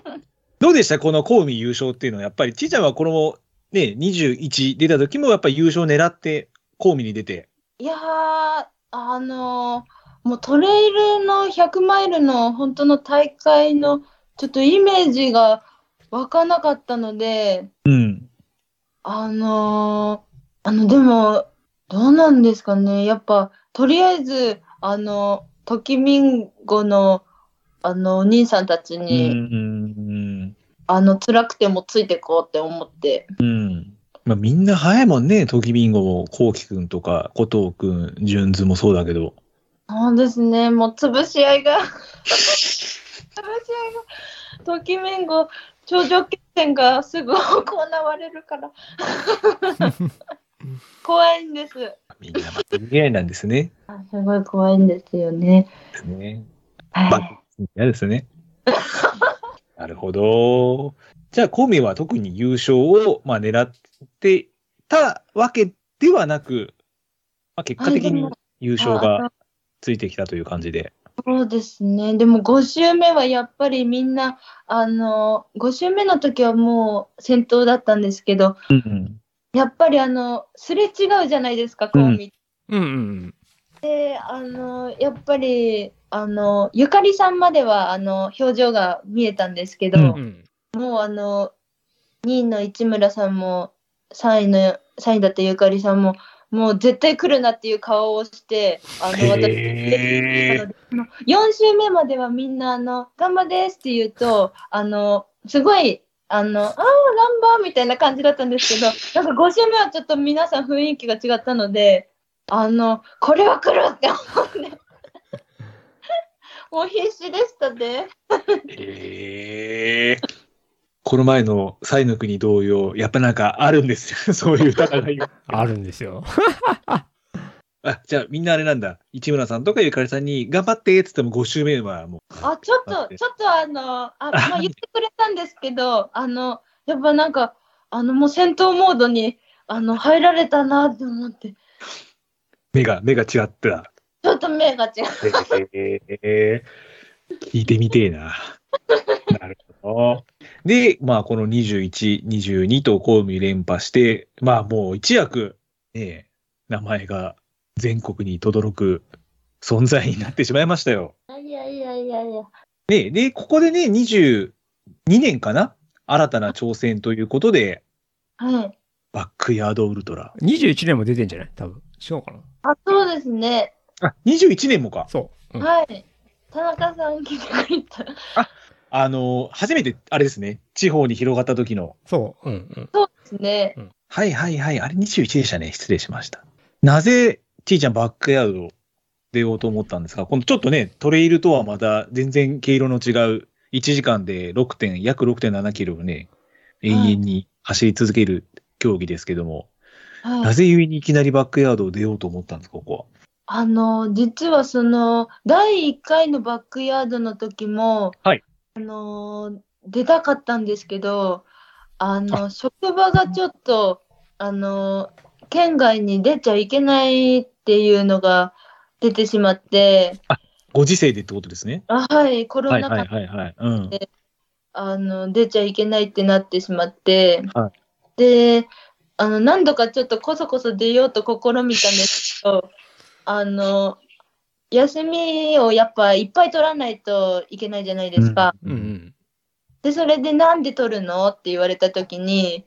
Speaker 1: どうでしたこの公務優勝っていうのは、やっぱり、ちいちゃんはこの、ね、21出た時も、やっぱり優勝狙って、公務に出て、
Speaker 3: いやー、あのーもうトレイルの100マイルの本当の大会のちょっとイメージが湧かなかったので、
Speaker 1: うん。
Speaker 3: あのーあの、でも、どうなんですかね。やっぱ、とりあえず、あの、ときみんごの、あの、お兄さんたち
Speaker 1: うん
Speaker 3: に、
Speaker 1: うん
Speaker 3: あの、辛くてもついてこうって思って。
Speaker 1: うん。まあ、みんな早いもんね。トキビンゴも、コウキくんとか、コトーくん、ジュンズもそうだけど。
Speaker 3: そうですね、もう潰し合いが、潰し合いが、ときめんご、頂上決戦がすぐ行われるから、怖いんです。
Speaker 1: みんなまた嫌いなんですね。
Speaker 3: あすごい怖いんですよね。
Speaker 1: ですね。
Speaker 3: はい、
Speaker 1: 嫌ですね。なるほど。じゃあ、コウメは特に優勝を、まあ、狙ってたわけではなく、まあ、結果的に優勝がついてきたという感じで。
Speaker 3: そうですね、でも5周目はやっぱりみんな、あの、5周目の時はもう先頭だったんですけど、
Speaker 1: うん。
Speaker 3: やっぱりあの、すれ違うじゃないですか、こう見て
Speaker 2: うんうんうん。
Speaker 3: あのやっぱりあのゆかりさんまではあの表情が見えたんですけど、
Speaker 1: うん
Speaker 2: うん
Speaker 3: もうあの2位の市村さんも3位の3位だったゆかりさんももう絶対来るなっていう顔をしてあの私
Speaker 1: へー
Speaker 3: あの4周目まではみんなあの「頑張です」って言うとあのすごい。あのあーランバーみたいな感じだったんですけどなんか5周目はちょっと皆さん雰囲気が違ったのであのこれは来るって思うんでもう必死でしたね。
Speaker 1: へえ。この前のサイの国同様、やっぱなんかあるんですよ。 そういう戦いが。
Speaker 2: あるんですよ。
Speaker 1: あ、じゃあみんなあれなんだ。市村さんとかゆかりさんに頑張ってっつっても5周目はもう。
Speaker 3: あ、ちょっと、ちょっとあの、あ、まあ、言ってくれたんですけど、 あの、やっぱなんか、あの、もう戦闘モードに、あの、入られたなって思って、ち
Speaker 1: 目が、目が違ってた。
Speaker 3: ょっと目が違う。
Speaker 1: へえ。聞いてみてえな。なるほど。で、まあこの21、22と公務連覇して、まあもう一躍、ねえ、名前が全国に轟く存在になってしまいましたよ。
Speaker 3: いやいやいやいや、
Speaker 1: ね、で、ここでね、22年かな新たな挑戦ということで、
Speaker 3: はい。
Speaker 1: バックヤードウルトラ。
Speaker 2: 21年も出てんじゃない多分。違うかな
Speaker 3: あ、そうですね。
Speaker 1: あ、21年もか。
Speaker 2: そう。うん
Speaker 3: はい。田中さん来てくれた。
Speaker 1: あの、初めて、あれですね、地方に広がった時の。
Speaker 2: そう。うんうん。
Speaker 3: ですね。
Speaker 1: はいはいはい、あれ21でしたね。失礼しました。なぜ、ちーちゃんバックヤードを出ようと思ったんですかこのちょっとね、トレイルとはまた全然毛色の違う、1時間で6点、約6.7キロをね、永遠に走り続ける競技ですけども、
Speaker 3: はい
Speaker 1: な。ぜゆえにいきなりバックヤードを出ようと思ったんですか、ここ
Speaker 3: あの、実はその、第1回のバックヤードの時も、
Speaker 1: はい
Speaker 3: あの、出たかったんですけど、あの、
Speaker 1: あ
Speaker 3: 職場がちょっと、あの、県外に出ちゃいけないっていうのが出てしまって、
Speaker 1: は。ご時世でってことですね。
Speaker 3: あはい、コロ
Speaker 1: はい
Speaker 3: ナ
Speaker 1: はい
Speaker 3: 禍、
Speaker 1: はいはい。うん。
Speaker 3: あの、出ちゃいけないってなってしまって、
Speaker 1: は
Speaker 3: で、あの、何度かちょっとこそこそ出ようと試みたんで すとあの休みをやっぱいっぱい取らないといけないじゃないですか。
Speaker 2: うんうん。
Speaker 3: でそれでなんで取るのって言われた時に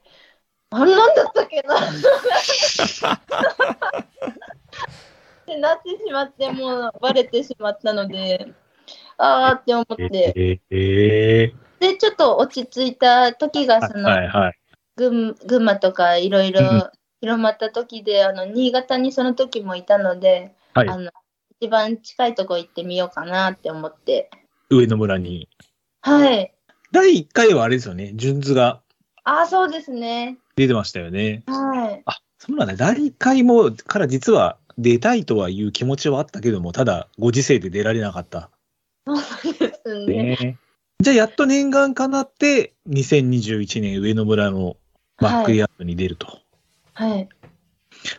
Speaker 3: あれなんだったっ けなってなってしまってもうバレてしまったのであーって思って
Speaker 1: ええ
Speaker 3: でちょっと落ち着いた時がその、
Speaker 1: はいはい。
Speaker 3: 群群馬とかいろい
Speaker 1: うん
Speaker 3: ろ広まった時で、あの新潟にその時もいたので、
Speaker 1: はい
Speaker 3: あの一番近いとこ行ってみようかなって思って
Speaker 1: 上野村に。
Speaker 3: はい
Speaker 1: 第1回はあれですよね、順図が
Speaker 3: ああそうですね
Speaker 1: 出てましたよね。
Speaker 3: はい
Speaker 1: あ、そうなんだ。第1回も、から実は出たいとはいう気持ちはあったけども、ただご時世で出られなかった。
Speaker 3: そう ですね
Speaker 1: ねじゃあやっと念願かなって、2021年上野村のバックヤードに出ると。
Speaker 3: はい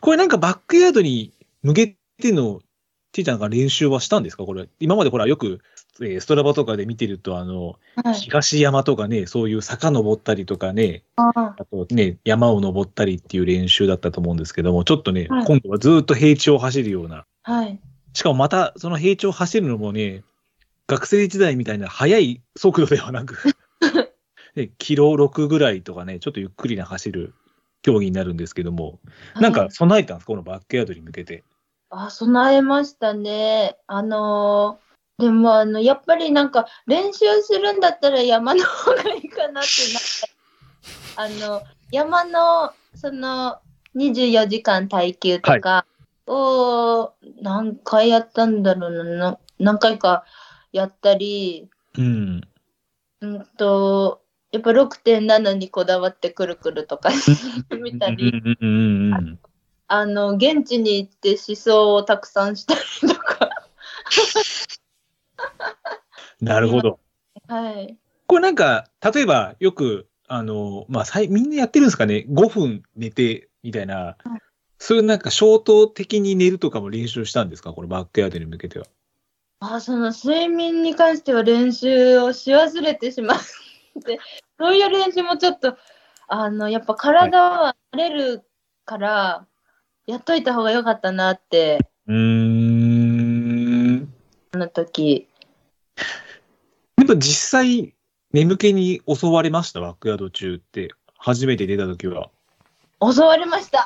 Speaker 1: これなんかバックヤードに向けての、ちーちゃんが練習はしたんですかこれ。今までほら、よく、えーストラバとかで見てると、あの、
Speaker 3: はい
Speaker 1: 東山とかね、そういう坂登ったりとかね、
Speaker 3: あー
Speaker 1: あとね、山を登ったりっていう練習だったと思うんですけども、ちょっとね、
Speaker 3: はい
Speaker 1: 今度はずっと平地を走るような。
Speaker 3: はい
Speaker 1: しかもまた、その平地を走るのもね、学生時代みたいな速い速度ではなく、 ね、キロ6ぐらいとかね、ちょっとゆっくりな走る競技になるんですけども、なん
Speaker 3: は
Speaker 1: か
Speaker 3: い
Speaker 1: 備えたんですかこのバックヤードに向けて。
Speaker 3: あ備えましたねあのーでもあのやっぱりなんか練習するんだったら山の方がいいかなってなってあの山のその24時間耐久とかを何回やったんだろうなな何回かやったり
Speaker 1: うん。
Speaker 3: うんとやっぱ6.7にこだわってくるくるとか見たり
Speaker 1: うんうんうんうん。
Speaker 3: あの現地に行って思想をたくさんしたりとか。
Speaker 1: なるほど。
Speaker 3: はい
Speaker 1: これなんか、例えばよく、あの、まあ、さいみんなやってるんですかね、5分寝てみたいな
Speaker 3: はい、
Speaker 1: そういうなんか消灯的に寝るとかも練習したんですか、このバックヤードに向けては。
Speaker 3: あその睡眠に関しては練習をし忘れてしまって、 そういう練習もちょっと、あの、やっぱ体は慣れるから、やっといた方が良かったなって、
Speaker 1: うーん。
Speaker 3: あの時。
Speaker 1: でも実際、眠気に襲われました、バックヤード中って。初めて出た時は。
Speaker 3: 襲われました。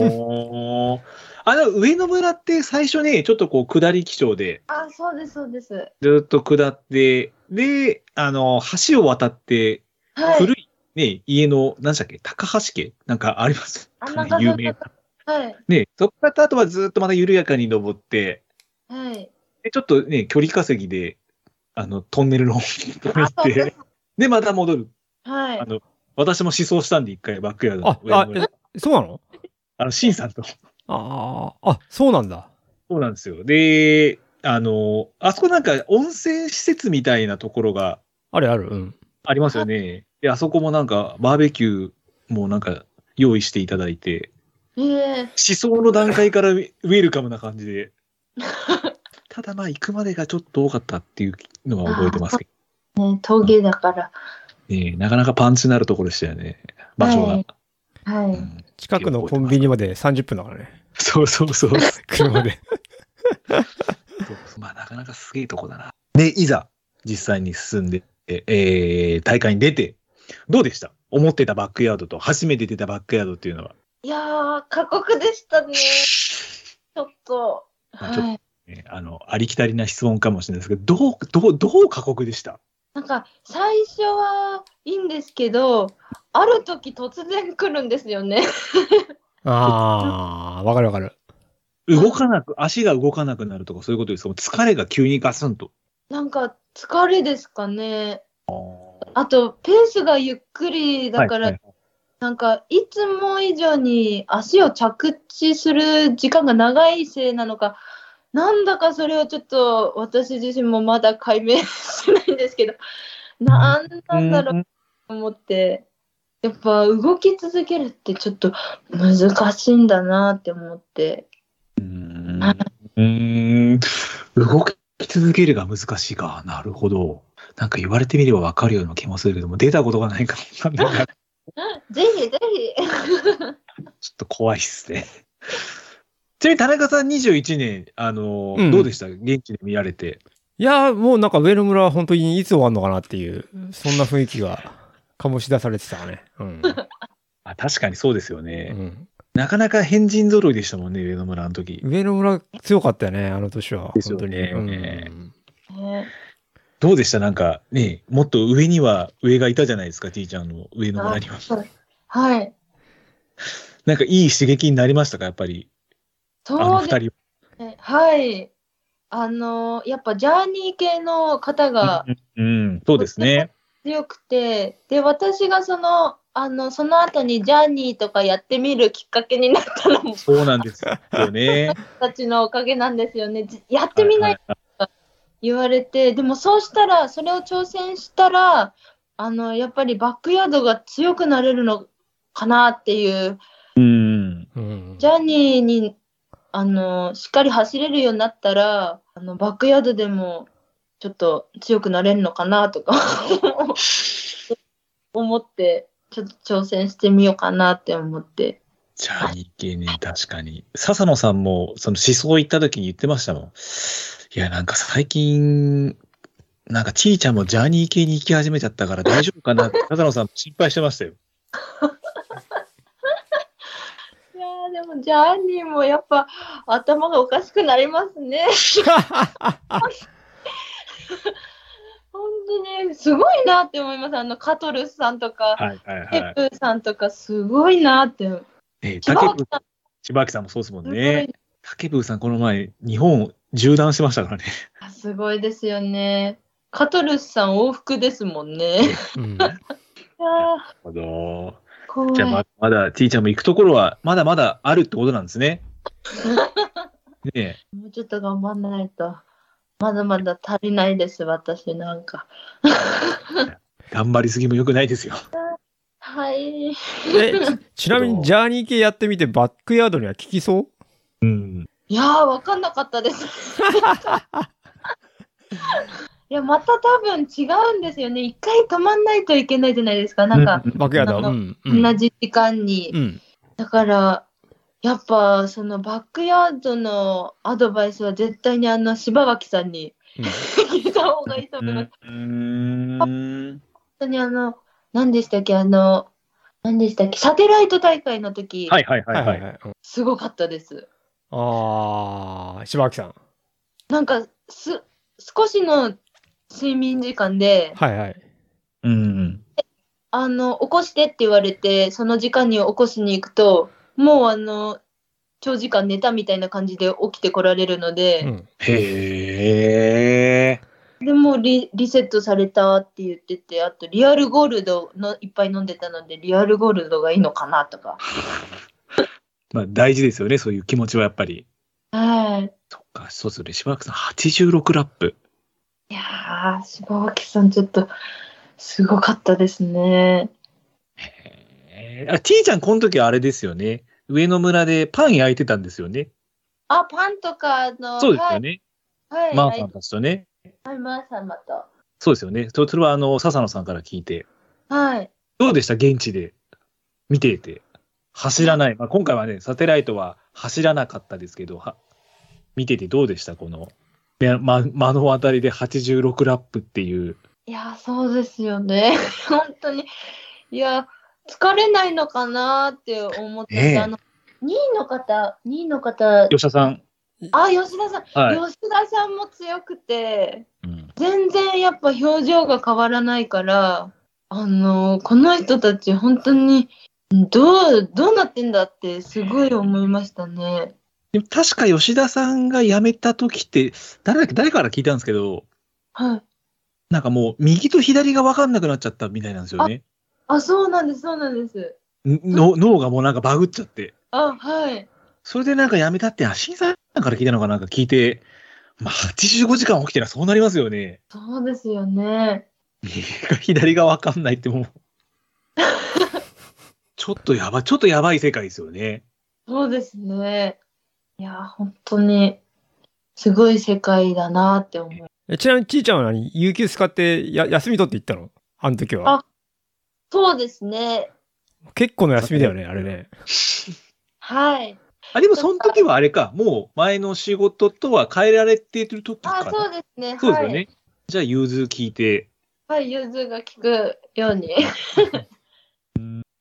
Speaker 1: おーあの、上野村って最初ね、ちょっとこう、下り基調で、
Speaker 3: あ、そうです、そうです。
Speaker 1: ずっと下って、で、あの、橋を渡って、
Speaker 3: はい。
Speaker 1: 古い、ね、家の、何でしたっけ、高橋家なんかあります
Speaker 3: あ
Speaker 1: よ
Speaker 3: な
Speaker 1: ね
Speaker 3: んか
Speaker 1: 有名な。
Speaker 3: はい。
Speaker 1: ね、そこからあとはずっとまた緩やかに登って、
Speaker 3: はい。
Speaker 1: でちょっとね、距離稼ぎで、あの、トンネルの方に
Speaker 3: あ、そ
Speaker 1: 行っ
Speaker 3: うで
Speaker 1: て、
Speaker 3: す。
Speaker 1: で、また戻る。
Speaker 3: はい
Speaker 1: あ。の、私も思想したんで、一回バックヤードの
Speaker 2: あ、
Speaker 1: 上
Speaker 2: あ
Speaker 1: の、村
Speaker 2: えそうなの
Speaker 1: あの、シンさんと。
Speaker 2: ああ、あ、そうなんだ。
Speaker 1: そうなんですよ。で、あの、あそこなんか温泉施設みたいなところが
Speaker 2: あるある。うん。
Speaker 1: ありますよね。で、あそこもなんかバーベキューもなんか用意していただいて、
Speaker 3: ええ
Speaker 1: 思想の段階からウェウェルカムな感じ で。ただまあ行くまでがちょっと多かったっていうのは覚えてますけ
Speaker 3: ね、峠だから。
Speaker 1: ど、ねえ、なかなかパンチのあるところでしたよね。場所が。
Speaker 3: はいは
Speaker 1: う
Speaker 3: い。
Speaker 1: ん
Speaker 2: 近くのコンビニまで30分だから ね。
Speaker 1: そうそうそうそう
Speaker 2: 車で。
Speaker 1: そうまあなかなかすげえとこだな。で、いざ実際に進んで、えー大会に出て、どうでした思ってたバックヤードと初めて出たバックヤードっていうのは。
Speaker 3: いやー、過酷でしたね。ちょっと。
Speaker 1: まあちょっと
Speaker 3: はい。
Speaker 1: ねあの、ありきたりな質問かもしれないですけど、どう、どう、どう過酷でした
Speaker 3: なんか、最初はいいんですけど、ある時突然来るんですよね。
Speaker 2: ああ、わかるわかる。
Speaker 1: 動かなく、足が動かなくなるとかそういうことですかもう疲れが急にガスンと。
Speaker 3: なんか、疲れですかね。あと、ペースがゆっくりだから、
Speaker 1: はいはい
Speaker 3: なんか、いつも以上に足を着地する時間が長いせいなのか、なんだかそれはちょっと私自身もまだ解明してないんですけど、なんなんだろう
Speaker 1: うん
Speaker 3: と思って、やっぱ動き続けるってちょっと難しいんだなって思って、
Speaker 1: うーん、動き続けるが難しいか。なるほど。なんか言われてみればわかるような気もするけども、出たことがないから、 なんか
Speaker 3: ぜひぜひ、
Speaker 1: ちょっと怖いっすね。 ちなみに田中さん21年、あの、
Speaker 2: うん
Speaker 1: どうでした現地で見られて。
Speaker 2: いやー、もうなんかウェル村は本当にいつ終わるのかなっていう、そんな雰囲気が醸し出されてたね。うん。
Speaker 1: あ確かにそうですよね。
Speaker 2: うん、
Speaker 1: なかなか変人揃いでしたもんね、上野村の時。
Speaker 2: ウェル村強かったよね、あの年は。
Speaker 1: です
Speaker 2: 本
Speaker 1: よ
Speaker 2: 当に。
Speaker 1: ね
Speaker 2: うん
Speaker 3: ね
Speaker 1: どうでしたなんかね、もっと上には上がいたじゃないですか、T ちゃんの上野村には。
Speaker 3: はい。
Speaker 1: なんかいい刺激になりましたか、やっぱり。あの
Speaker 3: そうです
Speaker 1: 二人
Speaker 3: ねはい。あの、やっぱジャーニー系の方
Speaker 1: は
Speaker 3: が、
Speaker 1: うん、そうです ね。
Speaker 3: 強くて、で、私がその、あの、その後にジャーニーとかやってみるきっかけになったのも、
Speaker 1: そうなんですよね。
Speaker 3: たちのおかげなんですよね。じやってみない
Speaker 1: は
Speaker 3: 言われて、でもそうしたら、それを挑戦したら、あの、やっぱりバックヤードが強くなれるのかなっていう、
Speaker 1: いはいうん。
Speaker 2: うん
Speaker 3: ジャーニーに、あの、しっかり走れるようになったら、あの、バックヤードでも、ちょっと強くなれるのかなとか 思って、ちょっと挑戦してみようかなって思って。
Speaker 1: じゃあ、日系ね、確かに。笹野さんも、その思想行った時に言ってましたもん。いや、なんか最近、なんかちーちゃんもジャーニー系に行き始めちゃったから大丈夫かなって、笹野さんも心配してましたよ。
Speaker 3: いやーでもジャーニーもやっぱ頭がおかしくなりますね。本当ね、すごいなって思います。あの、カトルスさんと
Speaker 1: は
Speaker 3: か、
Speaker 1: いはい
Speaker 3: テ
Speaker 1: はい。
Speaker 3: ップさんとか、すごいなって。
Speaker 1: えー、
Speaker 3: 千
Speaker 1: 竹
Speaker 3: 葉
Speaker 1: 部、
Speaker 3: さん
Speaker 1: 千葉明さんもそうですもん
Speaker 3: すご
Speaker 1: ね
Speaker 3: い。
Speaker 1: 竹部さんこの前、日本縦断しましたからね。
Speaker 3: あすごいですよね。カトルスさん往復ですもんね。いや
Speaker 2: うん
Speaker 3: ー
Speaker 1: なるほど。
Speaker 3: 怖い。
Speaker 1: じゃあま、まだ、ちーちゃんも行くところは、まだまだあるってことなんですね。ねえ。
Speaker 3: もうちょっと頑張らないと。まだまだ足りないです、私なんか。
Speaker 1: 頑張りすぎも良くないですよ。
Speaker 3: はい。
Speaker 2: えちちなみにジャーニー系やってみてバックヤードには効きそう
Speaker 1: うん。
Speaker 3: いやー、わかんなかっ たです。いや、また多分違うんですよね。一回止まんないといけないじゃないですか。なんか、
Speaker 2: バックヤード
Speaker 3: な
Speaker 2: うんん。うん
Speaker 3: 同じ時間に。
Speaker 2: うん。
Speaker 3: だから、やっぱ、そのバックヤードのアドバイスは絶対にあの、柴脇さんに聞いた方がいいと思います。
Speaker 1: うん。
Speaker 3: 本当にあの、何でしたっけ、あの、何でしたっけ、サテライト大会の時、
Speaker 1: はいはい
Speaker 2: は
Speaker 1: はいい
Speaker 2: は
Speaker 1: はいい。
Speaker 2: はい。うん
Speaker 3: すごかったです。
Speaker 2: ああ、柴脇さん。
Speaker 3: なんか、す、少しの睡眠時間で、
Speaker 2: はいはい。
Speaker 1: うん。
Speaker 3: あの、起こしてって言われて、その時間に起こしに行くと、もうあの、長時間寝たみたいな感じで起きてこられるので、
Speaker 2: うん
Speaker 1: へえ。
Speaker 3: でもうリリセットされたって言ってて、あとリアルゴールドのいっぱい飲んでたので、リアルゴールドがいいのかなとか。
Speaker 1: まあ大事ですよね、そういう気持ちはやっぱり。
Speaker 3: はい。
Speaker 1: そっか、そうですよね。柴田さん86ラップ。
Speaker 3: いやー、柴脇さんちょっと、すごかったですね。
Speaker 1: へーあ、T ちゃんこの時あれですよね。上野村でパン焼いてたんですよね。
Speaker 3: あ、パンとかあの、
Speaker 1: そうですよね。
Speaker 3: はい、
Speaker 1: マ
Speaker 3: は
Speaker 1: ン
Speaker 3: い、
Speaker 1: さ
Speaker 3: はい
Speaker 1: んたちとね。
Speaker 3: はい、マー様と。
Speaker 1: そうですよね。そそれはあの、笹野さんから聞いて。
Speaker 3: はい。
Speaker 1: どうでした現地で見ていて。走らない。まあ、今回はね、サテライトは走らなかったですけど、は見ててどうでしたこのめま、目の当たりで86ラップっていう。
Speaker 3: いやー、そうですよね。 本当に。いやー、疲れないのかなーって思って、
Speaker 1: ねえ
Speaker 3: あの、2位の方、2位の方、
Speaker 1: 吉田さん。
Speaker 3: あ、吉田さん、
Speaker 1: はい。
Speaker 3: 吉田さんも強くて、
Speaker 1: うん
Speaker 3: 全然やっぱ表情が変わらないから、あのーこの人たち本当に、どう、どうなってんだってすごい思いましたね。
Speaker 1: でも確か吉田さんが辞めた時って、誰だっけ、誰から聞いたんですけど、
Speaker 3: はい。
Speaker 1: なんかもう右と左が分かんなくなっちゃったみたいなんですよね。
Speaker 3: あ、そうなんです、そうなんです。
Speaker 1: んの脳がもうなんかバグっちゃって。
Speaker 3: あ、はい。
Speaker 1: それでなんか辞めたって、あ、審査員から聞いたのかなんか聞いて、まあ85時間起きてらそうなりますよね。
Speaker 3: そうですよね。
Speaker 1: 右が 左が分かんないって もう。ちょっとやばい、ちょっとやばい世界ですよね。
Speaker 3: そうですね。いやー、本当に、すごい世界だなって思う。
Speaker 2: えちなみに、ちーちゃんは何有給使ってや休み取って行ったのあの時は。
Speaker 3: そうですね。
Speaker 2: 結構の休みだよね、あれね。
Speaker 3: はい。
Speaker 1: あ、でもその時はあれか、もう前の仕事とは変えられてる時か
Speaker 3: あ、
Speaker 1: な。
Speaker 3: そうですね。
Speaker 1: そうですよね。じゃあ融通聞いて、
Speaker 3: はい。はい、融通が効くように。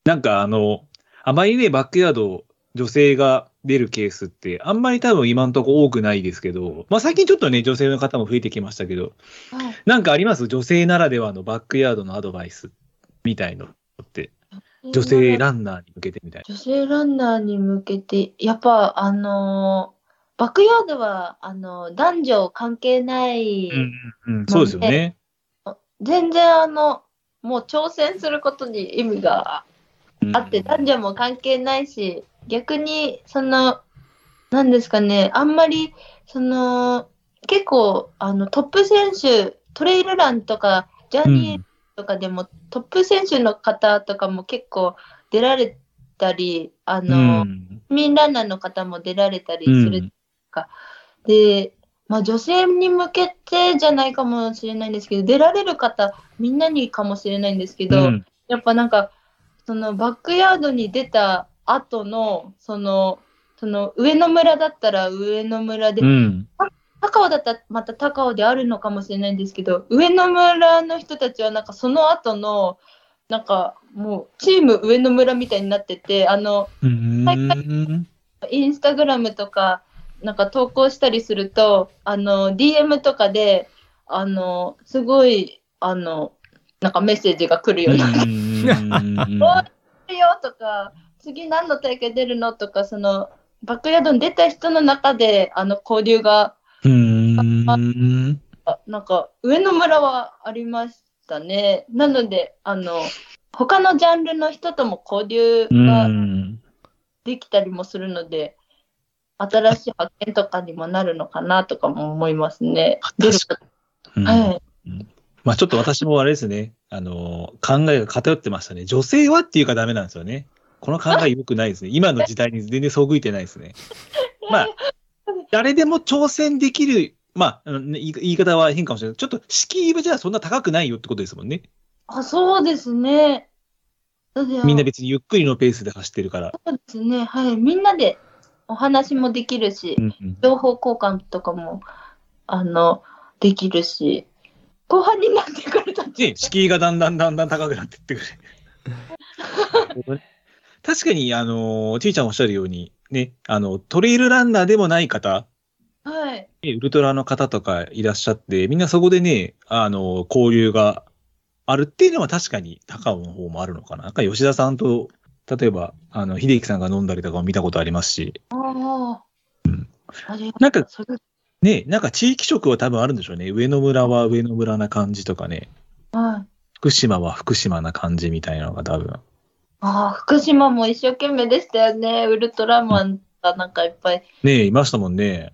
Speaker 1: なんかあの、あまりね、バックヤード、女性が出るケースって、あんまり多分今のとこ多くないですけど、まあ最近ちょっとね、女性の方も増えてきましたけど、
Speaker 3: はい。
Speaker 1: なんかあります女性ならではのバックヤードのアドバイスみたいのって、女性ランナーに向けてみたい
Speaker 3: 女性ランナーに向けて、やっぱ、あのーバックヤードは、あのー男女関係ない、
Speaker 1: な。うん、うん、そうですよね。
Speaker 3: 全然あの、もう挑戦することに意味があって、
Speaker 1: うん
Speaker 3: 男女も関係ないし、逆に、その、なんですかね、あんまり、その、結構、あの、トップ選手、トレイルランとか、ジャーニーとかでも、トップ選手の方とかも結構出られたり、あ
Speaker 1: う
Speaker 3: の、
Speaker 1: ん。
Speaker 3: 市民ランナーの方も出られたり
Speaker 1: うん
Speaker 3: するか、で、まあ、女性に向けてじゃないかもしれないんですけど出られる方みんなにかもしれないんですけ
Speaker 1: う
Speaker 3: ど、
Speaker 1: ん
Speaker 3: やっぱなんかそのバックヤードに出た後のそのその上野村だったら上野村で、
Speaker 1: うん。
Speaker 3: 高尾だったらまた高尾であるのかもしれないんですけど上野村の人たちはなんかその後のなんかもうチーム上野村みたいになっててあの
Speaker 1: うん。
Speaker 3: インスタグラムとか、なんか投稿したりすると、あの、DM とかで、あの、すごい、あの、なんかメッセージが来るようになってるよとか、次何の大会出るのとか、その、バックヤードに出た人の中で、あの、交流が、
Speaker 1: うん。
Speaker 3: あなんか、上野村はありましたね。なので、あの、他のジャンルの人とも交流
Speaker 1: う
Speaker 3: が
Speaker 1: ん。
Speaker 3: できたりもするので、新しい発見とかにもなるのかなとかも思いますね。出る
Speaker 1: 確うん
Speaker 3: はい。
Speaker 1: まあちょっと私もあれですね、あの、考えが偏ってましたね。女性はっていうかダメなんですよね。この考え良くないですね。今の時代に全然そぐいてないですね。まあ、誰でも挑戦できる、まあ、うん言い言い方は変かもしれない。ちょっと敷居はじゃあそんな高くないよってことですもんね。
Speaker 3: あ、そうですね。
Speaker 1: みんな
Speaker 3: で
Speaker 1: 別にゆっくりのペースで走ってるから。
Speaker 3: そうですね。はい。みんなでお話もできるし
Speaker 1: う、んうん
Speaker 3: 情報交換とかも、あの、できるし、後半になってくると、
Speaker 1: ね、敷居がだんだんだんだん高くなってってくる。確かに、あの、ちいちゃんおっしゃるように、ね、あの、トレイルランナーでもない方、
Speaker 3: はい。
Speaker 1: ねウルトラの方とかいらっしゃって、みんなそこでね、あの、交流があるっていうのは確かに高尾の方もあるのかな。なんか吉田さんと、例えば、あの、秀樹さんが飲んだりとかも見たことありますし、
Speaker 3: ああ。あれ
Speaker 1: なんか
Speaker 3: それ
Speaker 1: ね、なんか地域色は多分あるんでしょうね。上野村は上野村な感じとかね、
Speaker 3: はい。
Speaker 1: 福島は福島な感じみたいなのが多分。
Speaker 3: ああ、福島も一生懸命でしたよね。ウルトラマンがなんかいっぱい
Speaker 1: ねえ、いましたもん ね。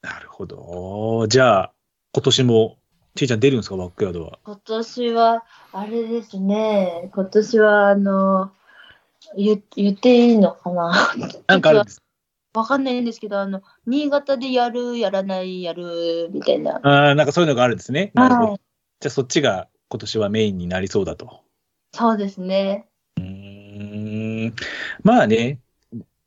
Speaker 1: なるほど。じゃあ、今年も、ちいちゃん出るんですか、バックヤードは。
Speaker 3: 今年は、あれですね、今年は、あの、言言っていいのかな
Speaker 1: なんかあるんです。
Speaker 3: わかんないんですけど、あの、新潟でやる、やらない、やる、みたいな。
Speaker 1: ああ、なんかそういうのがあるんですね。なるほど。
Speaker 3: はい。
Speaker 1: じゃあ、そっちが今年はメインになりそうだと。
Speaker 3: そうですね。
Speaker 1: うーん。まあね、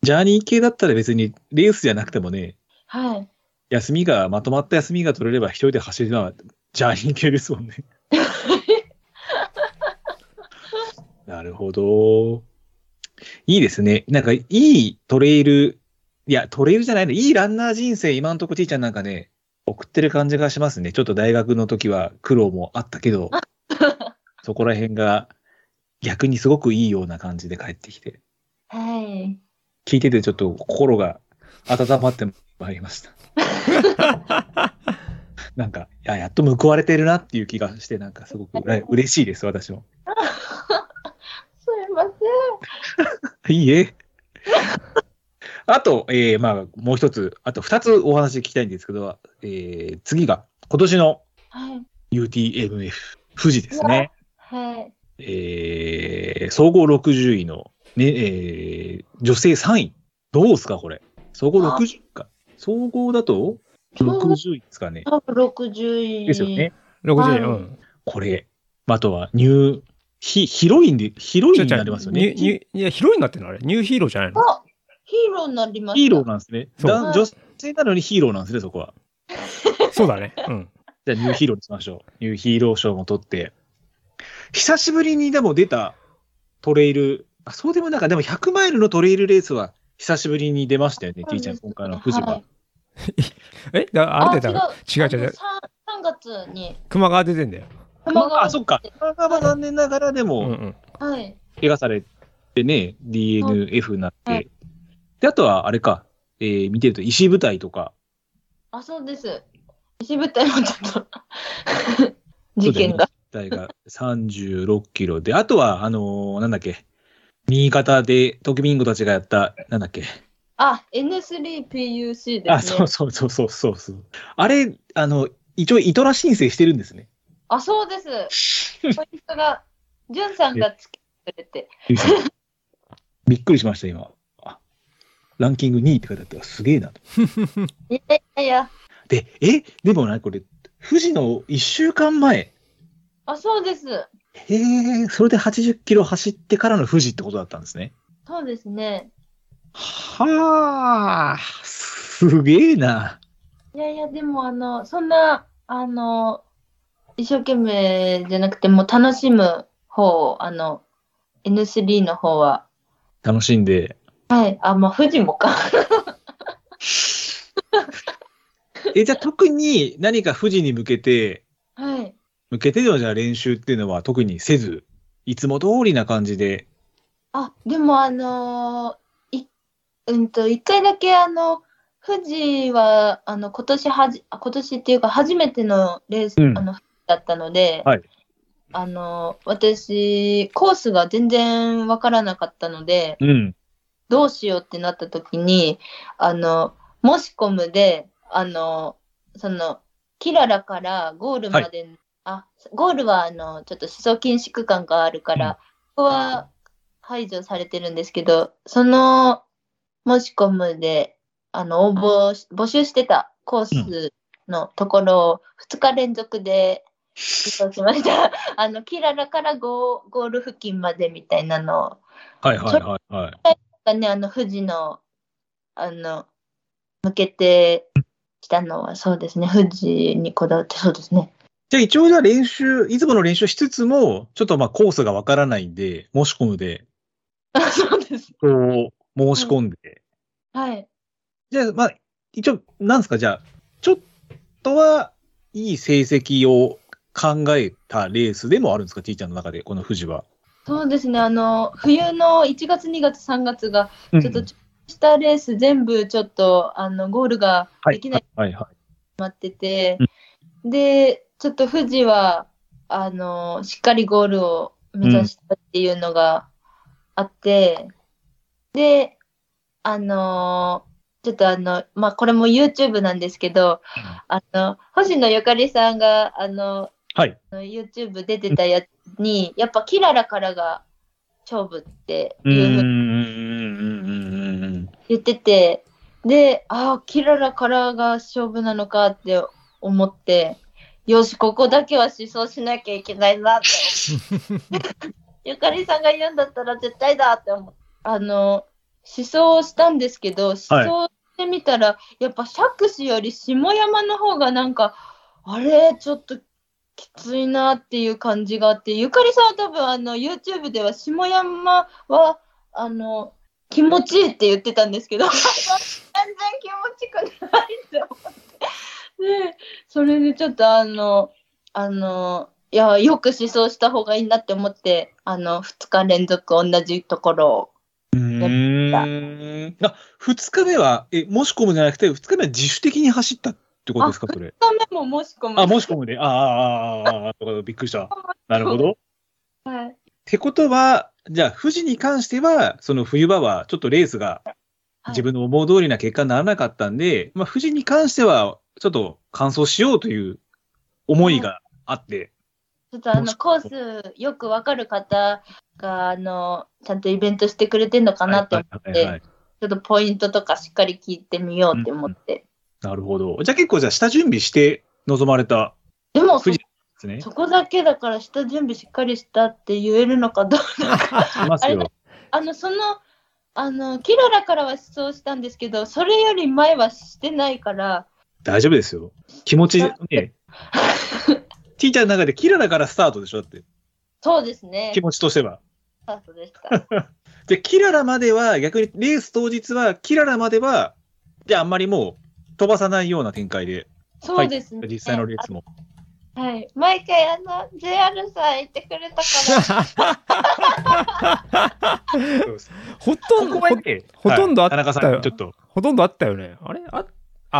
Speaker 1: ジャーニー系だったら別にレースじゃなくてもね、
Speaker 3: はい。
Speaker 1: 休みが、まとまった休みが取れれば一人で走るのはジャーニー系ですもんね。なるほど。いいですね。なんかいいトレイル、いや、トレイルじゃないの、いいランナー人生、今のとこちーちゃんなんかね、送ってる感じがしますね。ちょっと大学の時は苦労もあったけど、そこら辺が逆にすごくいいような感じで帰ってきて、
Speaker 3: はい。
Speaker 1: 聞いててちょっと心が温まってまいりました。なんか、いや、やっと報われてるなっていう気がして、なんかすごくうら嬉しいです、私も。
Speaker 3: すいません。
Speaker 1: いいえ。あと、えーまあ、もう一つ、あと二つお話聞きたいんですけど、えー次が、今年の
Speaker 3: はい。
Speaker 1: UTMF、富士ですね。
Speaker 3: はい。
Speaker 1: えー総合60位の、ね、えー女性3位。どうですか、これ。総合60か。総合だと60位ですかね。
Speaker 3: 多分60位。
Speaker 1: ですよね。。
Speaker 2: 60円、
Speaker 3: は
Speaker 2: う
Speaker 3: い
Speaker 2: ん。
Speaker 1: これ。あとは、ニュー、ヒヒロインで、ヒロインになりますよ
Speaker 2: ニ
Speaker 1: ね
Speaker 2: ュ。ニュいや、ヒロインになってるのあれ。ニューヒーローじゃないの
Speaker 3: あヒーローになりました。
Speaker 1: ヒーローなんですね。
Speaker 2: そう
Speaker 1: だ女性なのにヒーローなんですね、そこは。
Speaker 2: そうだね。うん。
Speaker 1: じゃあ、ニューヒーローにしましょう。ニューヒーロー賞も取って。久しぶりにでも出たトレイル、あそうでもなんか、でも100マイルのトレイルレースは久しぶりに出ましたよね、
Speaker 3: そう
Speaker 1: ティ
Speaker 3: で
Speaker 1: ー
Speaker 3: す
Speaker 1: ちゃん、今回の富士は。
Speaker 3: はい
Speaker 2: えだあれだよ違う違う違う。
Speaker 3: 3月に
Speaker 2: 熊川出てんだよ。
Speaker 3: 熊川
Speaker 1: あ、そっか。熊川は残念ながらで
Speaker 2: うんう
Speaker 1: も、
Speaker 2: ん。
Speaker 3: はい。
Speaker 1: 怪我されてね、DNF になっ
Speaker 3: は
Speaker 1: て。で、あとは、あれか、えー見てると、石舞台とか、
Speaker 3: あ、そうです。石舞台もちょっと 事件が。
Speaker 1: 大が36キロで、あとは、あのーなんだっけ、新潟で、トキビンゴたちがやった、なんだっけ、
Speaker 3: あ、N3PUC ですね。
Speaker 1: あ、そうそうそうそうそうそう。あれ、あの、一応、イトラ申請してるんです ね。
Speaker 3: あ、そうです。ポイントが、ジュンさんがつけてくれて。
Speaker 1: びっくりしました、今。あランキング2位って書いてあったからすげえなと。
Speaker 3: いやいやいや。
Speaker 1: で、え、でもな、これ、富士の1週間前。
Speaker 3: あ、そうです。
Speaker 1: へえ、それで80キロ走ってからの富士ってことだったんですね。
Speaker 3: そうですね。
Speaker 1: はあ、すげえな。
Speaker 3: いやいや、でも、あの、そんな、あの、一生懸命じゃなくて、もう楽しむ方を、あの、N3 の方は、
Speaker 1: 楽しんで。
Speaker 3: はい、あ、まあ、富士もか。
Speaker 1: え、じゃあ特に何か富士に向けて、
Speaker 3: はい。
Speaker 1: 向けてのじゃあ練習っていうのは特にせず、いつも通りな感じで
Speaker 3: あ、でも、あのーい、うんと、一回だけ、あの、富士は、あの、今年はじ、あ今年っていうか、初めてのレース、
Speaker 1: うん
Speaker 3: あの、だったので、
Speaker 1: はい
Speaker 3: あの、私、コースが全然わからなかったので、
Speaker 1: うん。
Speaker 3: どうしようってなった時に、あの、もしコムで、あの、その、キララからゴールまで、あ、ゴールは、あの、ちょっと思想禁止区間があるから、
Speaker 1: うん
Speaker 3: ここは排除されてるんですけど、その、もしコムで、あの、応募し、募集してたコースのところを2日連続で、受賞しました。あの、キララからゴーゴール付近までみたいなのを
Speaker 1: はいはいはいはい。
Speaker 3: がね、あの、富士の、あの、向けてきたのは、そうですね、富士にこだわって、そうですね。
Speaker 1: じゃあ一応じゃあ練習、いつもの練習しつつも、ちょっとまあコースがわからないんで、申し込むで、
Speaker 3: そうです。
Speaker 1: こう、申し込んで。
Speaker 3: はい。
Speaker 1: じゃあまあ、一応、なんですか、じゃあ、ちょっとはいい成績を考えたレースでもあるんですか、T ちゃんの中で、この富士は。
Speaker 3: そうですね、あの、冬の1月、2月、3月が、ちょっと、したレース全部、ちょっと、あの、ゴールが
Speaker 1: は
Speaker 3: できない
Speaker 1: い。はいはい。
Speaker 3: ってて、
Speaker 1: う
Speaker 3: で、ちょっと富士は、あの、しっかりゴールを目指したっていうのがあって、で、あの、ちょっとあの、まあ、これも YouTube なんですけど、あの、星野ゆかりさんが、あの、
Speaker 1: はい。
Speaker 3: YouTube 出てたやつに、やっぱキララからが勝負って
Speaker 1: うーん
Speaker 3: いうふうに
Speaker 1: うんうんうんうん。
Speaker 3: 言ってて、で、ああ、キララからが勝負なのかって思って、よし、ここだけは思想しなきゃいけないなって思って。ゆかりさんが言うんだったら絶対だって思う。あの、思想をしたんですけど、思想してみたら、やっぱ釈子より下山の方がなんか、あれ、ちょっときついなっていう感じがあって、ゆかりさんは多分あの YouTube では下山は、あの、気持ちいいって言ってたんですけど、 全然気持ちくないって思って。で、それでちょっとあの、あの、いや、よく思想した方がいいなって思って、あの、2日連続同じところを
Speaker 1: うーん。あ、二日目は、え、もし込むじゃなくて、二日目は自主的に走ったってことですか、
Speaker 3: あ
Speaker 1: それ。
Speaker 3: 二日目ももし込む。
Speaker 1: あ、もし込むで。ああ、ああ、ああ、とかびっくりした。なるほど。っ
Speaker 3: はい。
Speaker 1: てことは、じゃあ、富士に関しては、その冬場は、ちょっとレースが
Speaker 3: はい
Speaker 1: 自分の思う通りな結果にならなかったんで、まあ、富士に関しては、ちょっと完走しようという思いがあって、
Speaker 3: ちょっとあ
Speaker 1: もし
Speaker 3: の、コ
Speaker 1: 込
Speaker 3: ースよくわかる方が、あの、ちゃんとイベントしてくれてんのかなって、
Speaker 1: はいはいはいはい
Speaker 3: ちょっとポイントとかしっかり聞いてみようって思って。
Speaker 1: なるほど。じゃあ結構、じゃあ下準備して臨まれた
Speaker 3: でもそ
Speaker 1: 富、士ですね。
Speaker 3: そこだけだから下準備しっかりしたって言えるのかどうなのか。
Speaker 1: いますよ。
Speaker 3: あの、その、あの、キララからは失踪したんですけど、それより前はしてないから、
Speaker 1: 大丈夫ですよ。気持ち、ね。 ティーちゃんの中でキララからスタートでしょだって。
Speaker 3: そうですね。
Speaker 1: 気
Speaker 3: ス
Speaker 1: 持ちとしては。
Speaker 3: タートで した。
Speaker 1: じゃあキララまでは、逆にレース当日は、キララまでは、じゃああんまりもう飛ばさないような展開で、
Speaker 3: そうですね。
Speaker 1: 実際のレースも。
Speaker 3: はい、毎回あの JR さん言ってくれたから、
Speaker 2: ほとんど、
Speaker 1: ここはね
Speaker 2: ほほとんどあ
Speaker 1: は
Speaker 2: っ
Speaker 1: い
Speaker 2: た
Speaker 1: 田
Speaker 2: よ
Speaker 1: 中さん、ちょっと。
Speaker 2: ほとんどあったよね。あれあ、あ、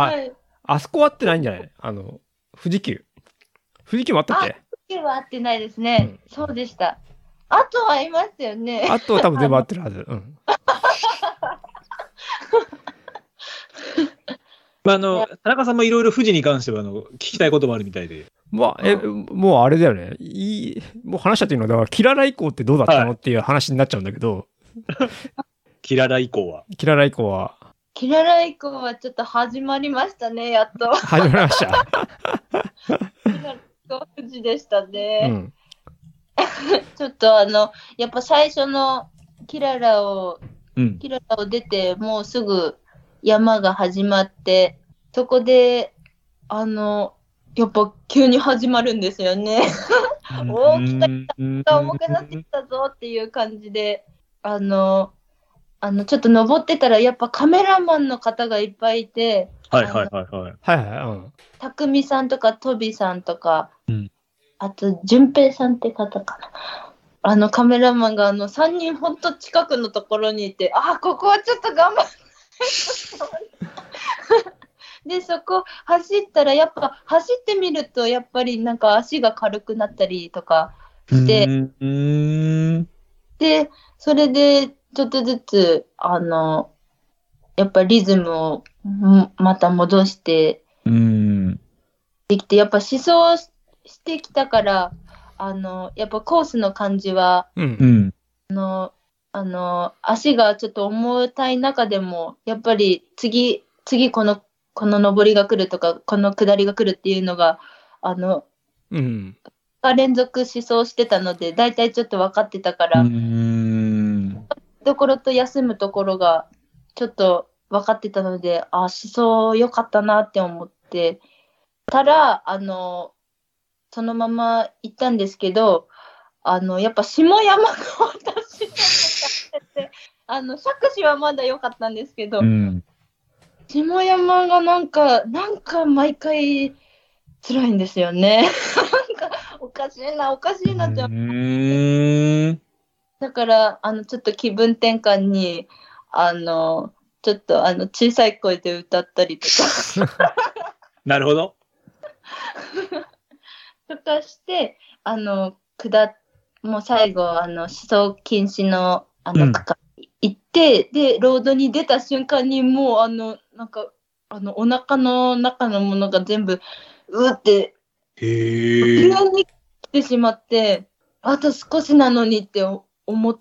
Speaker 3: はい、
Speaker 2: あそこあってないんじゃないあの、富士急。富士急もあったっけ
Speaker 3: 時は合ってないですね、そうでした。あとはありましたよね。
Speaker 2: あとは多分全部合ってるはず。うん。
Speaker 1: まあ、あの、田中さんもいろいろ富士に関しては、あの、聞きたいこともあるみたいで。
Speaker 2: まあ、え、もうあれだよね。いい、もう話したっていうのは、だから、キララ以降ってどうだったのっていう話になっちゃうんだけど、
Speaker 1: キララ以降は。
Speaker 2: キララ以降は
Speaker 3: キララ以降はちょっと始まりましたね、やっ と。
Speaker 2: 始まりま した。
Speaker 3: キララ以降富士でした
Speaker 2: う
Speaker 3: ね、
Speaker 2: ん。
Speaker 3: ちょっとあの、やっぱ最初のキララを、
Speaker 1: うん。
Speaker 3: キララを出て、もうすぐ山が始まって、そこで、あの、やっぱ急に始まるんですよね。おー来た来
Speaker 1: 来
Speaker 3: が重くなってきたぞっていう感じで、あの、あの、ちょっと登ってたら、やっぱカメラマンの方がいっぱいいて、
Speaker 1: はいはいはいはい。
Speaker 2: はいはい、うん。
Speaker 3: たくみさんとか、とびさんとか、
Speaker 1: うん
Speaker 3: あと、じゅんぺいさんって方かな。あの、カメラマンが、あの、3人ほんと近くのところにいて、あー、ここはちょっと頑張って。 で、そこ走ったら、やっぱ走ってみると、やっぱりなんか足が軽くなったりとか、で
Speaker 1: うーん。
Speaker 3: で、それで、ちょっとずつ、あの、やっぱリズムをんまた戻して
Speaker 1: うん。
Speaker 3: できて、やっぱ思想ししてきたから、あの、やっぱコースの感じは、
Speaker 2: う。
Speaker 1: うんん。
Speaker 3: あの、あの、足がちょっと重たい中でも、やっぱり次、次この、この上りが来るとか、この下りが来るっていうのが、あの、
Speaker 2: うん。
Speaker 3: 連続思想してたので、大体ちょっと分かってたから、
Speaker 1: うん。
Speaker 3: ところと休むところがちょっと分かってたので、あ、思想良かったなって思ってたら、あの、そのまま行ったんですけど、あの、やっぱ下山が私に向かってて、 あの、釈子はまだ良かったんですけど、
Speaker 1: うん
Speaker 3: 下山がなんか、なんか毎回辛いんですよね。 なんか、おかしいな、おかしいなって思って
Speaker 1: うん。
Speaker 3: だから、あの、ちょっと気分転換に、あの、ちょっと、あの、小さい声で歌ったりと
Speaker 1: なるほど。
Speaker 3: か、とかして、あの、下っ、もう最後、あの、思想禁止の、あ
Speaker 1: う
Speaker 3: の、
Speaker 1: ん
Speaker 3: 区間に行って、で、ロードに出た瞬間に、もう、あの、なんか、あの、お腹の中のものが全部、うーって、
Speaker 1: へ
Speaker 3: 急
Speaker 1: え。
Speaker 3: に来てしまって、あと少しなのにって思っ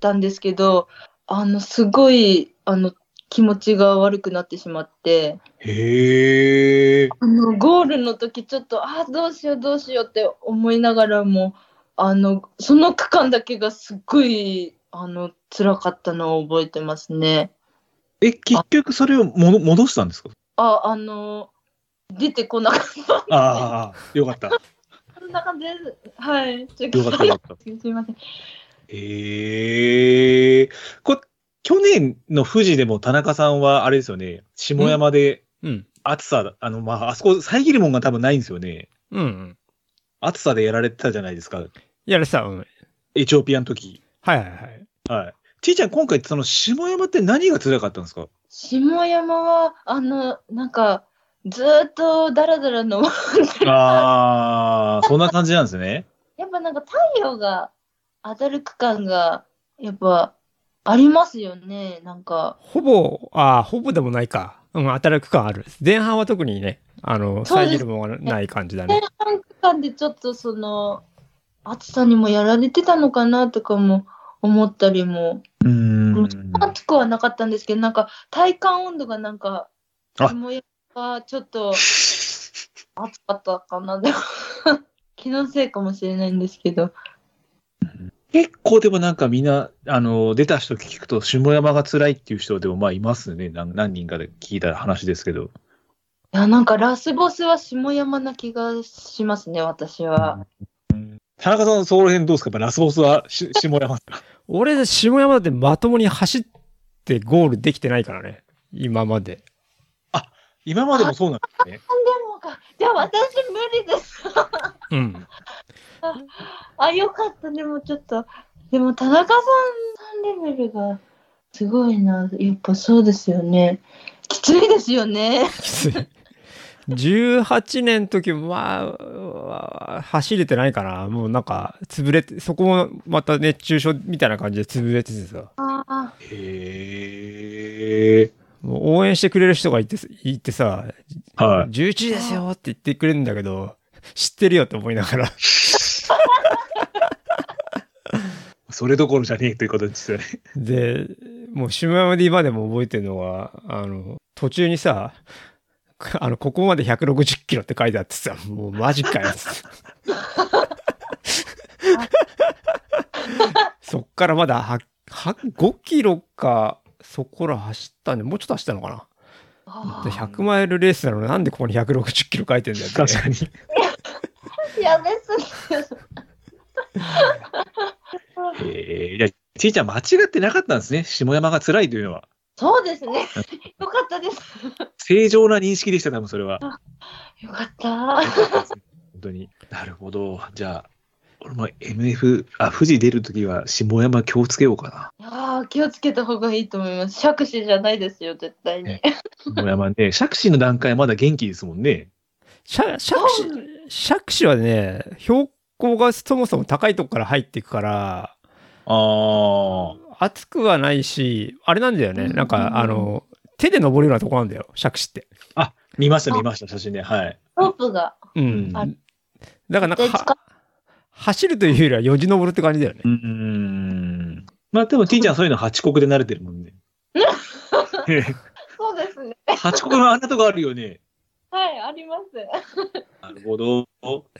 Speaker 3: たんですけど、あの、すごい、あの、気持ちが悪くなってしまって、
Speaker 1: へえ。
Speaker 3: あの、ゴールの時ちょっと、あーどうしようどうしようって思いながらも、あの、その区間だけがすっごい、あの、辛かったのを覚えてますね。
Speaker 1: え、結局それをもの戻したんですか
Speaker 3: あ、あの、出てこなかった。
Speaker 1: ああ、よかった。
Speaker 3: こんな感じです。はい。ちょっ
Speaker 1: よかった、よかった。
Speaker 3: とすみません。
Speaker 1: ええこ去年の富士でも田中さんは、あれですよね、下山で
Speaker 2: うん。
Speaker 1: 暑さ、あの、まあ、あそこ遮るもんが多分ないんですよね。
Speaker 2: うんうん。
Speaker 1: 暑さでやられてたじゃないですか。
Speaker 2: やるさ、うん。はい
Speaker 1: エチオピアの時。
Speaker 2: はいはい。
Speaker 1: はい。ちーちゃん、今回、その下山って何が辛かったんですか
Speaker 3: 下山は、あの、なんか、ずーっとだらだらの、
Speaker 1: ああ、そんな感じなんですね。
Speaker 3: やっぱなんか太陽が当たる区間が、やっぱ、ありますよね。なんか、
Speaker 2: ほぼ、ああ、ほぼでもないか。うん、働く感ある。前半は特にね、あの、
Speaker 3: そうです
Speaker 2: 遮るもんがない感じだ
Speaker 3: 前
Speaker 2: ね。
Speaker 3: 半区間でちょっとその、暑さにもやられてたのかなとかも思ったりも、
Speaker 1: うーん。
Speaker 3: 暑くはなかったんですけど、なんか体感温度がなんか、
Speaker 1: あ
Speaker 3: 下山がちょ っと、暑かったかな。でも 気のせいかもしれないんですけど。
Speaker 1: 結構でもなんかみんな、あの、出た人聞くと、下山が辛いっていう人でもまあいますね。なん何人かで聞いた話ですけど。
Speaker 3: いや、なんかラスボスは下山な気がしますね、私は。
Speaker 1: 田中さん、そこら辺どうですかやっぱラスボスはし 下山ですか
Speaker 2: 俺、下山だってまともに走ってゴールできてないからね。今まで。
Speaker 1: 今までもそうなんですね。
Speaker 3: でもか、じゃあ私無理です。
Speaker 2: うん。
Speaker 3: あ、よかった、でもちょっと。でも田中さんさんレベルがすごいな。やっぱそうですよね。きついですよね。
Speaker 2: きつい。18年の時は、まあ、走れてないかな。もうなんか、潰れて、そこもまた熱中症みたいな感じで潰れててさ。
Speaker 3: ああ、
Speaker 1: へえ。
Speaker 2: もう応援してくれる人がいて、いてさ、
Speaker 1: はい。
Speaker 2: 11時ですよって言ってくれるんだけど、知ってるよって思いながら。
Speaker 1: それどころじゃねえということですよね。
Speaker 2: で、もう下山で今でも覚えてるのは、あの、途中にさ、あの、ここまで160キロって書いてあってさ、もうマ ジかよっつって。そっからまだはは5キロか、そこら走ったんで、もうちょっと走ったのかな。
Speaker 3: あ
Speaker 2: で100マイルレースなのになんでここに160キロ書いてんだよっ て。
Speaker 1: 確かに。
Speaker 3: あ、やべす
Speaker 1: ええじゃあちーちゃん間違ってなかったんですね。下山が辛いというのは。
Speaker 3: そうですね。よかったです。
Speaker 1: 正常な認識でした、多分それは。
Speaker 3: よかった。
Speaker 1: 本当に。なるほど。じゃあ、俺も MF、あ、富士出るときは下山気をつけようか
Speaker 3: いやー気をつけた方がいいと思います。杓子じゃないですよ、絶対に
Speaker 1: ね。な。下山 ね。釈子の段階はまだ元気ですもんね。
Speaker 2: シャ、シャクシ、シャクシはね、標高がそもそも高いとこから入っていくから、
Speaker 1: ああ。
Speaker 2: 暑くはないし、あれなんだよね。
Speaker 3: うん
Speaker 2: なんか、あの、手で登るようなとこなんだよ、杓子って。
Speaker 1: 見ました、見ました、写真で。はい。
Speaker 3: ロープが。
Speaker 2: う
Speaker 1: うん
Speaker 2: ん。だからなんかは、走るというよりはよじ登るって感じだよね
Speaker 1: う。ーん。まあでも、ティーちゃんそういうの八国で慣れてるもん ね。
Speaker 3: そうですね。
Speaker 1: 八国のあんなとこあるよね。
Speaker 3: はい、あります。
Speaker 1: なるほど。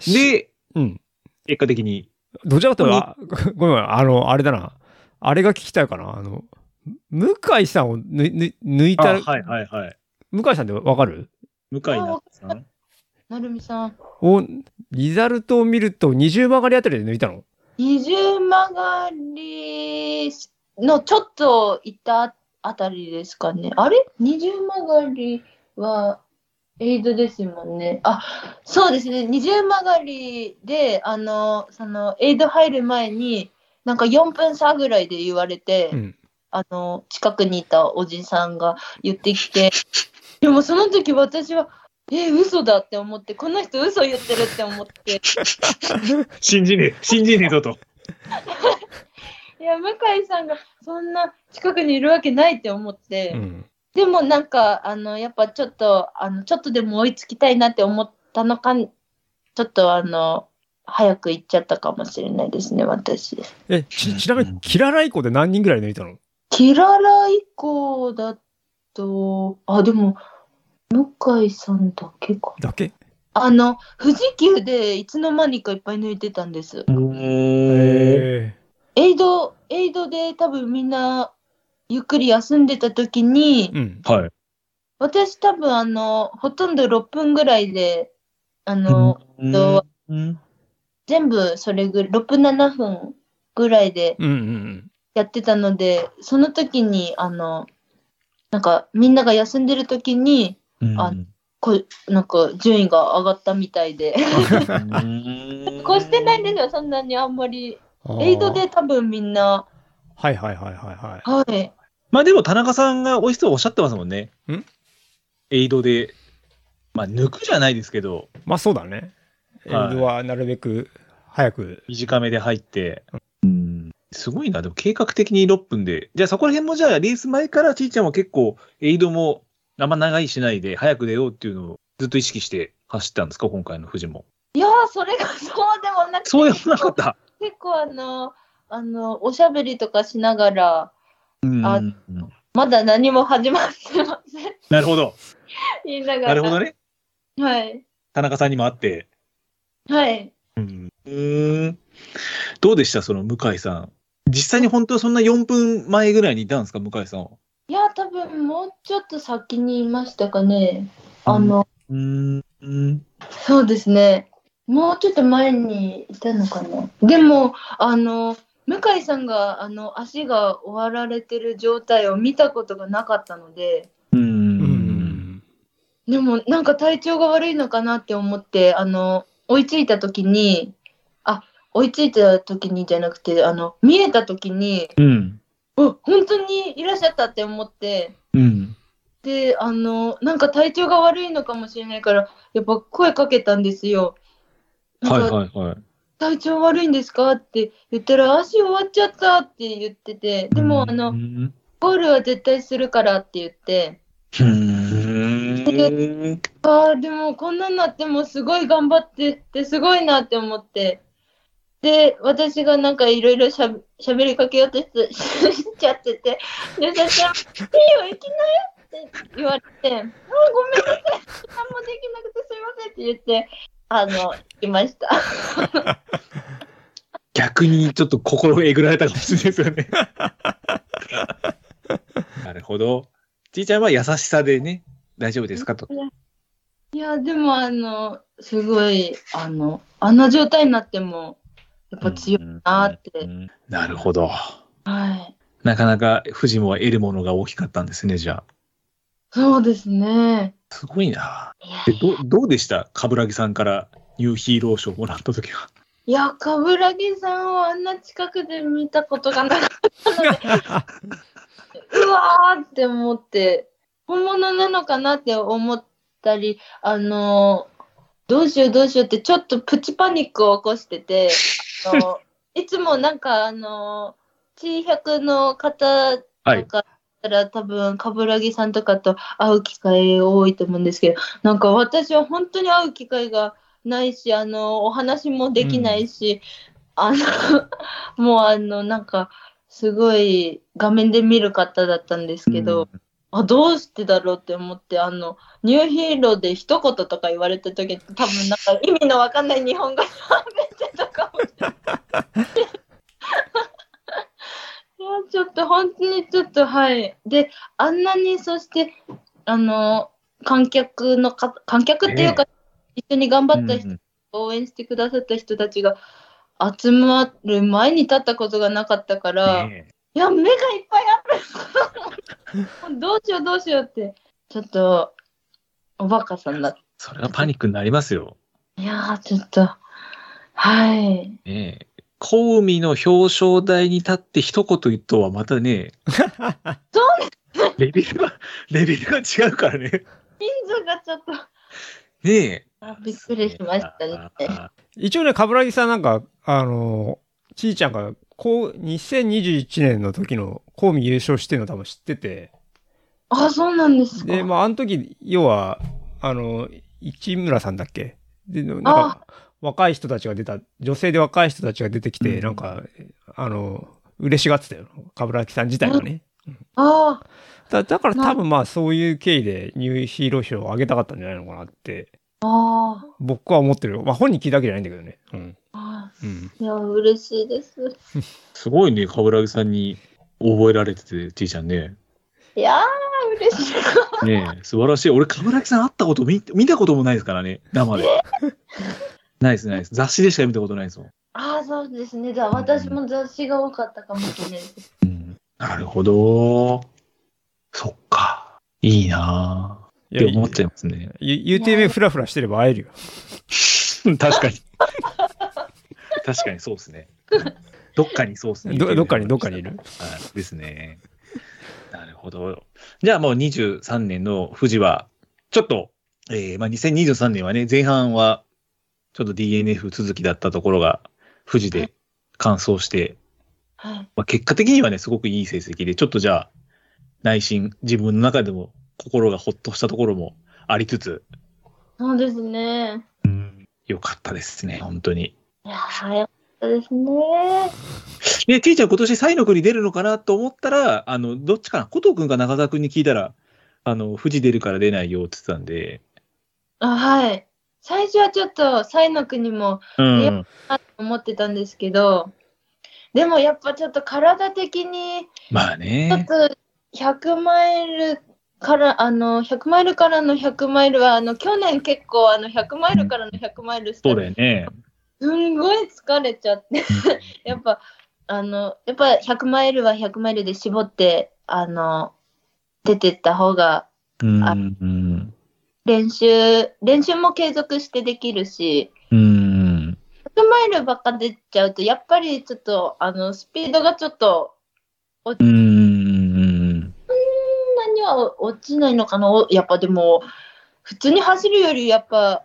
Speaker 1: で、
Speaker 2: うん。
Speaker 1: 結果的に。
Speaker 2: どちらかというとあ、ごめん、あの、あれだな。あれが聞きたいかな。あの、向井さんを抜い抜い
Speaker 1: あ
Speaker 2: た、
Speaker 1: はいはいはい。
Speaker 2: 向井さんってわかる
Speaker 1: 向井なさん。
Speaker 3: なるみさん、
Speaker 2: を、リザルトを見ると二重曲がりあたりで抜いたの
Speaker 3: 二重曲がりのちょっと行ったあたりですかね。あれ二重曲がりはエイドですもんね。あ、そうですね。二重曲がりで、あの、その、エイド入る前に、なんか4分差ぐらいで言われて、
Speaker 2: うん。
Speaker 3: あの、近くにいたおじさんが言ってきて、でもその時私は、え、嘘だって思って、この人嘘言ってるって思って、
Speaker 1: 信じねえ、信じねえぞと。
Speaker 3: いや、向井さんがそんな近くにいるわけないって思って、
Speaker 2: うん。
Speaker 3: でもなんか、あの、やっぱちょっと、あの、ちょっとでも追いつきたいなって思ったのか、ちょっとあの、早く行っちゃったかもしれないですね、私。
Speaker 2: え、ち、ちなみに、キララ以降で何人ぐらい抜いたの
Speaker 3: キララ以降だと、あ、でも、向井さんだけか。
Speaker 2: だけ
Speaker 3: あの、富士急でいつの間にかいっぱい抜いてたんです。
Speaker 1: へえ。
Speaker 2: え。
Speaker 3: エイド、エイドで多分みんなゆっくり休んでた時に、
Speaker 2: うん。
Speaker 1: はい。
Speaker 3: 私多分あの、ほとんど6分ぐらいで、あの、
Speaker 1: うん
Speaker 3: と
Speaker 1: うん
Speaker 3: 全部それぐらい、6分7分ぐらいで
Speaker 2: うんうんうん。
Speaker 3: やってたので、その時に、あの、なんかみんなが休んでる時に、
Speaker 1: うん
Speaker 3: あこなんか順位が上がったみたいで。こうしてないんですよ、そんなにあんまり。エイド
Speaker 2: あー。
Speaker 3: で多分みんな、
Speaker 2: はいはいはいはいはい。
Speaker 3: はい。
Speaker 1: まあでも田中さんが美味しそうおっしゃってますもんね。
Speaker 2: ん
Speaker 1: エイドで、まあ抜くじゃないですけど、
Speaker 2: まあそうだね。エイ
Speaker 1: はい
Speaker 2: ドはなるべく早く。
Speaker 1: 短めで入って。うん。すごいな。でも計画的に6分で。じゃあそこら辺もじゃあレース前からちいちゃんは結構エイドもあんま長いしないで早く出ようっていうのをずっと意識して走ったんですか今回の富士も。
Speaker 3: いやー、それがそうでもなくて。
Speaker 1: そうでもなかった。
Speaker 3: 結構あの、あの、おしゃべりとかしながら、
Speaker 1: うん。
Speaker 3: あまだ何も始まってません。
Speaker 1: なるほど。
Speaker 3: 言いながら。
Speaker 1: なるほどね。
Speaker 3: はい。
Speaker 1: 田中さんにも会って。
Speaker 3: はい。
Speaker 1: うーん。どうでしたその向井さん。実際に本当そんな4分前ぐらいにいたんですか向井さんは。
Speaker 3: いやー、多分もうちょっと先にいましたかね。あの、
Speaker 1: うーん。
Speaker 3: そうですね。もうちょっと前にいたのかな。でも、あの、向井さんがあの足が終わられてる状態を見たことがなかったので、
Speaker 1: う。
Speaker 2: うんん。
Speaker 3: でもなんか体調が悪いのかなって思って、あの、追いついた時に、あ、追いついた時にじゃなくて、あの、見えた時に、
Speaker 1: うん。
Speaker 3: お、本当にいらっしゃったって思って、
Speaker 1: うん。
Speaker 3: で、あの、なんか体調が悪いのかもしれないから、やっぱ声かけたんですよ。なんか
Speaker 1: はいはいはい。
Speaker 3: 体調悪いんですかって言ったら、足終わっちゃったって言ってて、でも、あ
Speaker 1: う
Speaker 3: の、
Speaker 1: ん。
Speaker 3: ゴールは絶対するからって言って、
Speaker 1: うーん
Speaker 3: あーでもこんなになってもすごい頑張ってってすごいなって思ってで私がなんかいろいろしゃべ喋りかけようとし しちゃっててで私は「いいよ行きなよ」って言われて「あーごめんなさい何もできなくてすいません」って言ってあの行きました
Speaker 1: 逆にちょっと心えぐられたかもしれないですよね。なるほど。ちいちゃんは優しさでね、大丈夫ですかと。
Speaker 3: いやでもあのすごいあのあんな状態になってもやっぱ強いなーって、
Speaker 1: うんなるほど。
Speaker 3: はい
Speaker 1: なかなか富士も得るものが大きかったんですね、じゃ
Speaker 3: そうですね
Speaker 1: あ。すごいな。
Speaker 3: いや
Speaker 1: でどどうでした冠城さんからニューヒーロー賞もらった時は。
Speaker 3: いや、冠城さんをあんな近くで見たことがなかったので、うわーって思って、本物なのかなって思ったり、あの、どうしようどうしようってちょっとプチパニックを起こしてて、あの いつもなんかあの、地100の方と
Speaker 1: は
Speaker 3: かだったら、多分冠城さんとかと会う機会多いと思うんですけど、なんか私は本当に会う機会がないし、あの、お話もできないし、あの、 もうあの、なんか、すごい画面で見る方だったんですけど、あ、どうしてだろうって思って、あの、ニューヒーローで一言とか言われた時多分なんか意味のわかんない日本語喋ってたかもし れない。いや、ちょっと本当にちょっと、はい。で、あんなに、そして、あの、観客のか、観客っていうか、一緒に頑張った人、応援してくださった人たちが集まる前に立ったことがなかったから、
Speaker 1: ねえ
Speaker 3: いや、目がいっぱいあるもうどうしようどうしようって、ちょっと、おバカさんだ。
Speaker 1: それはパニックになりますよ。
Speaker 3: いやー、ちょっと、はい。
Speaker 1: ねえ。小海の表彰台に立って一言言うとはまた ね、レベルが、レベルが違うからね。
Speaker 3: 人数がちょっと、
Speaker 1: ねえ。
Speaker 3: あびっくりしましたね。
Speaker 1: あ
Speaker 2: 一応ね、冠城さんなんか、あの、ちいちゃんが、こう、2021年の時の、コウミ優勝してるの多分知ってて、
Speaker 3: あ、そうなんですか。
Speaker 2: で、まあ、あの時、要は、あの、市村さんだっけで、なん
Speaker 3: あ
Speaker 2: か、若い人たちが出た、女性で若い人たちが出てきて、
Speaker 1: うん
Speaker 2: なんか、あの、嬉しがってたよ。冠城さん自体がね。
Speaker 3: あ
Speaker 2: だだから
Speaker 3: な
Speaker 2: 多分まあ、そういう経緯でニューヒーロー賞をあげたかったんじゃないのかなって、
Speaker 3: あ、あ
Speaker 2: 僕は思ってるよ。まあ、本人聞いたわけじゃないんだけどね。うん。
Speaker 3: あ、
Speaker 2: うん。
Speaker 3: いや、嬉しいです。
Speaker 1: すごいね、冠城さんに覚えられてて、ちいちゃんね。
Speaker 3: いやー、嬉しい。
Speaker 1: ねえ、素晴らしい。俺、冠城さん会ったこと見、見たこともないですからね、生で。ないです、ないです。雑誌でしか見たことないですもん。
Speaker 3: ああ、そうですね。じゃあ、私も雑誌が多かったかもしれないです。
Speaker 1: なるほど。そっか。いいなぁ。
Speaker 2: い
Speaker 1: っ
Speaker 2: や
Speaker 1: て思っちゃいますね。
Speaker 2: ゆ UTM フラフラしてれば会えるよ。
Speaker 1: 確かに。 確かにそうですね。どっかにそうですね。
Speaker 2: どどっかにどっかにいる
Speaker 1: はい。ですね。なるほど。じゃあもう23年の富士は、ちょっと、えーまあ、2023年はね、前半はちょっと DNF 続きだったところが、富士で完走して、
Speaker 3: はい。
Speaker 1: まあ、結果的にはね、すごくいい成績で、ちょっとじゃあ、内心、自分の中でも心がほっとしたところもありつつ、
Speaker 3: そうですね。
Speaker 1: よかったですね、本当に。
Speaker 3: いやー、よかったですね。
Speaker 1: で、ていちゃん今年、サイの国出るのかなと思ったら、あの、どっちかな、古藤くんか中澤くんに聞いたら、あの、富士出るから出ないよって言ってたんで、
Speaker 3: あはい。最初はちょっと、サイの国も
Speaker 1: うん。
Speaker 3: あ思ってたんですけど、でもやっぱちょっと体的に、
Speaker 1: まあ
Speaker 3: ちょっ
Speaker 1: ね、
Speaker 3: と100マイルから、あの、100マイルからの100マイルは、あの、去年結構、あの、100マイルからの100マイルして、
Speaker 1: そうだよね。
Speaker 3: すんごい疲れちゃって、やっぱ、あの、やっぱ100マイルは100マイルで絞って、あの、出てった方が、
Speaker 1: うん。
Speaker 3: あ
Speaker 1: うん。
Speaker 3: 練習、練習も継続してできるし、
Speaker 1: うん。
Speaker 3: 100マイルばっか出ちゃうと、やっぱりちょっと、あの、スピードがちょっと、
Speaker 1: うん。
Speaker 3: そんなには落ちないのかなおやっぱでも、普通に走るより、やっぱ、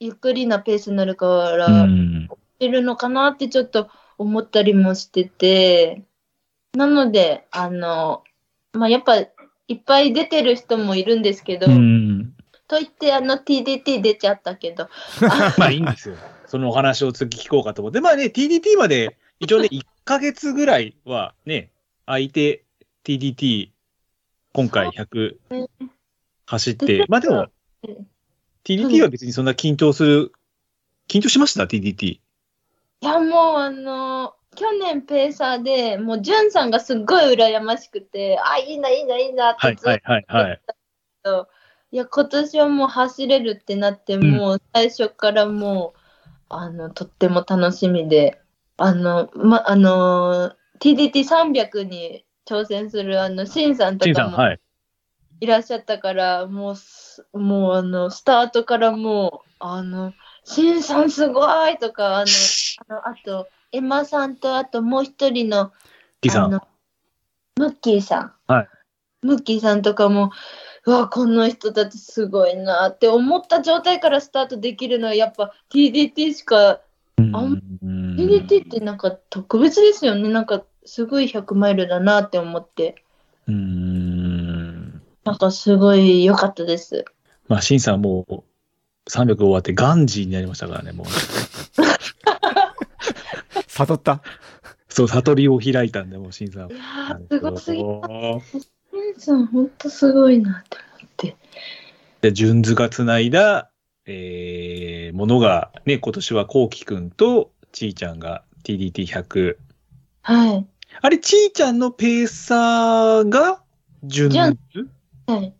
Speaker 3: ゆっくりなペースになるから、
Speaker 1: うん。
Speaker 3: ってるのかなってちょっと思ったりもしてて、なので、あの、まあ、やっぱいっぱい出てる人もいるんですけど、
Speaker 1: うん。
Speaker 3: といってあの TDT 出ちゃったけど、
Speaker 1: まあいいんですよ。そのお話を次聞こうかと思って。まあね、TDT まで一応ね、1ヶ 月ぐらいはね、空いて TDT、今回100
Speaker 3: そうね
Speaker 1: 走って、まあでも
Speaker 3: うん、
Speaker 1: TDT は別にそんな緊張する、緊張しました ?TDT。
Speaker 3: いやもうあの、去年ペーサーでもうジュンさんがすっごい羨ましくて、あ、いいな、いいな、いいなって
Speaker 1: はい
Speaker 3: ずっと、
Speaker 1: はいいはいはい。
Speaker 3: や、今年はもう走れるってなって、
Speaker 1: ん
Speaker 3: もう最初からもう、あの、とっても楽しみで、あの、ま、あの、TDT300 に挑戦するあの、シンさんと
Speaker 1: 陳さ
Speaker 3: か
Speaker 1: ん、
Speaker 3: も
Speaker 1: はい。
Speaker 3: いらっしゃったから、もうす、もうあの、スタートからもう、あの、シンさんすごいとか、あの、あのあと、エマさんと、あともう一人の、
Speaker 1: 李さ
Speaker 3: あ
Speaker 1: ん。
Speaker 3: のムッキーさん。
Speaker 1: はい
Speaker 3: ムッキーさんとかも、うわ、この人たちすごいなって思った状態からスタートできるのは、やっぱ TDT しか、
Speaker 1: うん
Speaker 3: TDT ってなんか特別ですよね。なんかすごい100マイルだなって思って、
Speaker 1: うん。
Speaker 3: なんかすごい良かったです。
Speaker 1: まあ、シンさんもう300終わってガンジーになりましたからね、もう。
Speaker 2: 悟った
Speaker 1: そう、悟りを開いたんで、もうシンさん
Speaker 3: い。やー、すごすぎる。
Speaker 1: る。
Speaker 3: シンさん、ほんとすごいなって思って。
Speaker 1: で、ジュンズがつないだ、えー、ものが、ね、今年はこうきくんとちーちゃんが TDT100。
Speaker 3: はい。
Speaker 1: あれ、ちーちゃんのペーサーがジ
Speaker 3: ジュ
Speaker 1: ュン
Speaker 3: ン
Speaker 1: ズ
Speaker 3: はい。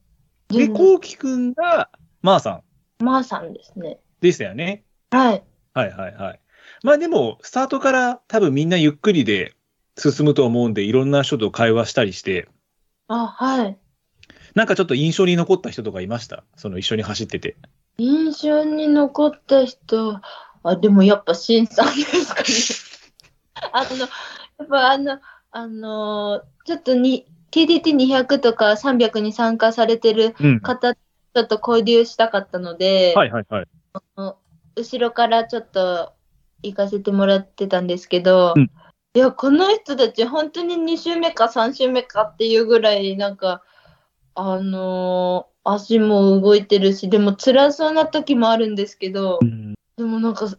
Speaker 1: で、こうきくんがまー、さん
Speaker 3: マーさんですね。
Speaker 1: でしたよね。
Speaker 3: はい。
Speaker 1: はいはいはい。まあでも、スタートから多分みんなゆっくりで進むと思うんで、いろんな人と会話したりして、
Speaker 3: あ、はい。
Speaker 1: なんかちょっと印象に残った人とかいましたその一緒に走ってて。
Speaker 3: 印象に残った人あでもやっぱシンさんですかねあのやっぱあのあのちょっとに TDT200 とか300に参加されてる
Speaker 1: うん
Speaker 3: 方ちょっと交流したかったので、
Speaker 1: はいはいはい。
Speaker 3: 後ろからちょっと行かせてもらってたんですけど、
Speaker 1: うん
Speaker 3: いやこの人たち本当に2周目か3周目かっていうぐらいなんかあのー足も動いてるしでも辛そうな時もあるんですけど
Speaker 1: うん
Speaker 3: でもなんかす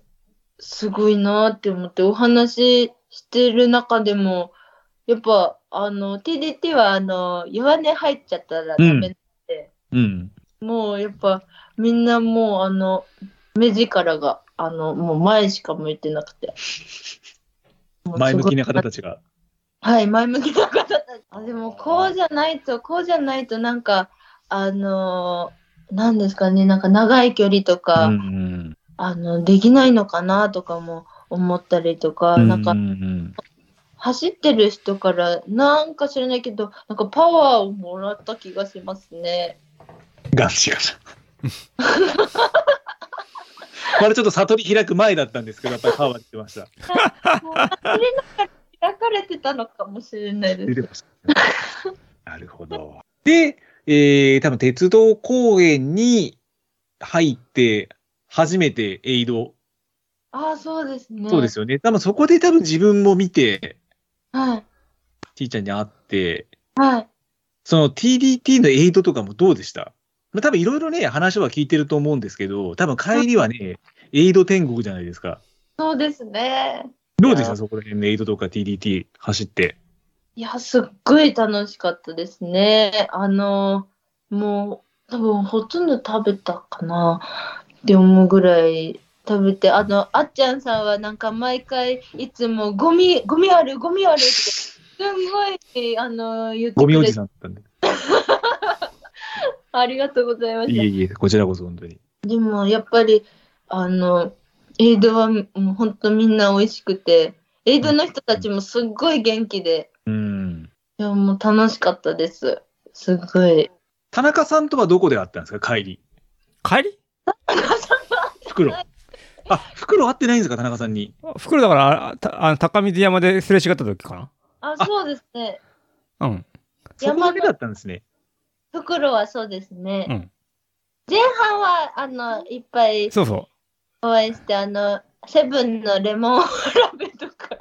Speaker 3: すごいなって思ってお話ししてる中でもやっぱあの TDT はあの弱音入っちゃったらダメ、
Speaker 1: うんうん。
Speaker 3: もうやっぱみんなもうあの目力があのもう前しか向いてなくて。
Speaker 1: 前向きな方
Speaker 3: もうす
Speaker 1: たちが。
Speaker 3: はい、前向きな方たち。あでも、こうじゃないと、こうじゃないと、なんか、あのー、なんですかね、なんか長い距離とか、
Speaker 1: うんうん
Speaker 3: あの、できないのかなとかも思ったりとか、なんか
Speaker 1: う、ん
Speaker 3: 走ってる人から、なんか知らないけど、なんかパワーをもらった気がしますね。
Speaker 1: ガンシガラ。 これちょっと悟り開く前だったんですけど、やっぱりパワー出てました。
Speaker 3: もう走りながら開かれてたのかもしれないで
Speaker 1: 出
Speaker 3: す。
Speaker 1: てました。なるほど。で、えー、多分鉄道公園に入って、初めてエイド。
Speaker 3: ああ、そうですね。
Speaker 1: そうですよね。多分そこで多分自分も見て、
Speaker 3: はい。
Speaker 1: T ちゃんに会って、
Speaker 3: はい。
Speaker 1: その TDT のエイドとかもどうでしたまあ多分いろいろね、話は聞いてると思うんですけど、多分帰りはね、エイド天国じゃないですか。
Speaker 3: そうですね。
Speaker 1: どうでし
Speaker 3: い
Speaker 1: た
Speaker 3: や
Speaker 1: そこら辺のエイドとか TDT 走って。
Speaker 3: いや、すっごい楽しかったですね。あの、もう、多分ほとんど食べたかなって思うぐらい食べて、あの、あっちゃんさんはなんか毎回いつもゴミ、ゴミある、ゴミあるって、すんごい、あの、言って
Speaker 1: ゴミ
Speaker 3: く
Speaker 1: お
Speaker 3: れ
Speaker 1: じ
Speaker 3: て、
Speaker 1: さんだったんで。
Speaker 3: ありがとうございま
Speaker 1: い
Speaker 3: し
Speaker 1: えいえ、こちらこそ本当に。
Speaker 3: た。でも、やっぱり、あの、エイドはもう本当みんな美味しくて、エイドの人たちもすっごい元気で、
Speaker 1: うん。
Speaker 3: いや、もう楽しかったです。すっごい。
Speaker 1: 田中さんとはどこで会ったんですか帰り。
Speaker 2: 帰り
Speaker 1: 袋。あ、袋会ってないんですか田中さんに。
Speaker 2: あ袋だから、あたあの高水山ですれ違った時か
Speaker 3: あ、そうですね。
Speaker 2: なうん。
Speaker 1: そこだけだったんですね。
Speaker 3: 袋はそうですね。
Speaker 2: うん
Speaker 3: 前半は、あの、いっぱい
Speaker 2: そうそ
Speaker 3: お会いして、あの、セブンのレモンわらびと か、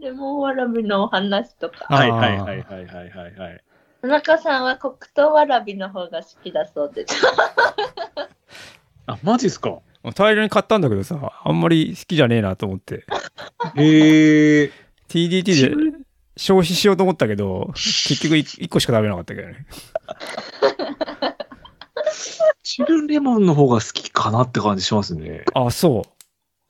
Speaker 3: レモンわらびのお話とか、
Speaker 2: う。
Speaker 1: はいはい
Speaker 2: あー
Speaker 1: はいはいはいはいはい。
Speaker 3: 田中さんは黒糖わらびの方が好きだそうです。
Speaker 1: あ、マジっすか
Speaker 2: 大量に買ったんだけどさ、あんまり好きじゃねえなと思って。
Speaker 1: へえ。
Speaker 2: TDT で消費しようと思ったけど、結局1個しか食べなかったけどね。
Speaker 1: チルレモンの方が好きかなって感じしますね。
Speaker 2: あ、そ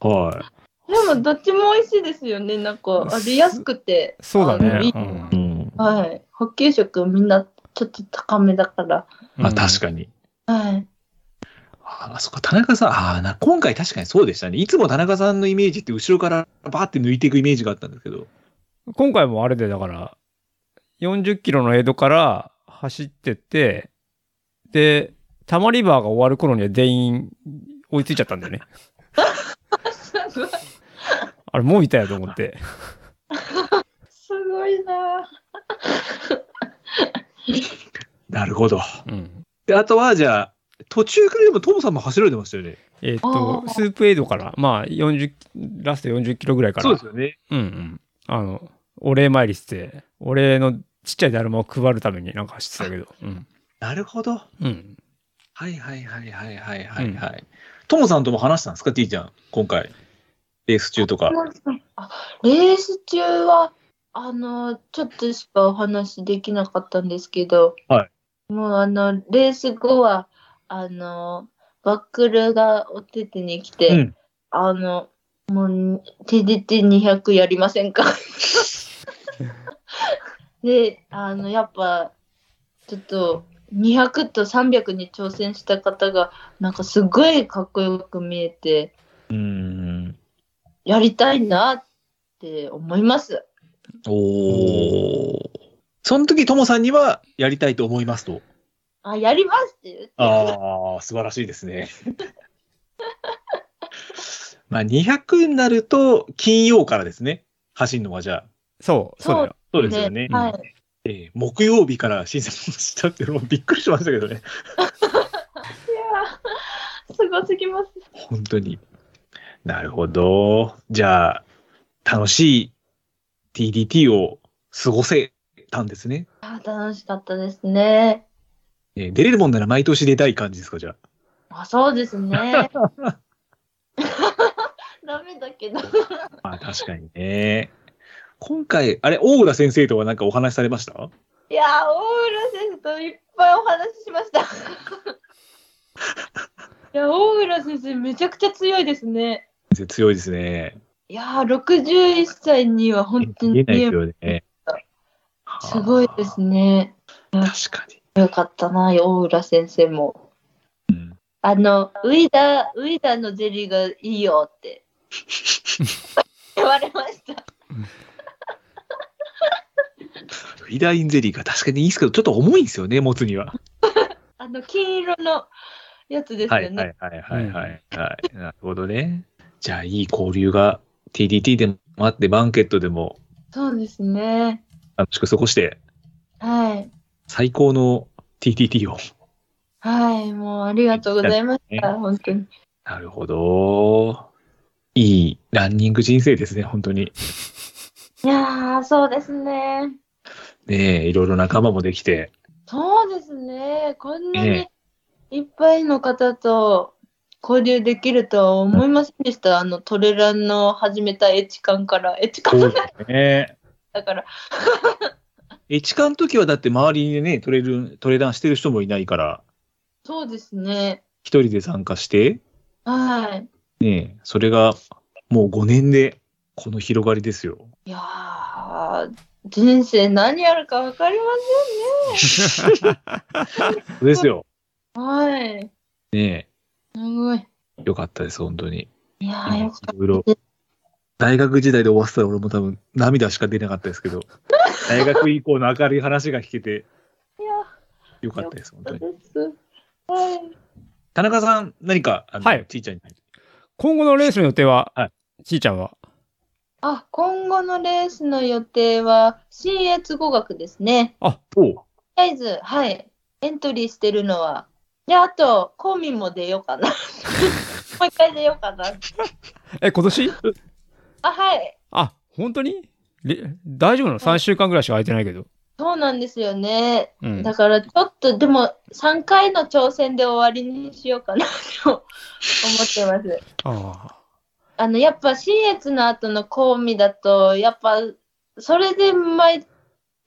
Speaker 1: は
Speaker 3: でも、どっちも美味しいですよね。なんか、あれ安くて。
Speaker 2: う。そうだ
Speaker 3: あの
Speaker 2: ね
Speaker 3: いい。
Speaker 2: うん
Speaker 1: い。うん。
Speaker 3: はい。補給食みんなちょっと高めだから。
Speaker 1: あ、確かに。
Speaker 3: はい。
Speaker 1: あ、そっか、田中さん、あーな、今回確かにそうでしたね。いつも田中さんのイメージって後ろからバーって抜いていくイメージがあったんですけど。
Speaker 2: に。今回もあれで、だから、40キロの江戸から走ってって、で、タマリバーが終わる頃には全員追いついちゃったんだよね。
Speaker 3: すごい。
Speaker 2: あれ、もういたよと思って。
Speaker 3: すごいな
Speaker 1: なるほど。
Speaker 2: うん。
Speaker 1: で、あとは、じゃあ、途中からでもトムさんも走られてましたよね。
Speaker 2: えっ、
Speaker 3: あ
Speaker 2: と、
Speaker 3: ー
Speaker 2: スープエイドから、まあ、40、ラスト40キロぐらいから、
Speaker 1: よね。
Speaker 2: うんうん。あの、お礼参りして、お礼のちっちゃいだるまを配るためになんか走ってたけど。うん。
Speaker 1: なるほど。
Speaker 2: うん。
Speaker 1: はいはいはいはいはいはいはい。トムさんとも話したんですか、T ちゃん、今回。レース中とか。
Speaker 3: あレース中はあのちょっとしかお話できなかったんですけど、
Speaker 1: は
Speaker 3: もうあのレース後はあのバックルがお手手に来て、
Speaker 1: うん
Speaker 3: あのもう TDT200 やりませんか であのやっぱちょっと200と300に挑戦した方がなんかすごいかっこよく見えて。
Speaker 1: うーん。
Speaker 3: やりたいなって思います。
Speaker 1: おー。その時、トモさんには、やりたいと思いますと。
Speaker 3: あ、やりますって言って。
Speaker 1: ああ、素晴らしいですね。 まあ、200になると、金曜からですね。走るのは、じゃあ。
Speaker 2: そう、そうだよ。
Speaker 1: そうですよね。
Speaker 3: はい。
Speaker 1: えー木曜日から新鮮をしたって、もうびっくりしましたけどね。
Speaker 3: すごすぎます。
Speaker 1: 本当に。なるほど。じゃあ、楽しい TDT を過ごせたんですね。
Speaker 3: あ、楽しかったですね。
Speaker 1: えー出れるもんなら毎年出たい感じですか、じゃあ。
Speaker 3: あ、そうですね。 ダメだけど。
Speaker 1: まあ、確かにね。今回、あれ、大浦先生とはなんかお話しされました
Speaker 3: いやー、大浦先生といっぱいお話ししました。いや、大浦先生めちゃくちゃ強いですね。
Speaker 1: 強いですね。
Speaker 3: いやー、61歳には本当
Speaker 1: 見え
Speaker 3: に
Speaker 1: ない病でね。
Speaker 3: すごいで
Speaker 1: は
Speaker 3: すね。
Speaker 1: あ。確かに。
Speaker 3: よかったな、大浦先生も。
Speaker 1: うん
Speaker 3: あの、ウイダ、ウイダのゼリーがいいよって 言われました。
Speaker 1: フィダインゼリーが確かにいいですけど、ちょっと重いんですよね、持つには。
Speaker 3: あの、金色のやつです
Speaker 1: は
Speaker 3: よ
Speaker 1: い
Speaker 3: ね。
Speaker 1: はいはいはいはい、はい。なるほどね。じゃあ、いい交流が TDT でもあって、バンケットでも
Speaker 3: そうですね。
Speaker 1: 楽しく過ごして、
Speaker 3: はい。
Speaker 1: 最高の TDT を。
Speaker 3: はい、もうありがとうございまし
Speaker 1: いいです
Speaker 3: た、本当に。
Speaker 1: なるほど。いいランニング人生ですね、本当に。
Speaker 3: いやー、そうですね。
Speaker 1: ねえ、いろいろ仲間もできて。
Speaker 3: そうですね。こんなに
Speaker 1: ね
Speaker 3: いっぱいの方と交流できるとは思いませんでした。あのトレランの始めたエチカンから。エチカン
Speaker 1: ね。
Speaker 3: だから。
Speaker 1: え、地下の時はだって周りにね、トレル、トレランしてる人もいないから、
Speaker 3: そうですね。
Speaker 1: 一人で参加して、
Speaker 3: はい。
Speaker 1: ねえ、それがもう5年で、この広がりですよ。
Speaker 3: いやー、人生何やるか分かり
Speaker 1: そうですよ。
Speaker 3: ません。はい。
Speaker 1: ね
Speaker 3: すごい。
Speaker 1: え、よかったです、本当に。
Speaker 3: いやー、よかっ
Speaker 1: いろいろ。大学時代で終わってたら俺も多分涙しか出なかったですけ ど、大学以降の明るい話が聞けて
Speaker 3: いや
Speaker 1: よかったです、本当
Speaker 3: た
Speaker 1: に。
Speaker 3: です。はい。
Speaker 1: 田中さん、何か、あの
Speaker 2: はい
Speaker 1: ちいちゃんに。
Speaker 2: 今後のレースの予定は、
Speaker 1: は
Speaker 2: ちいちゃんは
Speaker 3: あ、今後のレースの予定は、新越語学ですね。
Speaker 1: お
Speaker 3: とりあえず、はい、エントリーしてるのは、で、あと、公民も出ようかな。も う一回出ようかな。
Speaker 2: え、今年
Speaker 3: あ、はい、
Speaker 2: あ、本当にれ大丈夫なの ?3 週間ぐらいしか空いてないけど。
Speaker 3: そうなんですよね。
Speaker 2: うん
Speaker 3: だ。から、ちょっと、でも、3回の挑戦で終わりにしようかな と思ってます。
Speaker 2: あ
Speaker 3: あの、やっぱ、新越の後の公民だと、やっぱ、それで毎、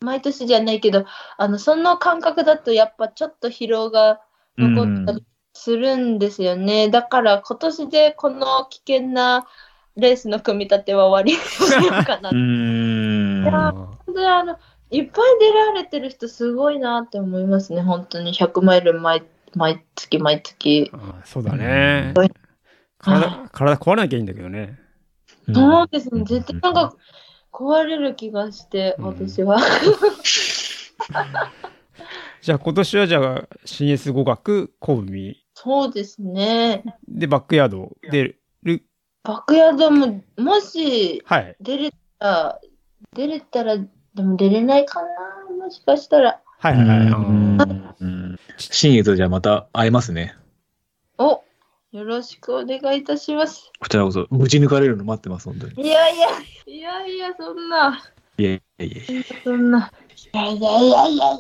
Speaker 3: 毎年じゃないけど、あの、その感覚だと、やっぱ、ちょっと疲労が、残ったりするんですよね。だから今年でこの危険なレースの組み立ては終わりにしようかな。
Speaker 1: う
Speaker 3: 本
Speaker 1: ん。うーん
Speaker 2: あ。あ
Speaker 3: 当にあのいっぱい出られてる人すごいなって思いますね。本当に100マイル毎毎月毎月。
Speaker 2: あそうだね
Speaker 3: うん。
Speaker 2: 体、体壊れなきゃいいんだけどね。
Speaker 1: うん
Speaker 3: そうです
Speaker 1: う
Speaker 3: ね。
Speaker 1: ん
Speaker 3: 絶対なんか壊れる気がして、
Speaker 2: うん
Speaker 3: 私は。
Speaker 2: じゃあ今年はじゃあ、新越語学、コブミ
Speaker 3: そうですね。
Speaker 2: でバックヤードでる。
Speaker 3: バックヤードももし
Speaker 2: はい。
Speaker 3: 出れたら、出れたら、でも出れないかな。もしかしたら。
Speaker 2: はいはいはい。うん
Speaker 1: うん新越じゃあまた会えますね。
Speaker 3: およろしくお願いいたします。
Speaker 1: こちらこそ、ぶち抜かれるの待ってます、本当に。
Speaker 3: いやいや、いやいや、そんな、
Speaker 1: いやいやいやいや
Speaker 3: そんな。いやいやいやいやいやいやい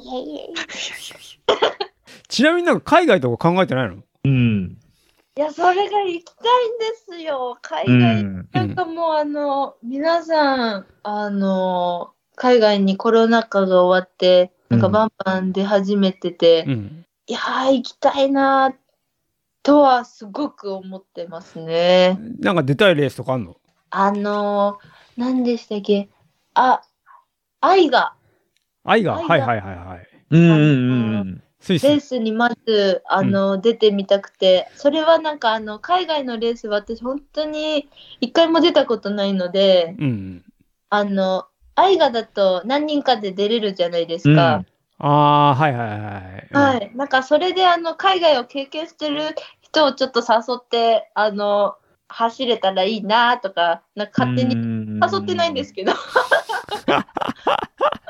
Speaker 2: ちなみになんか海外とか考えてないの
Speaker 1: うん。
Speaker 3: や、それが行きたいんですよ、海
Speaker 1: う
Speaker 3: 外。
Speaker 1: ん。
Speaker 3: なんかもう、あの、皆さん、あの、海外にコロナ禍が終わって、なんか
Speaker 1: うん
Speaker 3: バンバン出始めてて、
Speaker 2: うん。
Speaker 3: いやー、行きたいなとはすごく思ってますね。
Speaker 2: なんか出たいレースとかあんの
Speaker 3: あの、何でしたっけ、あ、愛が。
Speaker 2: 愛が、
Speaker 3: 愛が
Speaker 2: はいはいはいはい。
Speaker 1: うんうんうん。
Speaker 2: スイス
Speaker 3: レー。スにまずあの、出てみたくてそれはなんかあの海外のレースは私本当に一回も出たことないので
Speaker 2: うん。
Speaker 3: あの愛がだと何人かで出れるじゃないですか、
Speaker 2: ああー、はいはいはい。うん
Speaker 3: は。いなんかそれであの海外を経験してる人をちょっと誘ってあの走れたらいいなとかなんか勝手に
Speaker 1: に
Speaker 3: 誘ってないんですけど。ち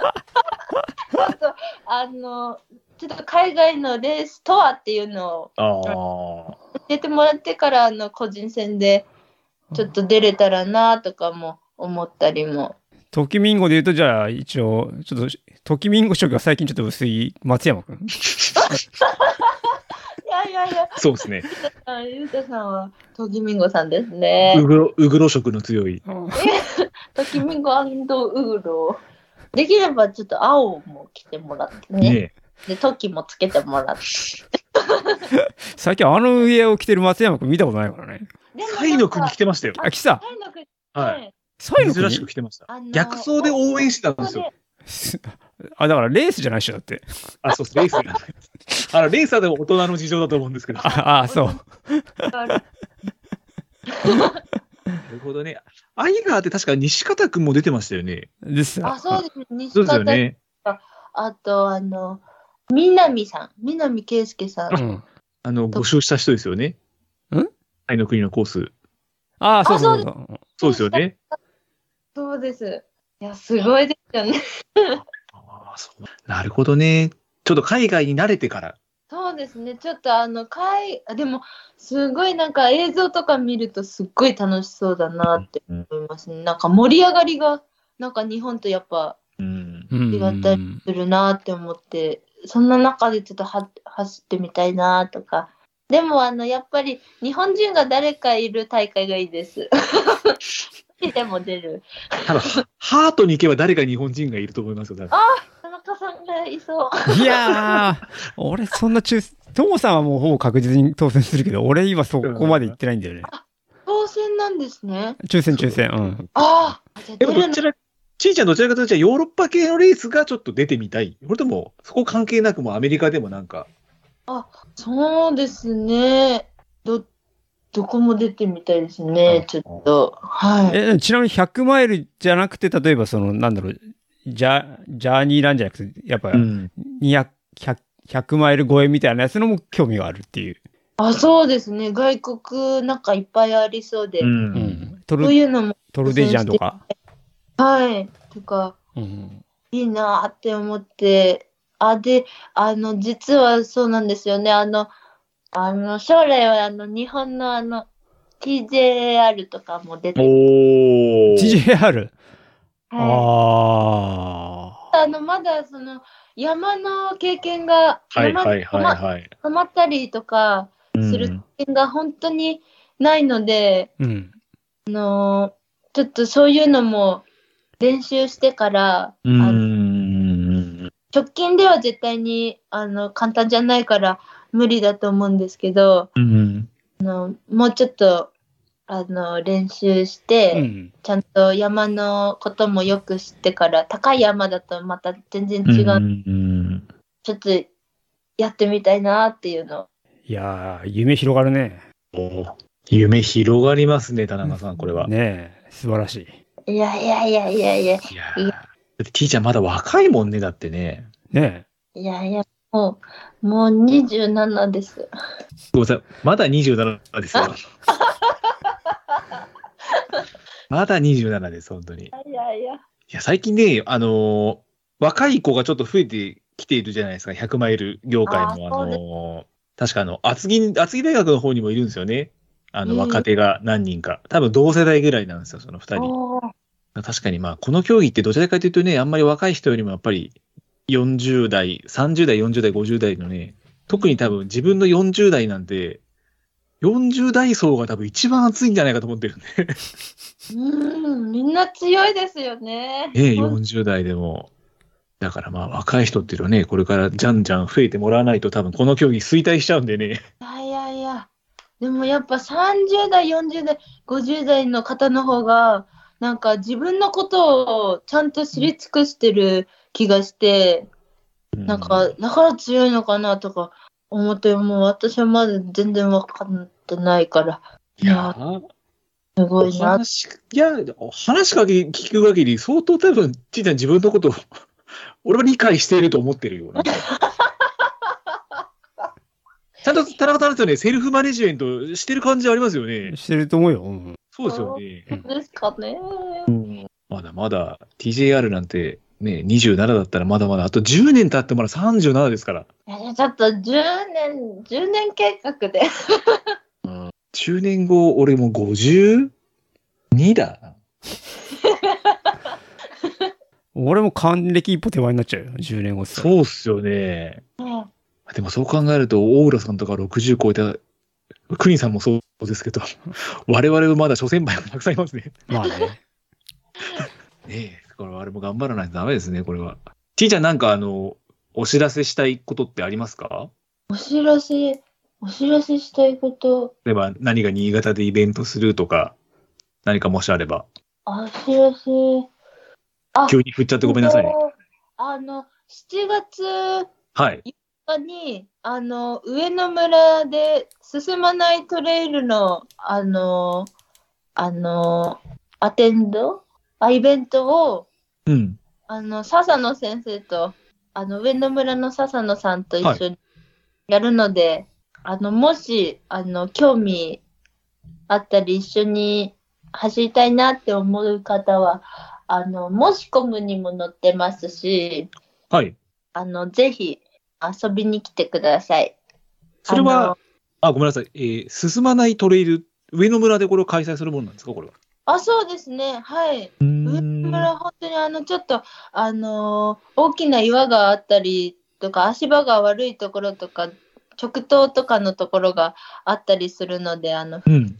Speaker 3: ょっとあのちょっと海外のレースとはっていうのを
Speaker 1: ああ。
Speaker 3: 教えてもらってからあの個人戦でちょっと出れたらなとかも思ったりも。
Speaker 2: トキミンゴで言うと、じゃあ、一応、ちょっと、トキミンゴ色が最近ちょっと薄い松山くん。
Speaker 3: いやいやいや、
Speaker 1: そうですね。
Speaker 3: あゆうたさんはトキミンゴさんですね
Speaker 1: う。ぐろ、うぐろ色の強い。
Speaker 3: トキミンゴウーロ。できればちょっと青も着てもらってね。
Speaker 1: ね
Speaker 3: で、トキもつけてもらって。
Speaker 2: 最近あの上を着てる松山くん見たことないからね。
Speaker 3: でもなんか
Speaker 1: サイの国来てましたよ。
Speaker 2: あ、来た
Speaker 3: タイの国
Speaker 1: はい。
Speaker 2: サイの
Speaker 1: 珍
Speaker 2: 国
Speaker 1: しく来てました。
Speaker 3: あの
Speaker 1: 逆走で応援してたんですよ。
Speaker 2: あ、だからレースじゃないっしょ、だって。
Speaker 1: あ、そうです、レーサーじゃないです。あの、レーサーでも大人の事情だと思うんですけど。な
Speaker 2: ああ、そう。
Speaker 1: るほどね。アイガーって確か西方くんも出てましたよね。
Speaker 2: ですよ
Speaker 3: あ、そうですね。西
Speaker 1: そうですよ
Speaker 3: 方、
Speaker 1: ね。
Speaker 3: あと、あの、南さん、南圭介さん。
Speaker 2: うん
Speaker 1: あの、ご招した人ですよね。
Speaker 2: ん
Speaker 1: 愛の国のコース。
Speaker 2: ああ、そうそうそう。
Speaker 1: そうですよね。
Speaker 3: そうです。いや、すごいですよね。
Speaker 1: あーそうなるほどね。ちょっと海外に慣れてから。
Speaker 3: そうですね。ちょっとあの、海、あでも、すごいなんか映像とか見るとすっごい楽しそうだなって
Speaker 1: うん
Speaker 3: 思いますね。なんか盛り上がりが、なんか日本とやっぱ
Speaker 1: うん。
Speaker 2: うん
Speaker 3: 違ったりするなって思って、そんな中でちょっとは走ってみたいなとか。でもあの、やっぱり日本人が誰かいる大会がいいです。 でも出る。
Speaker 1: ただ、ハートに行けば誰か日本人がいると思いますよ。多分
Speaker 3: 田中さんがいそう。
Speaker 2: いやー、俺そんな中、ともさんはもうほぼ確実に当選するけど、俺今そこまで行ってないんだよね。
Speaker 3: 当選なんですね。
Speaker 2: 抽選抽選。うん。
Speaker 3: ああ、じゃあ
Speaker 1: でも
Speaker 3: 出る
Speaker 1: ど
Speaker 3: の
Speaker 1: ちら、ちいちゃんどちらかというと、じゃあヨーロッパ系のレースがちょっと出てみたい。それとも、そこ関係なくもうアメリカでもなんか、
Speaker 3: そうですね。ど、どこも出てみたいですね。ち
Speaker 1: うん
Speaker 3: ょっと。はい。
Speaker 2: え、ちなみに100マイルじゃなくて、例えばその、なんだろう、ジャジャーニーランじゃなくて、やっぱ
Speaker 1: うん、
Speaker 2: 200、100 100マイル超えみたいなやつのも興味があるっていう。
Speaker 3: あ、そうですね。外国なんかいっぱいありそうで。
Speaker 2: うんん。ト
Speaker 3: そう
Speaker 2: ル
Speaker 3: いうのも、
Speaker 2: トルデジャンとか。
Speaker 3: はい。とか、
Speaker 2: うん。
Speaker 3: いいなーって思って。あ、で、あの、実はそうなんですよね。あの、あの、将来はあの、日本のあの、TJR とかも出て、
Speaker 1: おー。
Speaker 2: TJR。
Speaker 3: はい
Speaker 2: あ
Speaker 3: あの、まだその、山の経験が、
Speaker 1: はい
Speaker 3: 山
Speaker 1: はいはい
Speaker 3: ま
Speaker 1: はい。
Speaker 3: 泊まったりとか、する
Speaker 1: うん
Speaker 3: 経験が本当にないので、
Speaker 2: ー。うん。
Speaker 3: あのちょっとそういうのも練習してから、
Speaker 1: う
Speaker 3: あの
Speaker 1: ん。
Speaker 3: 直近では絶対にあの簡単じゃないから無理だと思うんですけど
Speaker 1: うん。
Speaker 3: もうちょっとあの練習し
Speaker 2: う
Speaker 3: て、
Speaker 2: ん。
Speaker 3: ちゃんと山のこともよく知ってから高い山だとまた全然違う、
Speaker 1: うん。
Speaker 3: ちょっとやってみたいなっていうの
Speaker 2: いやー、夢広がるね。
Speaker 1: おー夢広がりますね、田中さん、これは。
Speaker 2: ねえ、素晴らしい。
Speaker 3: いやいやいやいやいや
Speaker 1: いやーだって T ちゃんまだ若いもんね、だってね。
Speaker 2: ね
Speaker 3: いやいやもうもう27です。
Speaker 1: ごめんなさい、まだ27ですよ。 まだ27です、本当に。い
Speaker 3: いやいや
Speaker 1: や、最近ね、あのー若い子がちょっと増えてきているじゃないですか、100マイル業界も。あ
Speaker 3: あーそうです
Speaker 1: のー確かあの、厚木、厚木大学の方にもいるんですよね。あ
Speaker 3: う
Speaker 1: の、
Speaker 3: ん
Speaker 1: 若手が何人か。多分同世代ぐらいなんですよ、その2人。
Speaker 3: おー
Speaker 1: 確かにまあ、この競技ってどちらかというとね、あんまり若い人よりもやっぱり40代、30代、40代、50代のね、特に多分自分の40代なんて、40代層が多分一番熱いんじゃないかと思ってるんで、
Speaker 3: うん、みんな強いですよね。
Speaker 1: ね、
Speaker 3: ほん
Speaker 1: 40代でも。だからまあ、若い人っていうのはね、これからじゃんじゃん増えてもらわないと多分この競技衰退しちゃうんでね。
Speaker 3: いやいやいや。でもやっぱ30代、40代、50代の方の方が、なんか自分のことをちゃんと知り尽くしてる気がして、なんか、だから強いのかなとか思って、もう私はまだ全然分かってないから、
Speaker 1: いやー、
Speaker 3: すごい
Speaker 1: お
Speaker 3: な。
Speaker 1: 話、いや、話しかけ、聞く限り、相当多分、ちいちゃん自分のことを、 俺は理解していると思ってるよ。 なんかちゃんと田中さんですよね、セルフマネジメントしてる感じありますよ
Speaker 2: え
Speaker 1: ね。
Speaker 2: してると思うよ。うん
Speaker 1: そうですよね。
Speaker 3: ですかね。
Speaker 1: まだまだ TJR なんて、ね、27だったらまだまだ、あと10年経ってまだ37ですから。
Speaker 3: いやいやちょっと10年、10年計画で。
Speaker 1: 10年後、俺もう 52? だ。
Speaker 2: 俺も還暦一歩手前になっちゃうよ。10年後っす
Speaker 1: そうっすよね。
Speaker 3: ね
Speaker 1: でもそう考えると、大浦さんとか60超えた、クイーンさんもそうですけ ど、我々はまだ諸先輩がたくさんいますね。
Speaker 2: まあね。
Speaker 1: ねえ、だからあれも頑張らないとダメですね、これは。T ちゃんなんかあの、お知らせしたいことってありますか
Speaker 3: お知らせ、お知らせしたいこと。
Speaker 1: 例えば何か新潟でイベントするとか、何かもしあれば。
Speaker 3: 足足。あ
Speaker 1: 急に振っちゃってごめんなさいね。
Speaker 3: あの、7月
Speaker 1: はい。
Speaker 3: に、あの、上野村で進まないトレイルの、あの、あの、アテンドあ、イベントを、
Speaker 1: うん。
Speaker 3: あの、笹野先生と、あの、上野村の笹野さんと一緒にやるので、あの、もし、あの、興味あったり、一緒に走りたいなって思う方は、あの、もしコムにも載ってますし、
Speaker 1: はい。
Speaker 3: あの、ぜひ遊びに来てください。
Speaker 1: それ
Speaker 3: あ
Speaker 1: は
Speaker 3: の、
Speaker 1: あ、ごめんなさい。えー進まないトレイル、上野村でこれを開催するものなんですかこれは。
Speaker 3: あ、そうですね。はい。
Speaker 1: う
Speaker 3: 上
Speaker 1: ん
Speaker 3: 村、本当にあの、ちょっと、あのー大きな岩があったりとか、足場が悪いところとか、直投とかのところがあったりするので、あの、
Speaker 1: うん。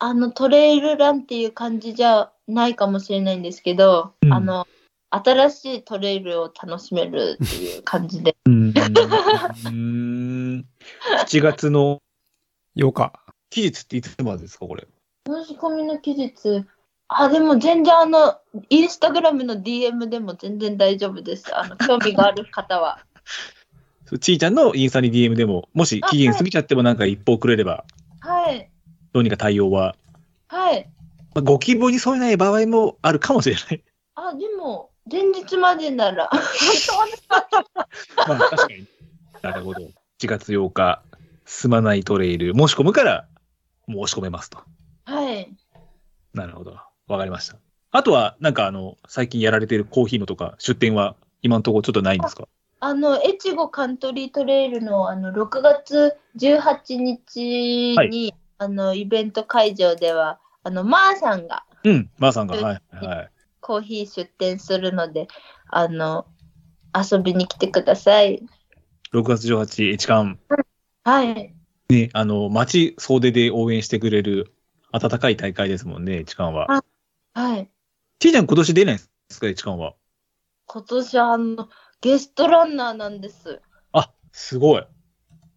Speaker 3: あのトレイルランっていう感じじゃないかもしれないんですけど、
Speaker 1: うん
Speaker 3: あの、新しいトレイルを楽しめるっていう感じで。
Speaker 1: うん。7月の
Speaker 2: 8日。
Speaker 1: 期日っていつまでですかこれ。
Speaker 3: 申し込みの期日、あ、でも全然あの、インスタグラムの DM でも全然大丈夫です。あの、興味がある方は。
Speaker 1: そうちーちゃんのインスタに DM でも、もし期限過ぎちゃってもなんか一報くれれば、
Speaker 3: はい。
Speaker 1: どうにか対応は、
Speaker 3: はい。
Speaker 1: まあご希望に添えない場合もあるかもしれない。
Speaker 3: あ、でも、前日までなら。
Speaker 1: まあ確かに。なるほど。7月8日、すまないトレイル、申し込むから申し込めますと。
Speaker 3: はい。
Speaker 1: なるほど。わかりました。あとは、なんかあの、最近やられているコーヒーのとか、出店は今のところちょっとないんですか
Speaker 3: あの、越後カントリートレイルの、あの、6月18日に、
Speaker 1: は
Speaker 3: あの、イベント会場では、あの、まーさんが
Speaker 1: うん、まー、さんが、はい、はい。
Speaker 3: コーヒー出店するので、あの、遊びに来てください。
Speaker 1: 6月18日、一貫、
Speaker 3: はい。
Speaker 1: ね、あの、町総出で応援してくれる温かい大会ですもんね、一貫は。
Speaker 3: あはい。
Speaker 1: ちーちゃん今年出ないんですか、一貫は。
Speaker 3: 今年、あの、ゲストランナーなんです。
Speaker 1: あ、すごい。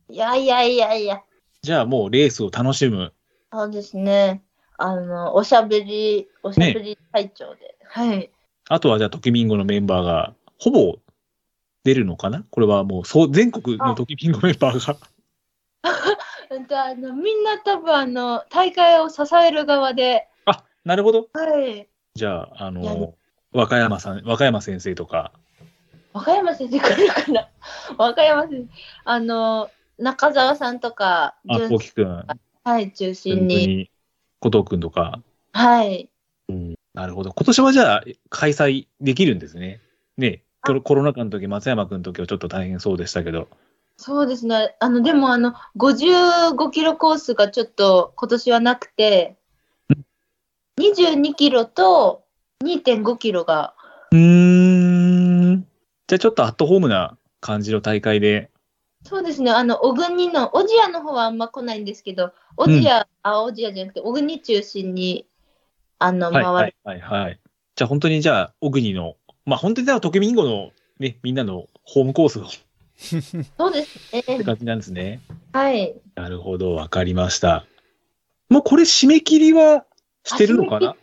Speaker 3: いやいやいやいや。
Speaker 1: じゃあもうレースを楽しむ。
Speaker 3: そうですね。あの、おしゃべり、おしゃべり隊長で。はい。
Speaker 1: あとはじゃあ、ときみんごのメンバーが、ほぼ出るのかなこれはもう、そう、全国のときみんごメンバーが。
Speaker 3: うんとあのみんな多分あの大会を支える側で、
Speaker 1: あ、なるほど。
Speaker 3: はい、
Speaker 1: じゃあ、あ
Speaker 3: やる
Speaker 1: の、和歌山さん、和歌山先生とか、
Speaker 3: 和歌山先生来るかな 和歌山先生あの中澤さんとか
Speaker 1: あ、
Speaker 3: 純
Speaker 1: こうきくん、
Speaker 3: はい中
Speaker 1: 本当
Speaker 3: 心に、
Speaker 1: 後藤くんとか。
Speaker 3: はい、
Speaker 1: なるほど。今年はじゃあ、開催できるんですね。ねコロコロナ禍の時、松山くんの時はちょっと大変そうでしたけど。
Speaker 3: そうですねあのでもあの55キロコースがちょっと今年はなくて22キロと2.5キロが
Speaker 1: うーん。じゃあ、ちょっとアットホームな感じの大会で。
Speaker 3: そうですね、あの、小国の、小千谷の方はあんま来ないんですけど、小千谷、あ、小千谷じゃなくて、小国中心に、あの、
Speaker 1: はい、
Speaker 3: 回る。
Speaker 1: はい、はい、はい。じゃあ、本当にじゃあ、小国の、まあ、本当にじゃあ、ときみんごの、ね、みんなのホームコースをっ
Speaker 3: そうですね。
Speaker 1: て感じなんですね。
Speaker 3: はい。
Speaker 1: なるほど、わかりました。もうこれ締め切りはしてるのかな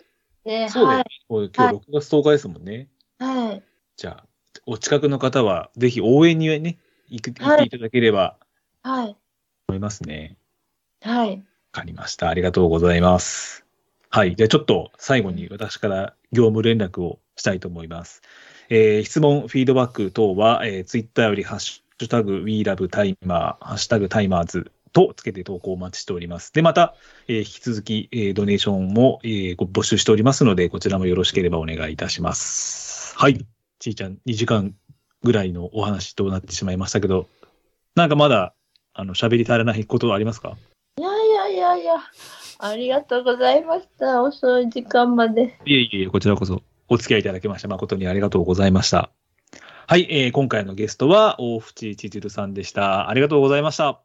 Speaker 3: ね、
Speaker 1: そうだよね
Speaker 3: はい。。
Speaker 1: これ今日6月10日ですもんね。
Speaker 3: はい。
Speaker 1: じゃあ、お近くの方はぜひ応援にね、行く行っ
Speaker 3: はい
Speaker 1: ていただければ
Speaker 3: はい。
Speaker 1: 思いますね。
Speaker 3: はい。
Speaker 1: わ、かりました。ありがとうございます。はい。じゃあちょっと最後に私から業務連絡をしたいと思います。えー質問、フィードバック等は、えツイッター Twitter よりハッシュタグ WeLoveTimer、ハッシュタグ Timers とつけて投稿をお待ちしております。で、また、えー引き続き、えードネーションも、えーご募集しておりますので、こちらもよろしければお願いいたします。はい。ちーちゃん、2時間ぐらいのお話となってしまいましたけど、なんかまだ、あの、喋り足らないことはありますか
Speaker 3: いやいやいやいや、ありがとうございました。遅い時間まで。
Speaker 1: いえいえいえ、こちらこそお付き合いいただきまして誠にありがとうございました。はい、えー今回のゲストは大淵千鶴さんでした。ありがとうございました。